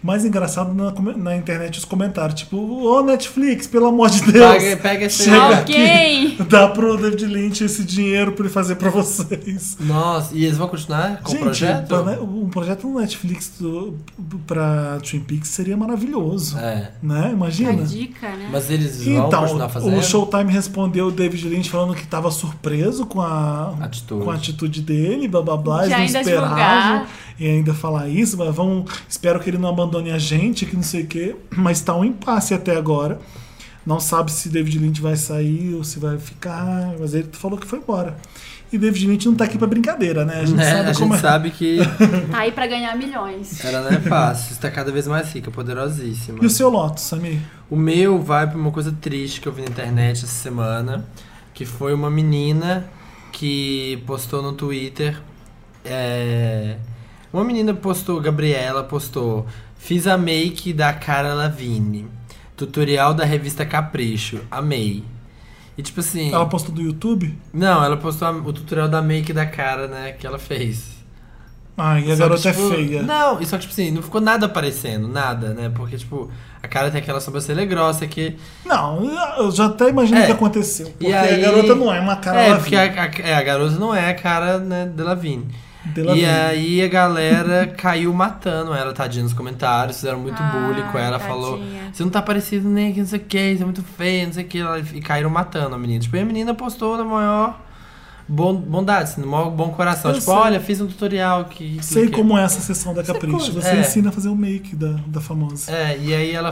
Mais engraçado na, come- na internet os comentários, tipo, ô Netflix, pelo amor de Deus.
Paga- pega esse
chega aqui,
Alguém!
dá pro David Lynch esse dinheiro pra ele fazer pra vocês.
Nossa, e eles vão continuar com
Gente,
o projeto?
pra, né, um projeto no Netflix do, pra Twin Peaks seria maravilhoso.
É.
Né?
A
Imagina.
dica, né?
Mas eles vão continuar
Então,
fazendo?
o Showtime respondeu o David Lynch falando que estava surpreso com a
Atitude.
com a atitude dele, blá blá blá,
De
eles
ainda
não esperavam
divulgar.
e ainda falar isso, mas vamos, espero que ele não abandone a gente, que não sei o quê, mas tá um impasse até agora. Não sabe se David Lynch vai sair ou se vai ficar, mas ele falou que foi embora. E David Lynch não tá aqui pra brincadeira, né? A gente
Né?
sabe
A
como
gente
é.
sabe que
Tá aí pra ganhar milhões.
ela não é fácil, está cada vez mais rica, poderosíssima.
E o seu Lotus, Samir?
O meu vai pra uma coisa triste que eu vi na internet essa semana, que foi uma menina que postou no Twitter. é, Uma menina postou, Gabriela postou, fiz a make da Cara Lavigne, tutorial da revista Capricho, amei. E tipo assim.
Ela postou do YouTube?
Não, ela postou a- o tutorial da make da cara, né, que ela fez.
Ah, e a
Só que,
garota
tipo,
é feia.
Não, e só que, tipo assim, não ficou nada aparecendo, nada, né? Porque, tipo, a cara tem aquela sobrancelha grossa que.
Não, eu já até imagino
É.
o que aconteceu. Porque
e aí...
a garota não é uma cara
É,
Lavigne.
porque a, a- é, a garota não é a cara, né, da Lavigne.
De Lavigne.
E aí a galera caiu matando ela, tadinha, nos comentários, fizeram muito
Ai,
bullying com ela, falou,
Ah, tadinha.
você não tá parecido nem que não sei o que, você é muito feia, não sei o que, ela- e caíram matando a menina. Tipo, e a menina postou na maior bon- bondade, assim, no maior bom coração,
Eu
tipo,
sei.
olha, fiz um tutorial que... que-
Sei
que-
como é essa sessão da Capricho.
coisa,
Você
é.
ensina a fazer o make da, da famosa.
É, e aí ela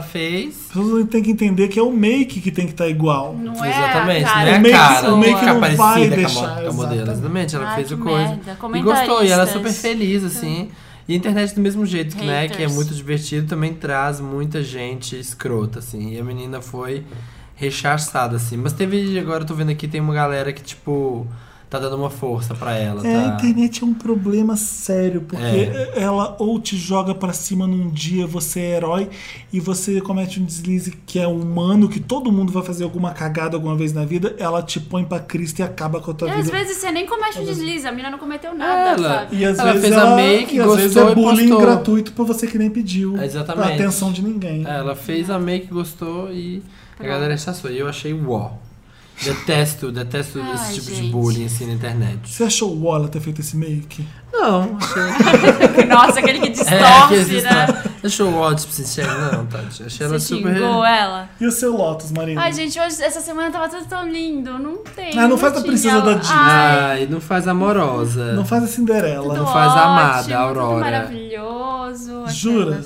As
fez...
pessoas têm que entender que é o make que tem que estar igual.
Não
Exatamente,
é a cara.
não é a
O make-
cara,
o
não
make
fica
não vai
parecida com a,
deixar,
com a modelo.
exatamente.
Exatamente, ela
Ah,
fez
que
o coisa.
merda,
E gostou, e ela é
comentaristas.
super feliz, assim. E a internet do mesmo jeito, né? Que é
Haters.
muito divertido, também traz muita gente escrota, assim. E a menina foi rechaçada, assim. Mas teve, agora eu tô vendo aqui, tem uma galera que, tipo, tá dando uma força pra ela,
É, a
tá?
internet é um problema sério, porque
É.
ela ou te joga pra cima num dia, você é herói, e você comete um deslize que é humano, que todo mundo vai fazer alguma cagada alguma vez na vida, ela te põe pra Cristo e acaba com a tua
E É, às
vida.
vezes você nem comete um deslize, a mina não cometeu nada,
Ela,
sabe?
E às
ela
vezes
fez
ela,
a make,
e às
gostou
vezes é
e
bullying
postou.
gratuito pra você que nem pediu
Exatamente.
a atenção de ninguém.
É, Ela fez a make, gostou e a galera rechaçou. E eu achei uó. Detesto, detesto
Ai,
esse tipo de
gente.
bullying assim na internet.
Você achou o Waller ter feito esse make?
Não, achei.
Nossa, aquele que
É,
distorce,
aqueles
né?
lá. Achou ótimo, sincero. Não, Tati. Achei ela é
Você
super.
xingou ela.
E o seu Lotus, Marina?
Ai, gente, hoje, essa semana tava tudo tão lindo. Não tem.
Ah, não faz a
tinha.
princesa da Disney.
Ai,
Ai, não faz amorosa.
Não faz a Cinderela. né?
tudo né?
não faz a amada,
ótimo,
a Aurora.
Tudo maravilhoso. aquelas-
Jura?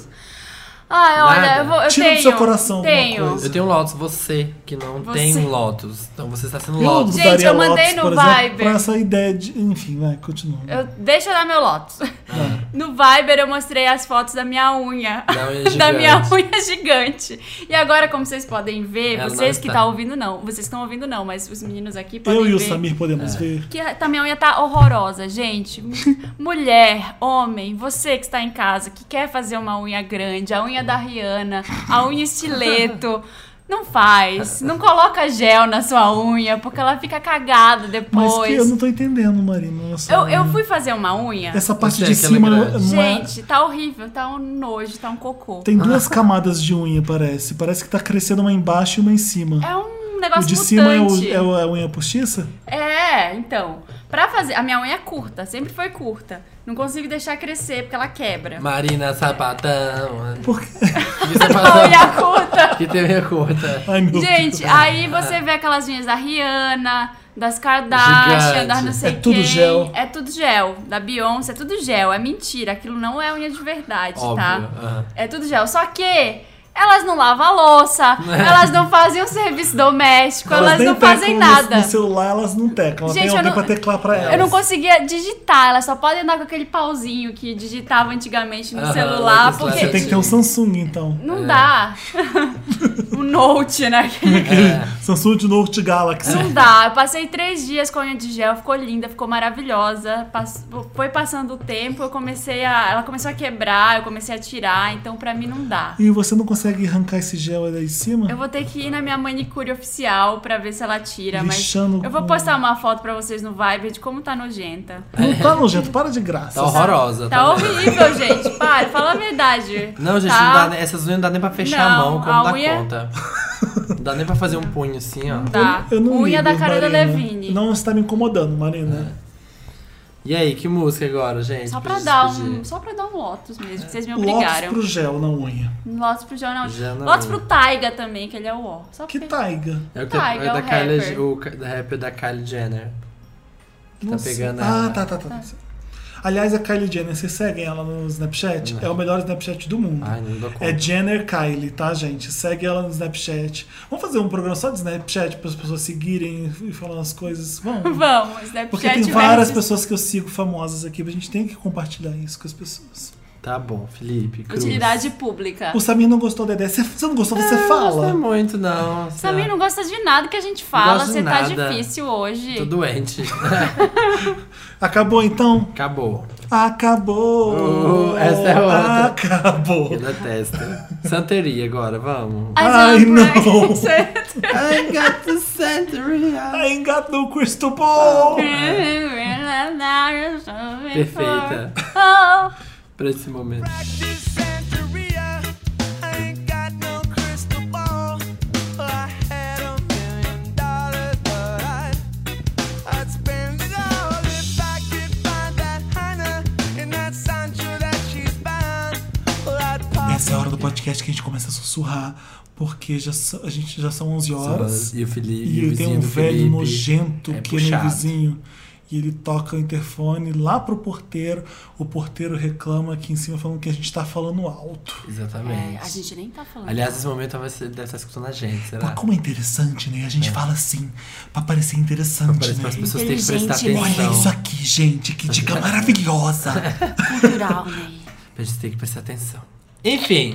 Ai, olha,
Nada.
eu, vou, eu
Tira do
tenho.
seu coração alguma
tenho.
coisa.
Eu tenho um Lotus, você que não
Você.
tem Lotus. Então você está sendo
Eu
Lotus.
Gente,
daria
eu mandei
Lotus,
no
por exemplo,
Viber.
Pra essa ideia de. Enfim, vai, continua.
Eu- deixa eu dar meu Lotus.
Ah.
No Viber eu mostrei as fotos da minha unha.
Da unha
Da
É gigante.
minha unha gigante. E agora, como vocês podem ver,
Ela não tá.
vocês que
está.
estão ouvindo, não. Vocês que estão ouvindo, não, mas os meninos aqui podem
Eu e o
ver.
Samir
É.
podemos ver.
Que a, tá, minha unha tá horrorosa, gente. Mulher, homem, você que está em casa, que quer fazer uma unha grande, a unha da Rihanna, a unha estileto, não faz. Não coloca gel na sua unha, porque ela fica cagada
Mas que eu
depois.
não tô entendendo, Marina. Essa,
Eu, eu fui fazer uma unha.
Essa parte
Você
de
é aquela
cima não
grande.
não é-
Gente, tá horrível, tá um nojo, tá um cocô.
Tem duas camadas de unha, parece. Parece que tá crescendo uma embaixo e uma em cima.
É um
o
negócio
de
mutante.
cima é, o, é o- é a unha postiça?
É, então. Pra fazer. A minha unha é curta, sempre foi curta. Não consigo deixar crescer, porque ela quebra.
Marina Sapatão.
Por quê?
Que
A
sapatão.
unha curta.
que tem minha curta.
Ai, meu
Gente,
Deus.
aí você vê aquelas unhas da Rihanna, das Kardashian,
Gigante.
das não sei
É tudo
quem.
gel.
É tudo gel. Da Beyoncé, é tudo gel. É mentira. Aquilo não é unha de verdade,
Óbvio.
tá?
ah.
É tudo gel. Só que. Elas não lavam a louça, elas não fazem o serviço doméstico, elas,
nem
não fazem
teclam no-
nada.
No celular elas não teclam. Ela
Gente,
tem
eu
alguém
não-
pra teclar pra elas.
Eu não conseguia digitar, elas só podem andar com aquele pauzinho que digitava antigamente no
Aham,
celular,
que
porque
Você tem que ter um Samsung, então.
não dá. um note, né?
É.
Samsung de Note Galaxy.
Não dá. Eu passei três dias com a unha de gel, ficou linda, ficou maravilhosa. Pass- Foi passando o tempo, eu comecei a. Ela começou a quebrar, eu comecei a tirar, então pra mim não dá.
E você não consegue arrancar esse gel aí de cima?
Eu vou ter que ir na minha manicure oficial pra ver se ela tira,
Lixando
mas eu vou
com-
postar uma foto pra vocês no Viber de como tá nojenta.
Não tá nojento, para de graça.
Tá horrorosa.
Tá horrível, gente. Para, fala a verdade.
Não, gente,
Tá?
não dá, nem- essas unhas não dá nem pra fechar a
Não,
mão, como
a
dá
unha-
conta. Não dá nem pra fazer um punho assim, ó.
Tá.
Eu não
Unha
ligo,
da cara da
Marina.
Levine. É.
Não está me incomodando, Marina.
E aí, que música agora, gente?
Só
pra
pra dar um.
despedir?
Só pra dar um Lotus mesmo, que vocês me
Lotus
obrigaram.
pro gel na unha.
Lotus pro Jonah.
Já não.
Lotus
é.
pro Taiga também, que ele é o ó. Só
Que
porque-
taiga.
É o que
Ai,
é
é o
da Kylie,
rapper.
o ca- da rapper da Kylie Jenner. tá
Nossa.
pegando
Ah,
ela.
tá, tá, tá. Aliás, a Kylie Jenner, vocês seguem ela no Snapchat?
Não.
É o melhor Snapchat do mundo.
Ai, não dou conta.
É Jenner Kylie, tá, gente? Segue ela no Snapchat. Vamos fazer um programa só de Snapchat para as pessoas seguirem e falando as coisas? Vamos.
Vamos, né?
Porque tem
Snapchat
várias
versus-
pessoas que eu sigo famosas aqui, a gente tem que compartilhar isso com as pessoas.
Tá bom, Felipe. Cruz.
Utilidade pública.
O Samir não gostou da ideia. Você você não gostou, você
Ah, Não
fala.
gostei muito, não.
Samir não gosta de nada que a gente
Não
fala,
gosto de
você tá
nada.
difícil hoje.
Tô doente.
Acabou então?
Acabou.
Acabou!
Oh, essa é outra.
Acabou!
Eu detesto. Santeria agora, vamos.
Ai,
gente,
não.
né? Você-
I got the Santeria.
I ain't got no crystal ball!
Perfeita
Oh.
pra esse momento.
Essa é a hora do podcast que a gente começa a sussurrar, porque já, so- a gente já são 11 horas.
E o Felipe.
E,
o
tem
vizinho
um
do
velho
Felipe.
nojento
é
que é meu
puxado.
vizinho. E ele toca o interfone lá pro porteiro. O porteiro reclama aqui em cima falando que a gente tá falando alto.
Exatamente.
É, a gente nem tá falando.
Aliás, esse momento talvez ele deve estar escutando a gente, será?
Mas como é interessante, né? A gente
É.
fala assim pra parecer interessante,
Então, Parece que as
né?
pessoas têm que prestar
Inteligente,
Olha isso
atenção.
aqui, gente, que dica maravilhosa!
cultural, né?
A gente tem que prestar atenção. Enfim.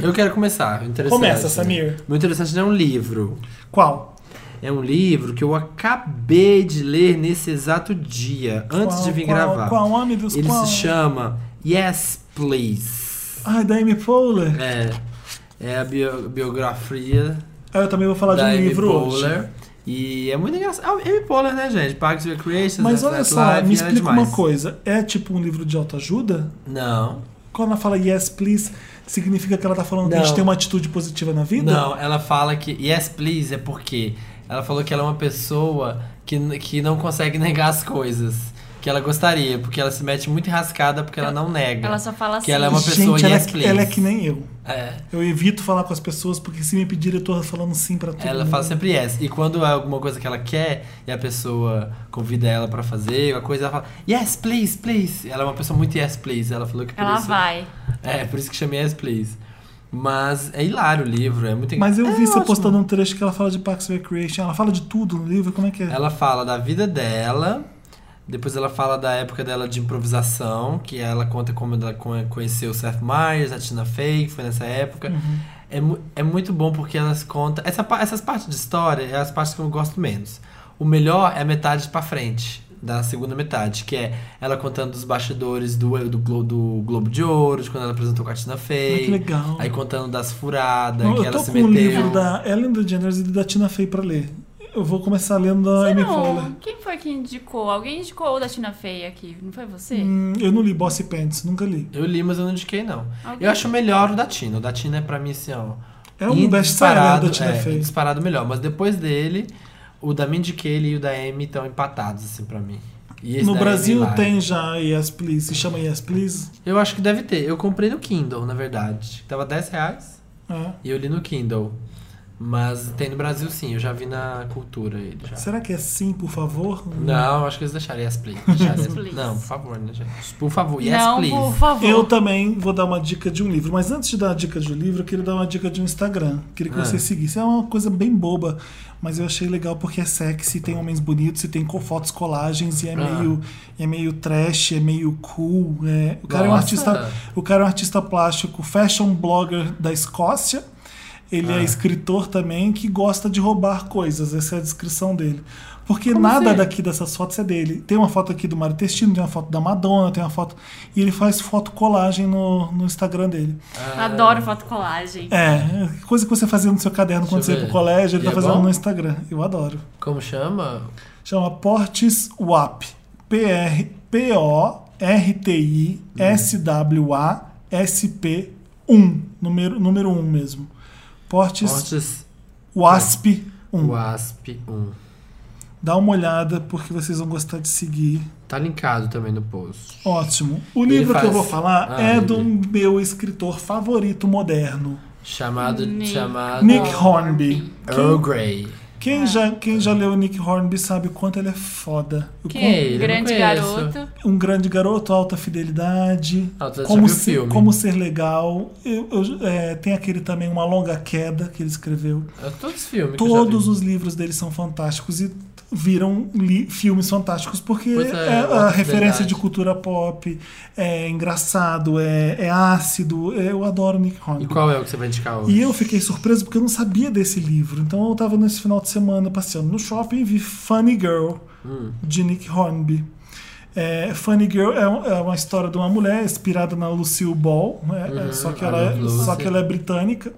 Eu quero começar. Interessante.
Começa, Samir.
Muito interessante, não é um livro.
Qual?
É um livro que eu acabei de ler nesse exato dia, antes
Qual,
de vir
qual,
gravar.
Qual homem dos
Ele
qual?
se chama Yes, Please.
Ai, da Amy Poehler.
É, é a bio- biografia
Ah, Eu também vou falar
da
de um
Amy
livro
Poehler.
hoje.
E é muito engraçado. Ah, Amy Poehler, né, gente? Parks and Recreations,
Mas
That's
olha
That
só,
Life,
me
ela é
explica
demais.
uma coisa. É tipo um livro de autoajuda?
Não.
Quando ela fala yes, please, significa que ela tá falando que a
Não.
gente tem uma atitude positiva na vida?
Não, ela fala que yes, please é porque ela falou que ela é uma pessoa que, que não consegue negar as coisas que ela gostaria, porque ela se mete muito enrascada porque ela, não nega.
Ela só fala
Que
assim.
ela é uma pessoa
gente, ela,
yes,
é, que-
please.
ela é que nem eu.
É.
Eu evito falar com as pessoas porque se me pedir eu tô falando sim pra
Tipo,
tudo.
Ela fala sempre yes. E quando é alguma coisa que ela quer e a pessoa convida ela pra fazer, a coisa, ela fala yes, please, please. Ela é uma pessoa muito yes, please. Ela falou que por
Ela
isso.
vai.
É, por isso que chamei yes, please. Mas é hilário o livro, é muito
Mas eu vi você
ótimo.
postando um trecho que ela fala de Parks and Recreation. Ela fala de tudo no livro, como é que é?
Ela fala da vida dela, depois ela fala da época dela de improvisação, que ela conta como ela co- conheceu o Seth Meyers, a Tina Fey, que foi nessa época.
Uhum.
É, mu- é muito bom porque elas contam. Essa, pa- essas partes de história é as partes que eu gosto menos. O melhor é a metade pra frente, da segunda metade, que é ela contando dos bastidores do, do, Glo- do Globo de Ouro, de quando ela apresentou com a Tina Fey.
Ah, que legal.
Aí contando das furadas,
Não,
Né, que
eu
ela
tô
se
com o
meteu.
livro da Ellen DeGeneres e da Tina Fey pra ler. Eu vou começar lendo a
Você
Amy
não.
Poehler.
Quem foi que indicou? Alguém indicou o da Tina Feia aqui, não foi você?
Hum, eu não li Bossy Pants, nunca li.
Eu li, mas eu não indiquei, não.
Alguém?
Eu acho melhor o da Tina. O da Tina é pra mim assim, ó.
É um best-seller da Tina
é,
Fey.
Disparado melhor. Mas depois dele, o da Mindy Kaling e o da Amy estão empatados, assim, pra mim. E esse
No
da
Brasil
Amy lá.
tem já Yes Please, se chama Yes Please.
Eu acho que deve ter. Eu comprei no Kindle, na verdade. Tava 10 reais
É.
e eu li no Kindle. Mas tem no Brasil sim, eu já vi na cultura ele já.
Será que é sim, por favor?
Não, acho que eles deixaram yes, please. Deixaram, yes,
please.
Não, por favor, né, gente? Por favor, yes,
não,
please.
por favor.
Eu também vou dar uma dica de um livro, mas antes de dar a dica de um livro, eu queria dar uma dica de um Instagram. Queria que
Ah.
vocês seguissem. É uma coisa bem boba, mas eu achei legal porque é sexy, tem homens bonitos e tem co- fotos colagens e é,
Ah.
meio, é meio trash, é meio cool. é. O, cara é um
Nossa.
artista, o cara é um artista plástico, fashion blogger da Escócia. Ele
Ah.
é escritor também que gosta de roubar coisas. Essa é a descrição dele. Porque nada
assim?
daqui dessas fotos é dele. Tem uma foto aqui do Mário Testino, tem uma foto da Madonna, tem uma foto. E ele faz foto colagem no, no Instagram dele.
Adoro foto colagem.
É, coisa que você fazia no seu caderno quando
Deixa
você
eu
ia pro
ver.
colégio, ele
E
tá
é
fazendo
bom?
no Instagram. Eu adoro.
Ah, Como chama?
Chama Portis WAP. P-R- P-O-R-T-I-S-W-A-S-P-1. Número, número 1 mesmo. Portis
Fortes
WASP 1.
Wasp 1.
Dá uma olhada porque vocês vão gostar de seguir.
Tá linkado também no post.
Ótimo. O
Ele
livro que eu
faz-
vou falar
Ah,
é
ele-
do meu escritor favorito moderno,
Chamado.
Nick.
chamado
Nick Hornby.
Earl Grey.
Quem já, quem já leu Nick Hornby sabe o quanto ele é foda. O
Que
quanto-
ele?
Grande
não conheço.
garoto.
Um grande garoto, alta fidelidade.
Ah, tu já
como,
viu o
ser,
filme.
como ser legal. Eu- eu- é, tem aquele também, Uma Longa Queda, que ele escreveu.
É Todos os filmes.
Todos os livros dele são fantásticos e viram li- filmes fantásticos porque
Pois é,
é, a
verdade.
referência de cultura pop, é engraçado, é, é ácido. É, eu adoro Nick Hornby.
E qual é o que você vai indicar hoje?
E eu fiquei surpreso porque eu não sabia desse livro. Então eu tava nesse final de semana passeando no shopping e vi Funny Girl, de Nick Hornby. É, Funny Girl é, um- é uma história de uma mulher inspirada na Lucille Ball, né? É, só, que
I
ela é,
love
só
Lucy.
que ela é britânica.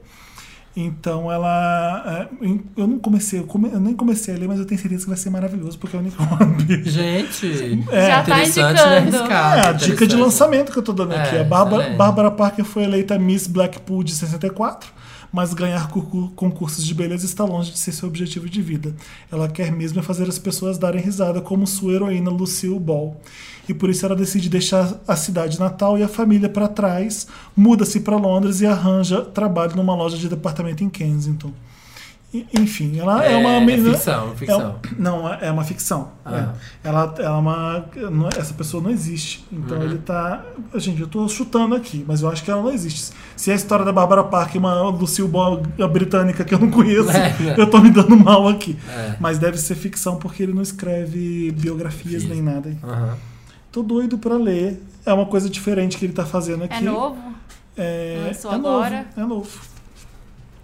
Então ela. é, em- eu não comecei, eu, come- eu nem comecei a ler, mas eu tenho certeza que vai ser maravilhoso, porque é o Nick Hornby.
Gente,
É.
Já tá
interessante, né?
indicando.
Arriscado.
É, a dica de
interessante.
lançamento que eu tô dando
É,
aqui. A Bárbara,
excelente.
Bárbara Parker foi eleita Miss Blackpool de 64, mas ganhar cu- concursos de beleza está longe de ser seu objetivo de vida. Ela quer mesmo é fazer as pessoas darem risada, como sua heroína Lucille Ball. E por isso ela decide deixar a cidade natal e a família para trás, muda-se para Londres e arranja trabalho numa loja de departamento em Kensington. E- Enfim, ela é,
É,
uma
é
menina.
ficção, ficção.
É, um- não, é uma ficção.
Ah.
É. Ela, ela é uma. não- essa pessoa não existe.
Uhum.
Então ele tá. Gente, eu tô chutando aqui, mas eu acho que ela não existe. Se é a história da Barbara Parker, uma Lucille Ball a britânica que eu não conheço,
É, né?
eu tô me dando mal aqui.
É.
Mas deve ser ficção porque ele não escreve biografias
Fiz.
nem nada.
Aham.
Tô doido pra ler. É uma coisa diferente que ele tá fazendo aqui.
É novo?
É,
Lançou
é
agora?
Novo, é novo.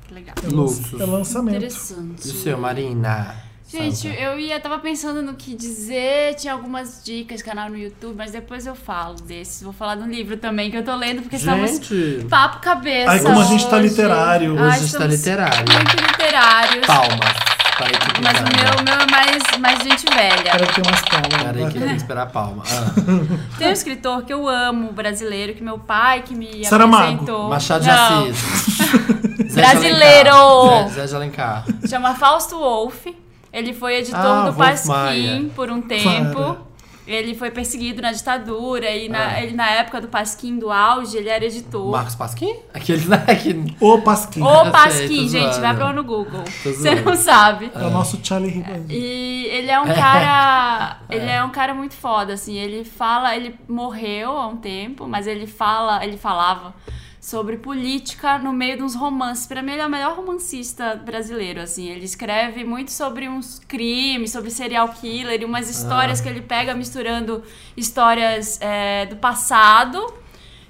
Que legal.
É lan-
Luxus.
É lançamento.
E o
Interessante.
seu, Marina?
Gente,
Salva.
eu ia, tava pensando no que dizer, tinha algumas dicas, canal no YouTube, mas depois eu falo desses. Vou falar do livro também que eu tô lendo, porque estamos
Gente,
papo cabeça.
Aí como a gente tá
hoje.
literário.
hoje
Ai,
está
estamos
literário.
Muito literários.
Palmas. Parei que
Mas o meu, meu é mais, mais gente velha.
Cara que tem umas palmas.
Peraí que eu tenho que esperar a palma. Ah,
Tem um escritor que eu amo, brasileiro, que meu pai que me
Saramago.
apresentou.
Machado de
Não,
Assis. Zé de
Brasileiro!
Alencar. Zé, Zé de Alencar.
Chama Fausto Wolff. Ele foi editor
Ah,
do
Wolff
Pasquim
Maia.
por um tempo.
Claro.
Ele foi perseguido na ditadura e na,
Ah.
ele, na época do Pasquim, do auge, ele era editor.
Marcos Pasquim? Aquele lá que...
O Pasquim.
Ô
sei,
Pasquim,
tô
gente,
zoando.
vai pra lá no Google.
Tô
Você
zoando.
não sabe.
É o nosso Charlie Ribeiro.
E ele é um cara. Ele é um cara muito foda, assim. Ele fala, ele morreu há um tempo, mas ele fala, ele falava sobre política no meio de uns romances. Pra mim, ele é o melhor romancista brasileiro, assim. Ele escreve muito sobre uns crimes, sobre serial killer e umas histórias que ele pega misturando histórias é, do passado.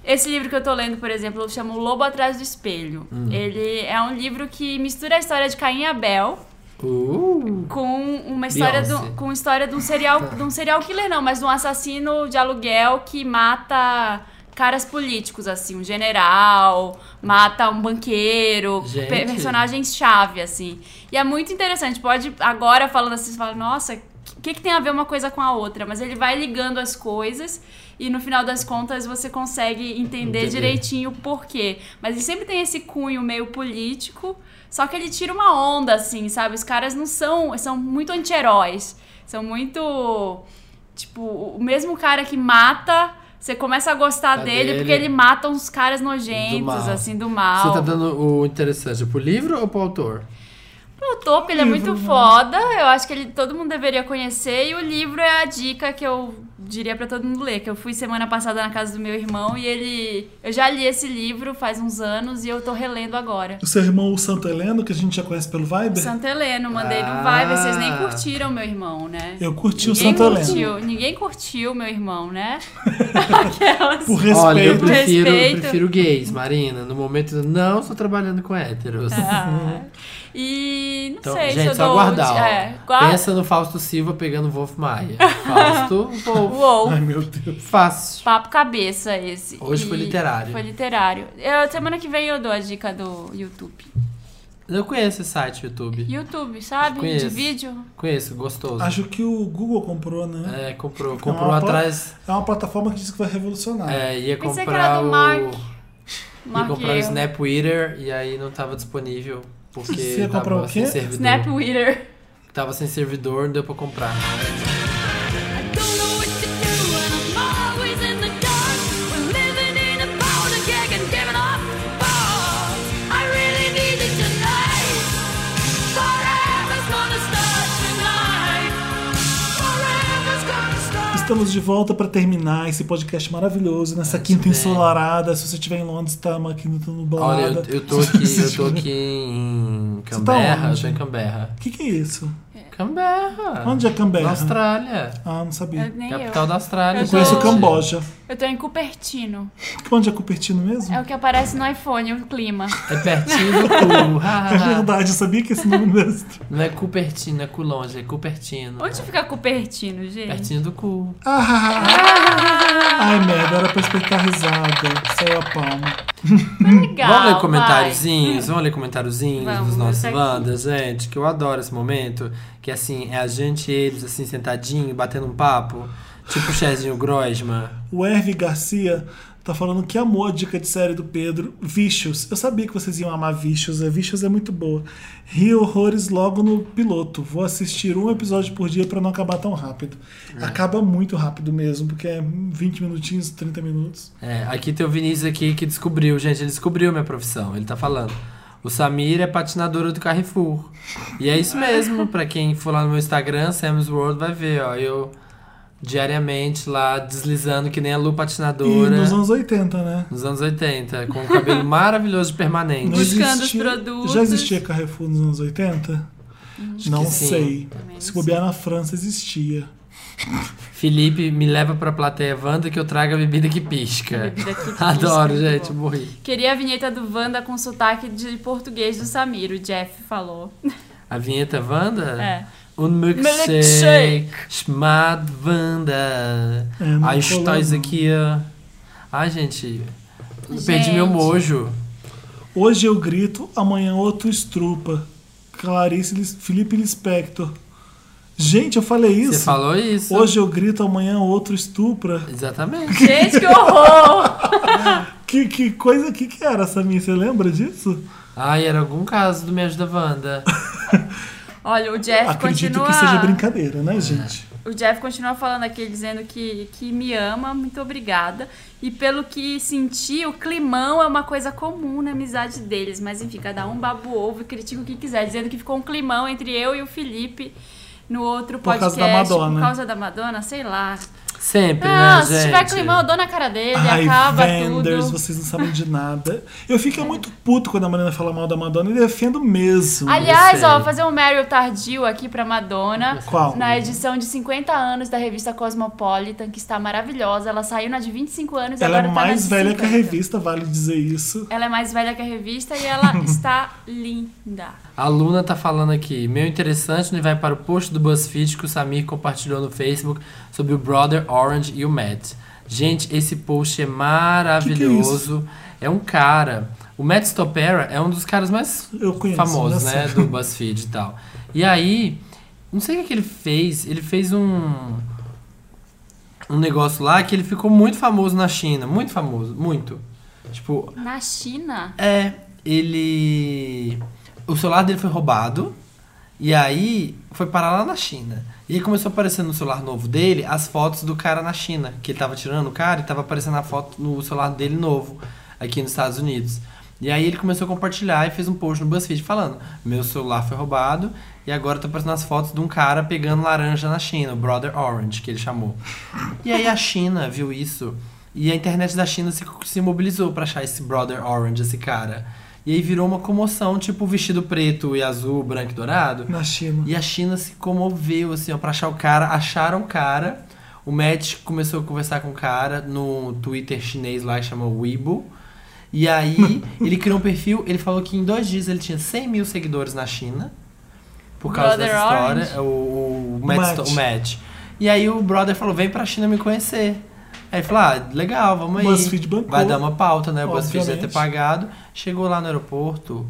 Esse livro que eu tô lendo, por exemplo, chama O Lobo Atrás do Espelho. Ele é um livro que mistura a história de Caim e Abel
Uh,
com uma história
Beyoncé.
do, com a história de um serial de um serial killer não, mas de um assassino de aluguel que mata caras políticos assim, um general, mata um banqueiro,
Gente.
pe- personagens chave assim. E é muito interessante, pode agora falando assim, você fala, nossa, o que, que tem a ver uma coisa com a outra? Mas ele vai ligando as coisas e no final das contas você consegue entender,
Entendi.
direitinho o porquê. Mas ele sempre tem esse cunho meio político, só que ele tira uma onda, assim, sabe? Os caras não são. São muito anti-heróis. São muito. Tipo, o mesmo cara que mata, você começa a gostar
Tá
dele,
dele.
porque ele mata uns caras
Do
nojentos,
mal.
assim, do
você
mal.
tá dando o interessante pro livro ou pro autor?
O Topo, ele é muito
né?
foda, eu acho que ele, todo mundo deveria conhecer, e o livro é a dica que eu diria pra todo mundo ler, que eu fui semana passada na casa do meu irmão, e ele... Eu já li esse livro faz uns anos, e eu tô relendo agora.
O seu irmão, o Santo Heleno, que a gente já conhece pelo Viber.
Santo Heleno, mandei no
Ah.
Viber, vocês nem curtiram meu irmão, né?
Eu curti o
Ninguém
Santo Heleno.
curtiu, ninguém curtiu meu irmão, né? Aquelas...
Por respeito.
Olha, eu prefiro,
Respeito.
eu prefiro gays, Marina. No momento, não estou trabalhando com héteros.
Ah. E não
Então,
sei se
gente,
eu
só
dou...
aguardar. ó.
É, guarda...
Pensa no Fausto Silva pegando Wolf Maia. Fausto, Wolf.
Uou.
Ai, meu Deus.
Fácil.
Papo cabeça esse.
Hoje foi literário.
Foi literário. Eu- semana que vem eu dou a dica do YouTube.
Eu conheço esse site YouTube.
YouTube, sabe?
Conheço.
De vídeo.
Conheço, gostoso.
Acho que o Google comprou, né?
É, comprou,
É uma
comprou
pla-
atrás.
É uma plataforma que diz que vai revolucionar.
É, ia
Pensei que
comprar
era do
o.
Mark.
Ia comprar o
Marquei.
Snapweeder e aí não tava disponível. Porque
Você ia
tava
comprar o
sem
quê?
servidor.
Snapweeder.
Tava sem servidor, não deu pra comprar.
Don't know what to do and I'm always in the dark. We're living in a powder keg and giving off balls. I really need it tonight. Forever's gonna start tonight. Forever's gonna start.
Estamos de volta para terminar esse podcast maravilhoso nessa quinta ensolarada. Se você estiver em Londres, tá uma quinta nublada.
Olha, eu, eu tô aqui, eu tô aqui em Canberra, eu
onde?
tô em Canberra.
O que, que é isso?
Canberra.
Onde é Canberra?
Na Austrália.
Ah, não sabia.
Eu, nem
Hum, Capital
eu.
da Austrália.
Eu
Eu conheço
gente.
o Camboja.
Eu tô em Cupertino.
Onde é Cupertino mesmo?
É o que aparece no iPhone, o clima.
É pertinho do Cu.
É
ha, ha, ha.
verdade, eu sabia que esse nome mesmo.
Não é Cupertino, é Culonge, é Cupertino.
Onde fica Cupertino, gente?
Pertinho do cu.
Ah, ai, merda, era pra espetar risada. Saiu a palma.
Legal.
vamos ler
vai.
comentáriozinhos, vamos ler comentáriozinhos
Vamos,
dos nossos
tá aqui.
bandas, gente, que eu adoro esse momento. Que assim, é a gente e eles assim, sentadinho, batendo um papo. Tipo o Chezinho Grosma.
O Herve Garcia tá falando que amou a dica de série do Pedro. Vicious. Eu sabia que vocês iam amar Vicious. A Vicious é muito boa. Ri horrores logo no piloto. Vou assistir um episódio por dia pra não acabar tão rápido.
É.
Acaba muito rápido mesmo, porque é 20 minutinhos, 30 minutos.
É, aqui tem o Vinícius aqui que descobriu, gente, ele descobriu minha profissão, ele tá falando. O Samir é patinadora do Carrefour. E é isso mesmo, pra quem for lá no meu Instagram, Sam's World vai ver, ó, eu diariamente lá deslizando que nem a Lu
E
patinadora
nos
nos,
anos 80, né?
anos 80, com o cabelo maravilhoso
Não
de permanente.
Buscando os
existia-
produtos. Hum.
Já existia Carrefour nos anos 80? Não
que sim.
sei.
Também não
Se bobear na França, existia.
Felipe, me leva pra plateia Wanda que eu trago a bebida que pisca.
Bebida que pisca,
É. Adoro,
muito
gente,
bom.
morri.
Queria a vinheta do Wanda com sotaque de português do Samir, o Jeff falou.
A vinheta Wanda?
É.
Um milkshake
Milkshake.
chamado Wanda.
É, não
Ai,
colou,
estáis
não.
tá aqui, ó. Ai, gente. eu Perdi meu
Gente.
mojo.
Hoje eu grito, amanhã outro estrupa. Clarice Lis- Felipe Lispector. Gente, eu falei isso.
Você falou isso.
Hoje eu grito, amanhã outro estupra.
Exatamente.
Gente, que horror!
Que, que coisa que que era, Samir? Você lembra disso?
Ai, era algum caso do Me Ajuda Wanda.
Olha, o Jeff
Acredito
É, continua.
que seja brincadeira,
É.
né, gente?
O Jeff continua falando aqui, dizendo que, que me ama, muito obrigada. E pelo que senti, o climão é uma coisa comum na amizade deles. Mas enfim, cada um baba o ovo e critica o que quiser, dizendo que ficou um climão entre eu e o Felipe no outro
Por causa
podcast.
da Madonna.
Por causa da Madonna, sei lá.
Sempre,
Ah,
né, gente?
se tiver climão, eu dou na cara dele,
Ai,
acaba
Vendors,
tudo. É.
vocês não sabem de nada. Eu fico muito puto quando a Marina fala mal da Madonna e defendo mesmo.
Aliás,
Você.
ó, fazer um Meryl tardio aqui pra Madonna.
Qual?
Na edição de 50 anos da revista Cosmopolitan, que está maravilhosa. Ela saiu na de 25 anos e
Ela
agora
é
tá na
mais
de
velha que a
50.
revista, vale dizer isso.
Ela é mais velha que a revista e ela está linda.
A Luna tá falando aqui. Meu interessante, né, vai para o post do BuzzFeed que o Samir compartilhou no Facebook sobre o Brother Orange e o Matt. Gente, esse post é maravilhoso. é, um cara. O Matt Stopera é um dos caras mais
Eu conheço,
famosos,
né,
né?
só.
Do BuzzFeed e tal. E aí, não sei o que, que ele fez. Ele fez um. Um negócio lá que ele ficou muito famoso na China. Muito famoso, muito. Tipo,
Na China?
é, ele. O celular dele foi roubado. E aí foi parar lá na China. E aí começou a aparecer no celular novo dele as fotos do cara na China. Que ele tava tirando o cara e tava aparecendo a foto no celular dele novo, aqui nos Estados Unidos. E aí ele começou a compartilhar e fez um post no BuzzFeed falando: Meu celular foi roubado e agora tá aparecendo as fotos de um cara pegando laranja na China, o Brother Orange, que ele chamou. E aí a China viu isso e a internet da China se, se mobilizou pra achar esse Brother Orange, esse cara. E aí virou uma comoção, tipo vestido preto e azul, branco e dourado.
Na China.
E a China se comoveu, assim, ó, pra achar o cara. Acharam o cara. O Matt começou a conversar com o cara no Twitter chinês lá que chama Weibo. E aí ele criou um perfil. Ele falou que em dois dias ele tinha 100 mil seguidores na China. Por causa
Brother
dessa história. É, O,
Orange.
o, Matt,
Matt.
Sto- o Matt. E aí o brother falou: vem pra China me conhecer. Aí ele falou: ah, legal, vamos aí.
BuzzFeed bancou.
Vai dar uma pauta, né? O BuzzFeed deve
Obviamente.
ter pagado. Chegou lá no aeroporto,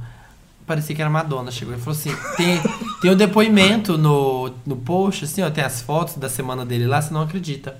parecia que era Madonna. Chegou e falou assim: tem, tem o depoimento no, no post, assim, ó, tem as fotos da semana dele lá, você não acredita.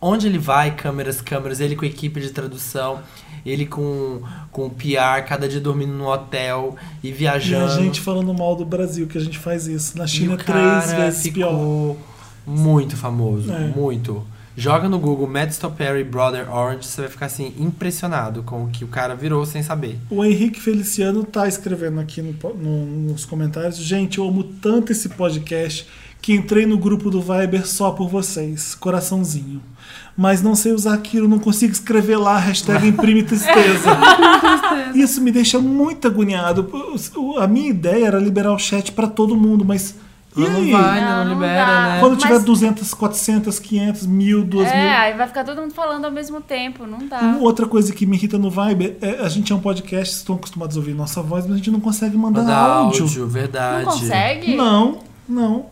Onde ele vai, câmeras, câmeras, ele com equipe de tradução, ele com, com PR, cada dia dormindo no hotel e
E a
viajando.
gente falando mal do Brasil, que a gente faz isso. Na China
E
é
o
três
cara
vezes pior.
ficou Muito famoso,
É.
muito. Joga no Google Matt Stopperry Brother Orange, você vai ficar assim impressionado com o que o cara virou sem saber.
O Henrique Feliciano tá escrevendo aqui no po- no- nos comentários. Gente, eu amo tanto esse podcast que entrei no grupo do Viber só por vocês. Coraçãozinho. Mas não sei usar aquilo, não consigo escrever lá. Hashtag imprime tristeza. Isso me deixa muito agoniado. O- o- A minha ideia era liberar o chat pra todo mundo, mas. E
não
aí?
vai,
Não,
não,
não
libera,
dá.
né?
Quando tiver
Mas-
200, 400, 500, 1000, 2000.
É, aí vai ficar todo mundo falando ao mesmo tempo, não dá.
Uma Outra coisa que me irrita no Viber é a gente é um podcast, estão acostumados a ouvir nossa voz, mas a gente não consegue mandar
Manda
áudio.
áudio, verdade.
Não consegue?
Não, não.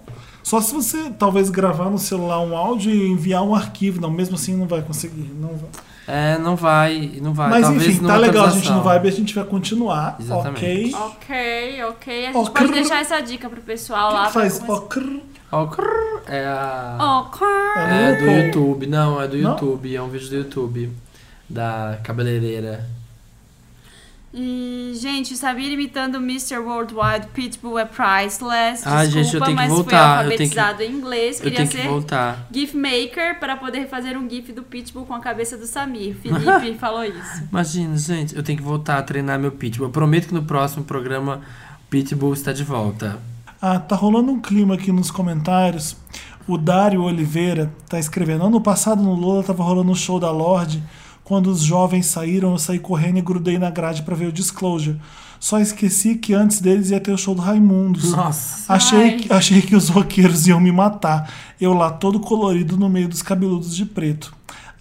Só se você talvez gravar no celular um áudio e enviar um arquivo, não, mesmo assim não vai conseguir. Não vai.
É, não vai, não vai.
mas
Ah, Talvez
enfim,
numa
tá legal a gente
atualização.
no Viber, a gente vai continuar, ok?
Exatamente.
O
Ok, ok. A gente
Ó,
pode
crrr.
deixar essa dica pro pessoal
que
lá.
que faz?
pra
Ó,
começar-
crrr.
Ó, crrr, é a...
Ó, crrr.
É
É
do
louco.
YouTube, não, é do
Não?
YouTube, é um vídeo do YouTube. Da cabeleireira.
E, gente, sabia imitando Mr. Worldwide Pitbull é priceless. Desculpa,
Ai, gente, eu tenho que
mas
voltar, eu
fui
tenho que-
alfabetizado em inglês.
Eu
Queria
tenho que
ser
voltar.
GIF Maker para poder fazer um GIF do Pitbull com a cabeça do Samir. Felipe falou isso.
Imagina, gente, eu tenho que voltar a treinar meu pitbull. Eu prometo que no próximo programa o pitbull está de volta.
Ah, tá rolando um clima aqui nos comentários. O Dário Oliveira tá escrevendo. Ano passado no Lula tava rolando um show da Lorde. Quando os jovens saíram, eu saí correndo e grudei na grade pra ver o Disclosure. Só esqueci que antes deles ia ter o show do Raimundos.
Nossa.
Achei
Ai.
que, achei que os roqueiros iam me matar. Eu lá todo colorido no meio dos cabeludos de preto.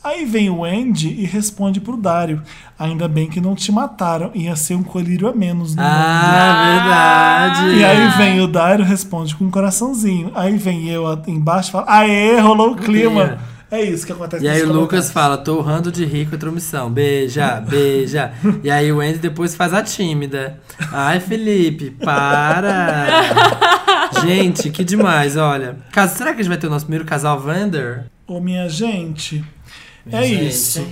Aí vem o Andy e responde pro Dário. Ainda bem que não te mataram. Ia ser um colírio a menos no mundo."
Ah, verdade.
E aí vem o Dairo responde com um coraçãozinho. Aí vem eu a- embaixo e falo, aê, rolou o clima.
Clima.
É isso que acontece
E aí
nesses
o Lucas
comentários.
fala, tô urrando de rir com a intromissão. Beija, beija. e aí o Andy depois faz a tímida. Ai, Felipe, para! gente, que demais, olha. Cas- Será que a gente vai ter o nosso primeiro casal Vander?
Ô, minha gente. é
gente.
isso.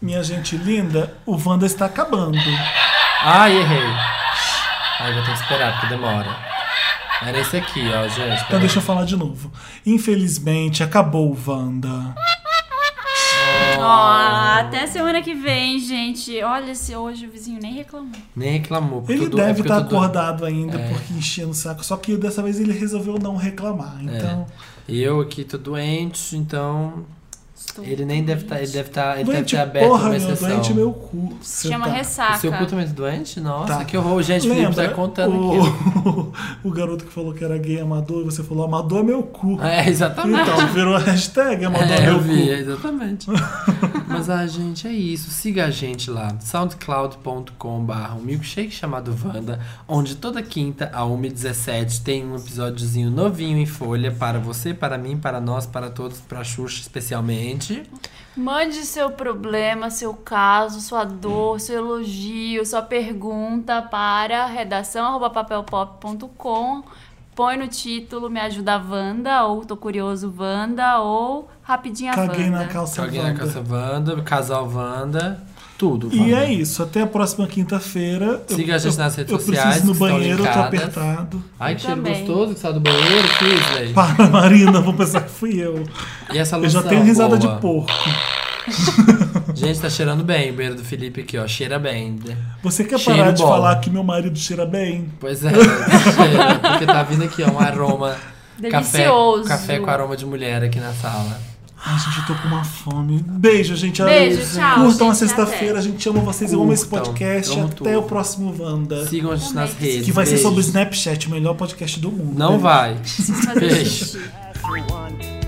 Minha gente linda, o Wanda está acabando.
Ai, errei. Ai, vou ter que esperar, porque demora. Era esse aqui, ó, gente.
Então deixa eu falar de novo. Infelizmente, acabou o Wanda.
Ó, até semana que vem, gente. Olha, se hoje o vizinho nem reclamou.
Nem reclamou. porque
Ele
tudo- é
deve
porque
estar
tudo-
acordado ainda,
É.
porque enchendo o saco. Só que dessa vez ele resolveu não reclamar.
É.
Então,
E eu aqui tô doente, então...
Estou
Ele nem deve tá estar... ele deve estar... ele deve
doente,
ter aberto
porra,
uma
meu
exceção.
doente, meu cu. Você
Chama
tá-
ressaca.
O seu cu também tá doente? Nossa,
Tá.
que horror. Gente, o Felipe tá
Lembra
contando
o...
aqui.
o garoto que falou que era gay amador, e você falou amador é meu cu.
É, exatamente.
Então, virou a hashtag amador é,
É,
meu
eu vi,
cu.
exatamente. Mas, ah, gente, é isso. Siga a gente lá, soundcloud.com.br, um milkshake chamado Wanda, onde toda quinta, a 1h17, tem um episódiozinho novinho em folha para você, para mim, para nós, para todos, para a Xuxa especialmente.
Mande seu problema, seu caso, sua dor, seu elogio, sua pergunta para redação@papelpop.com. Põe no título Me ajuda Vanda ou Tô curioso Vanda ou Rapidinha
Caguei na
Vanda.
calça
Alguém na
Wanda.
casa Wanda, casal Wanda, tudo.
E
Wanda.
é isso, até a próxima quinta-feira. Eu-
Siga a gente nas redes
Eu
sociais,
preciso ir no
que estão
banheiro, eu tô
linkadas.
apertado.
Ai, que cheiro
Também.
gostoso que sai do banheiro, Kisley.
Para, Marina, vou pensar que fui eu.
E essa
Eu já
loção
tenho risada
boa?
de porco.
Gente, tá cheirando bem o banheiro do Felipe aqui, ó. Cheira bem. né?
Você quer
Cheiro
parar de
bom.
falar que meu marido cheira bem?
Pois é, cheira. Porque tá vindo aqui, ó, um aroma. Café,
Delicioso.
café com aroma de mulher aqui na sala.
Ai, gente, eu tô com uma fome. Beijo, gente.
Beijo,
Ai,
tchau,
Curtam a
gente,
sexta-feira. A gente ama vocês. Eu amo esse
Curtam,
podcast.
amo
até
tudo.
o próximo Wanda.
Sigam a gente nas redes.
Que vai ser
Beijo.
sobre o Snapchat, o melhor podcast do mundo.
Não vai.
Fazer
Beijo.
xixi.
everyone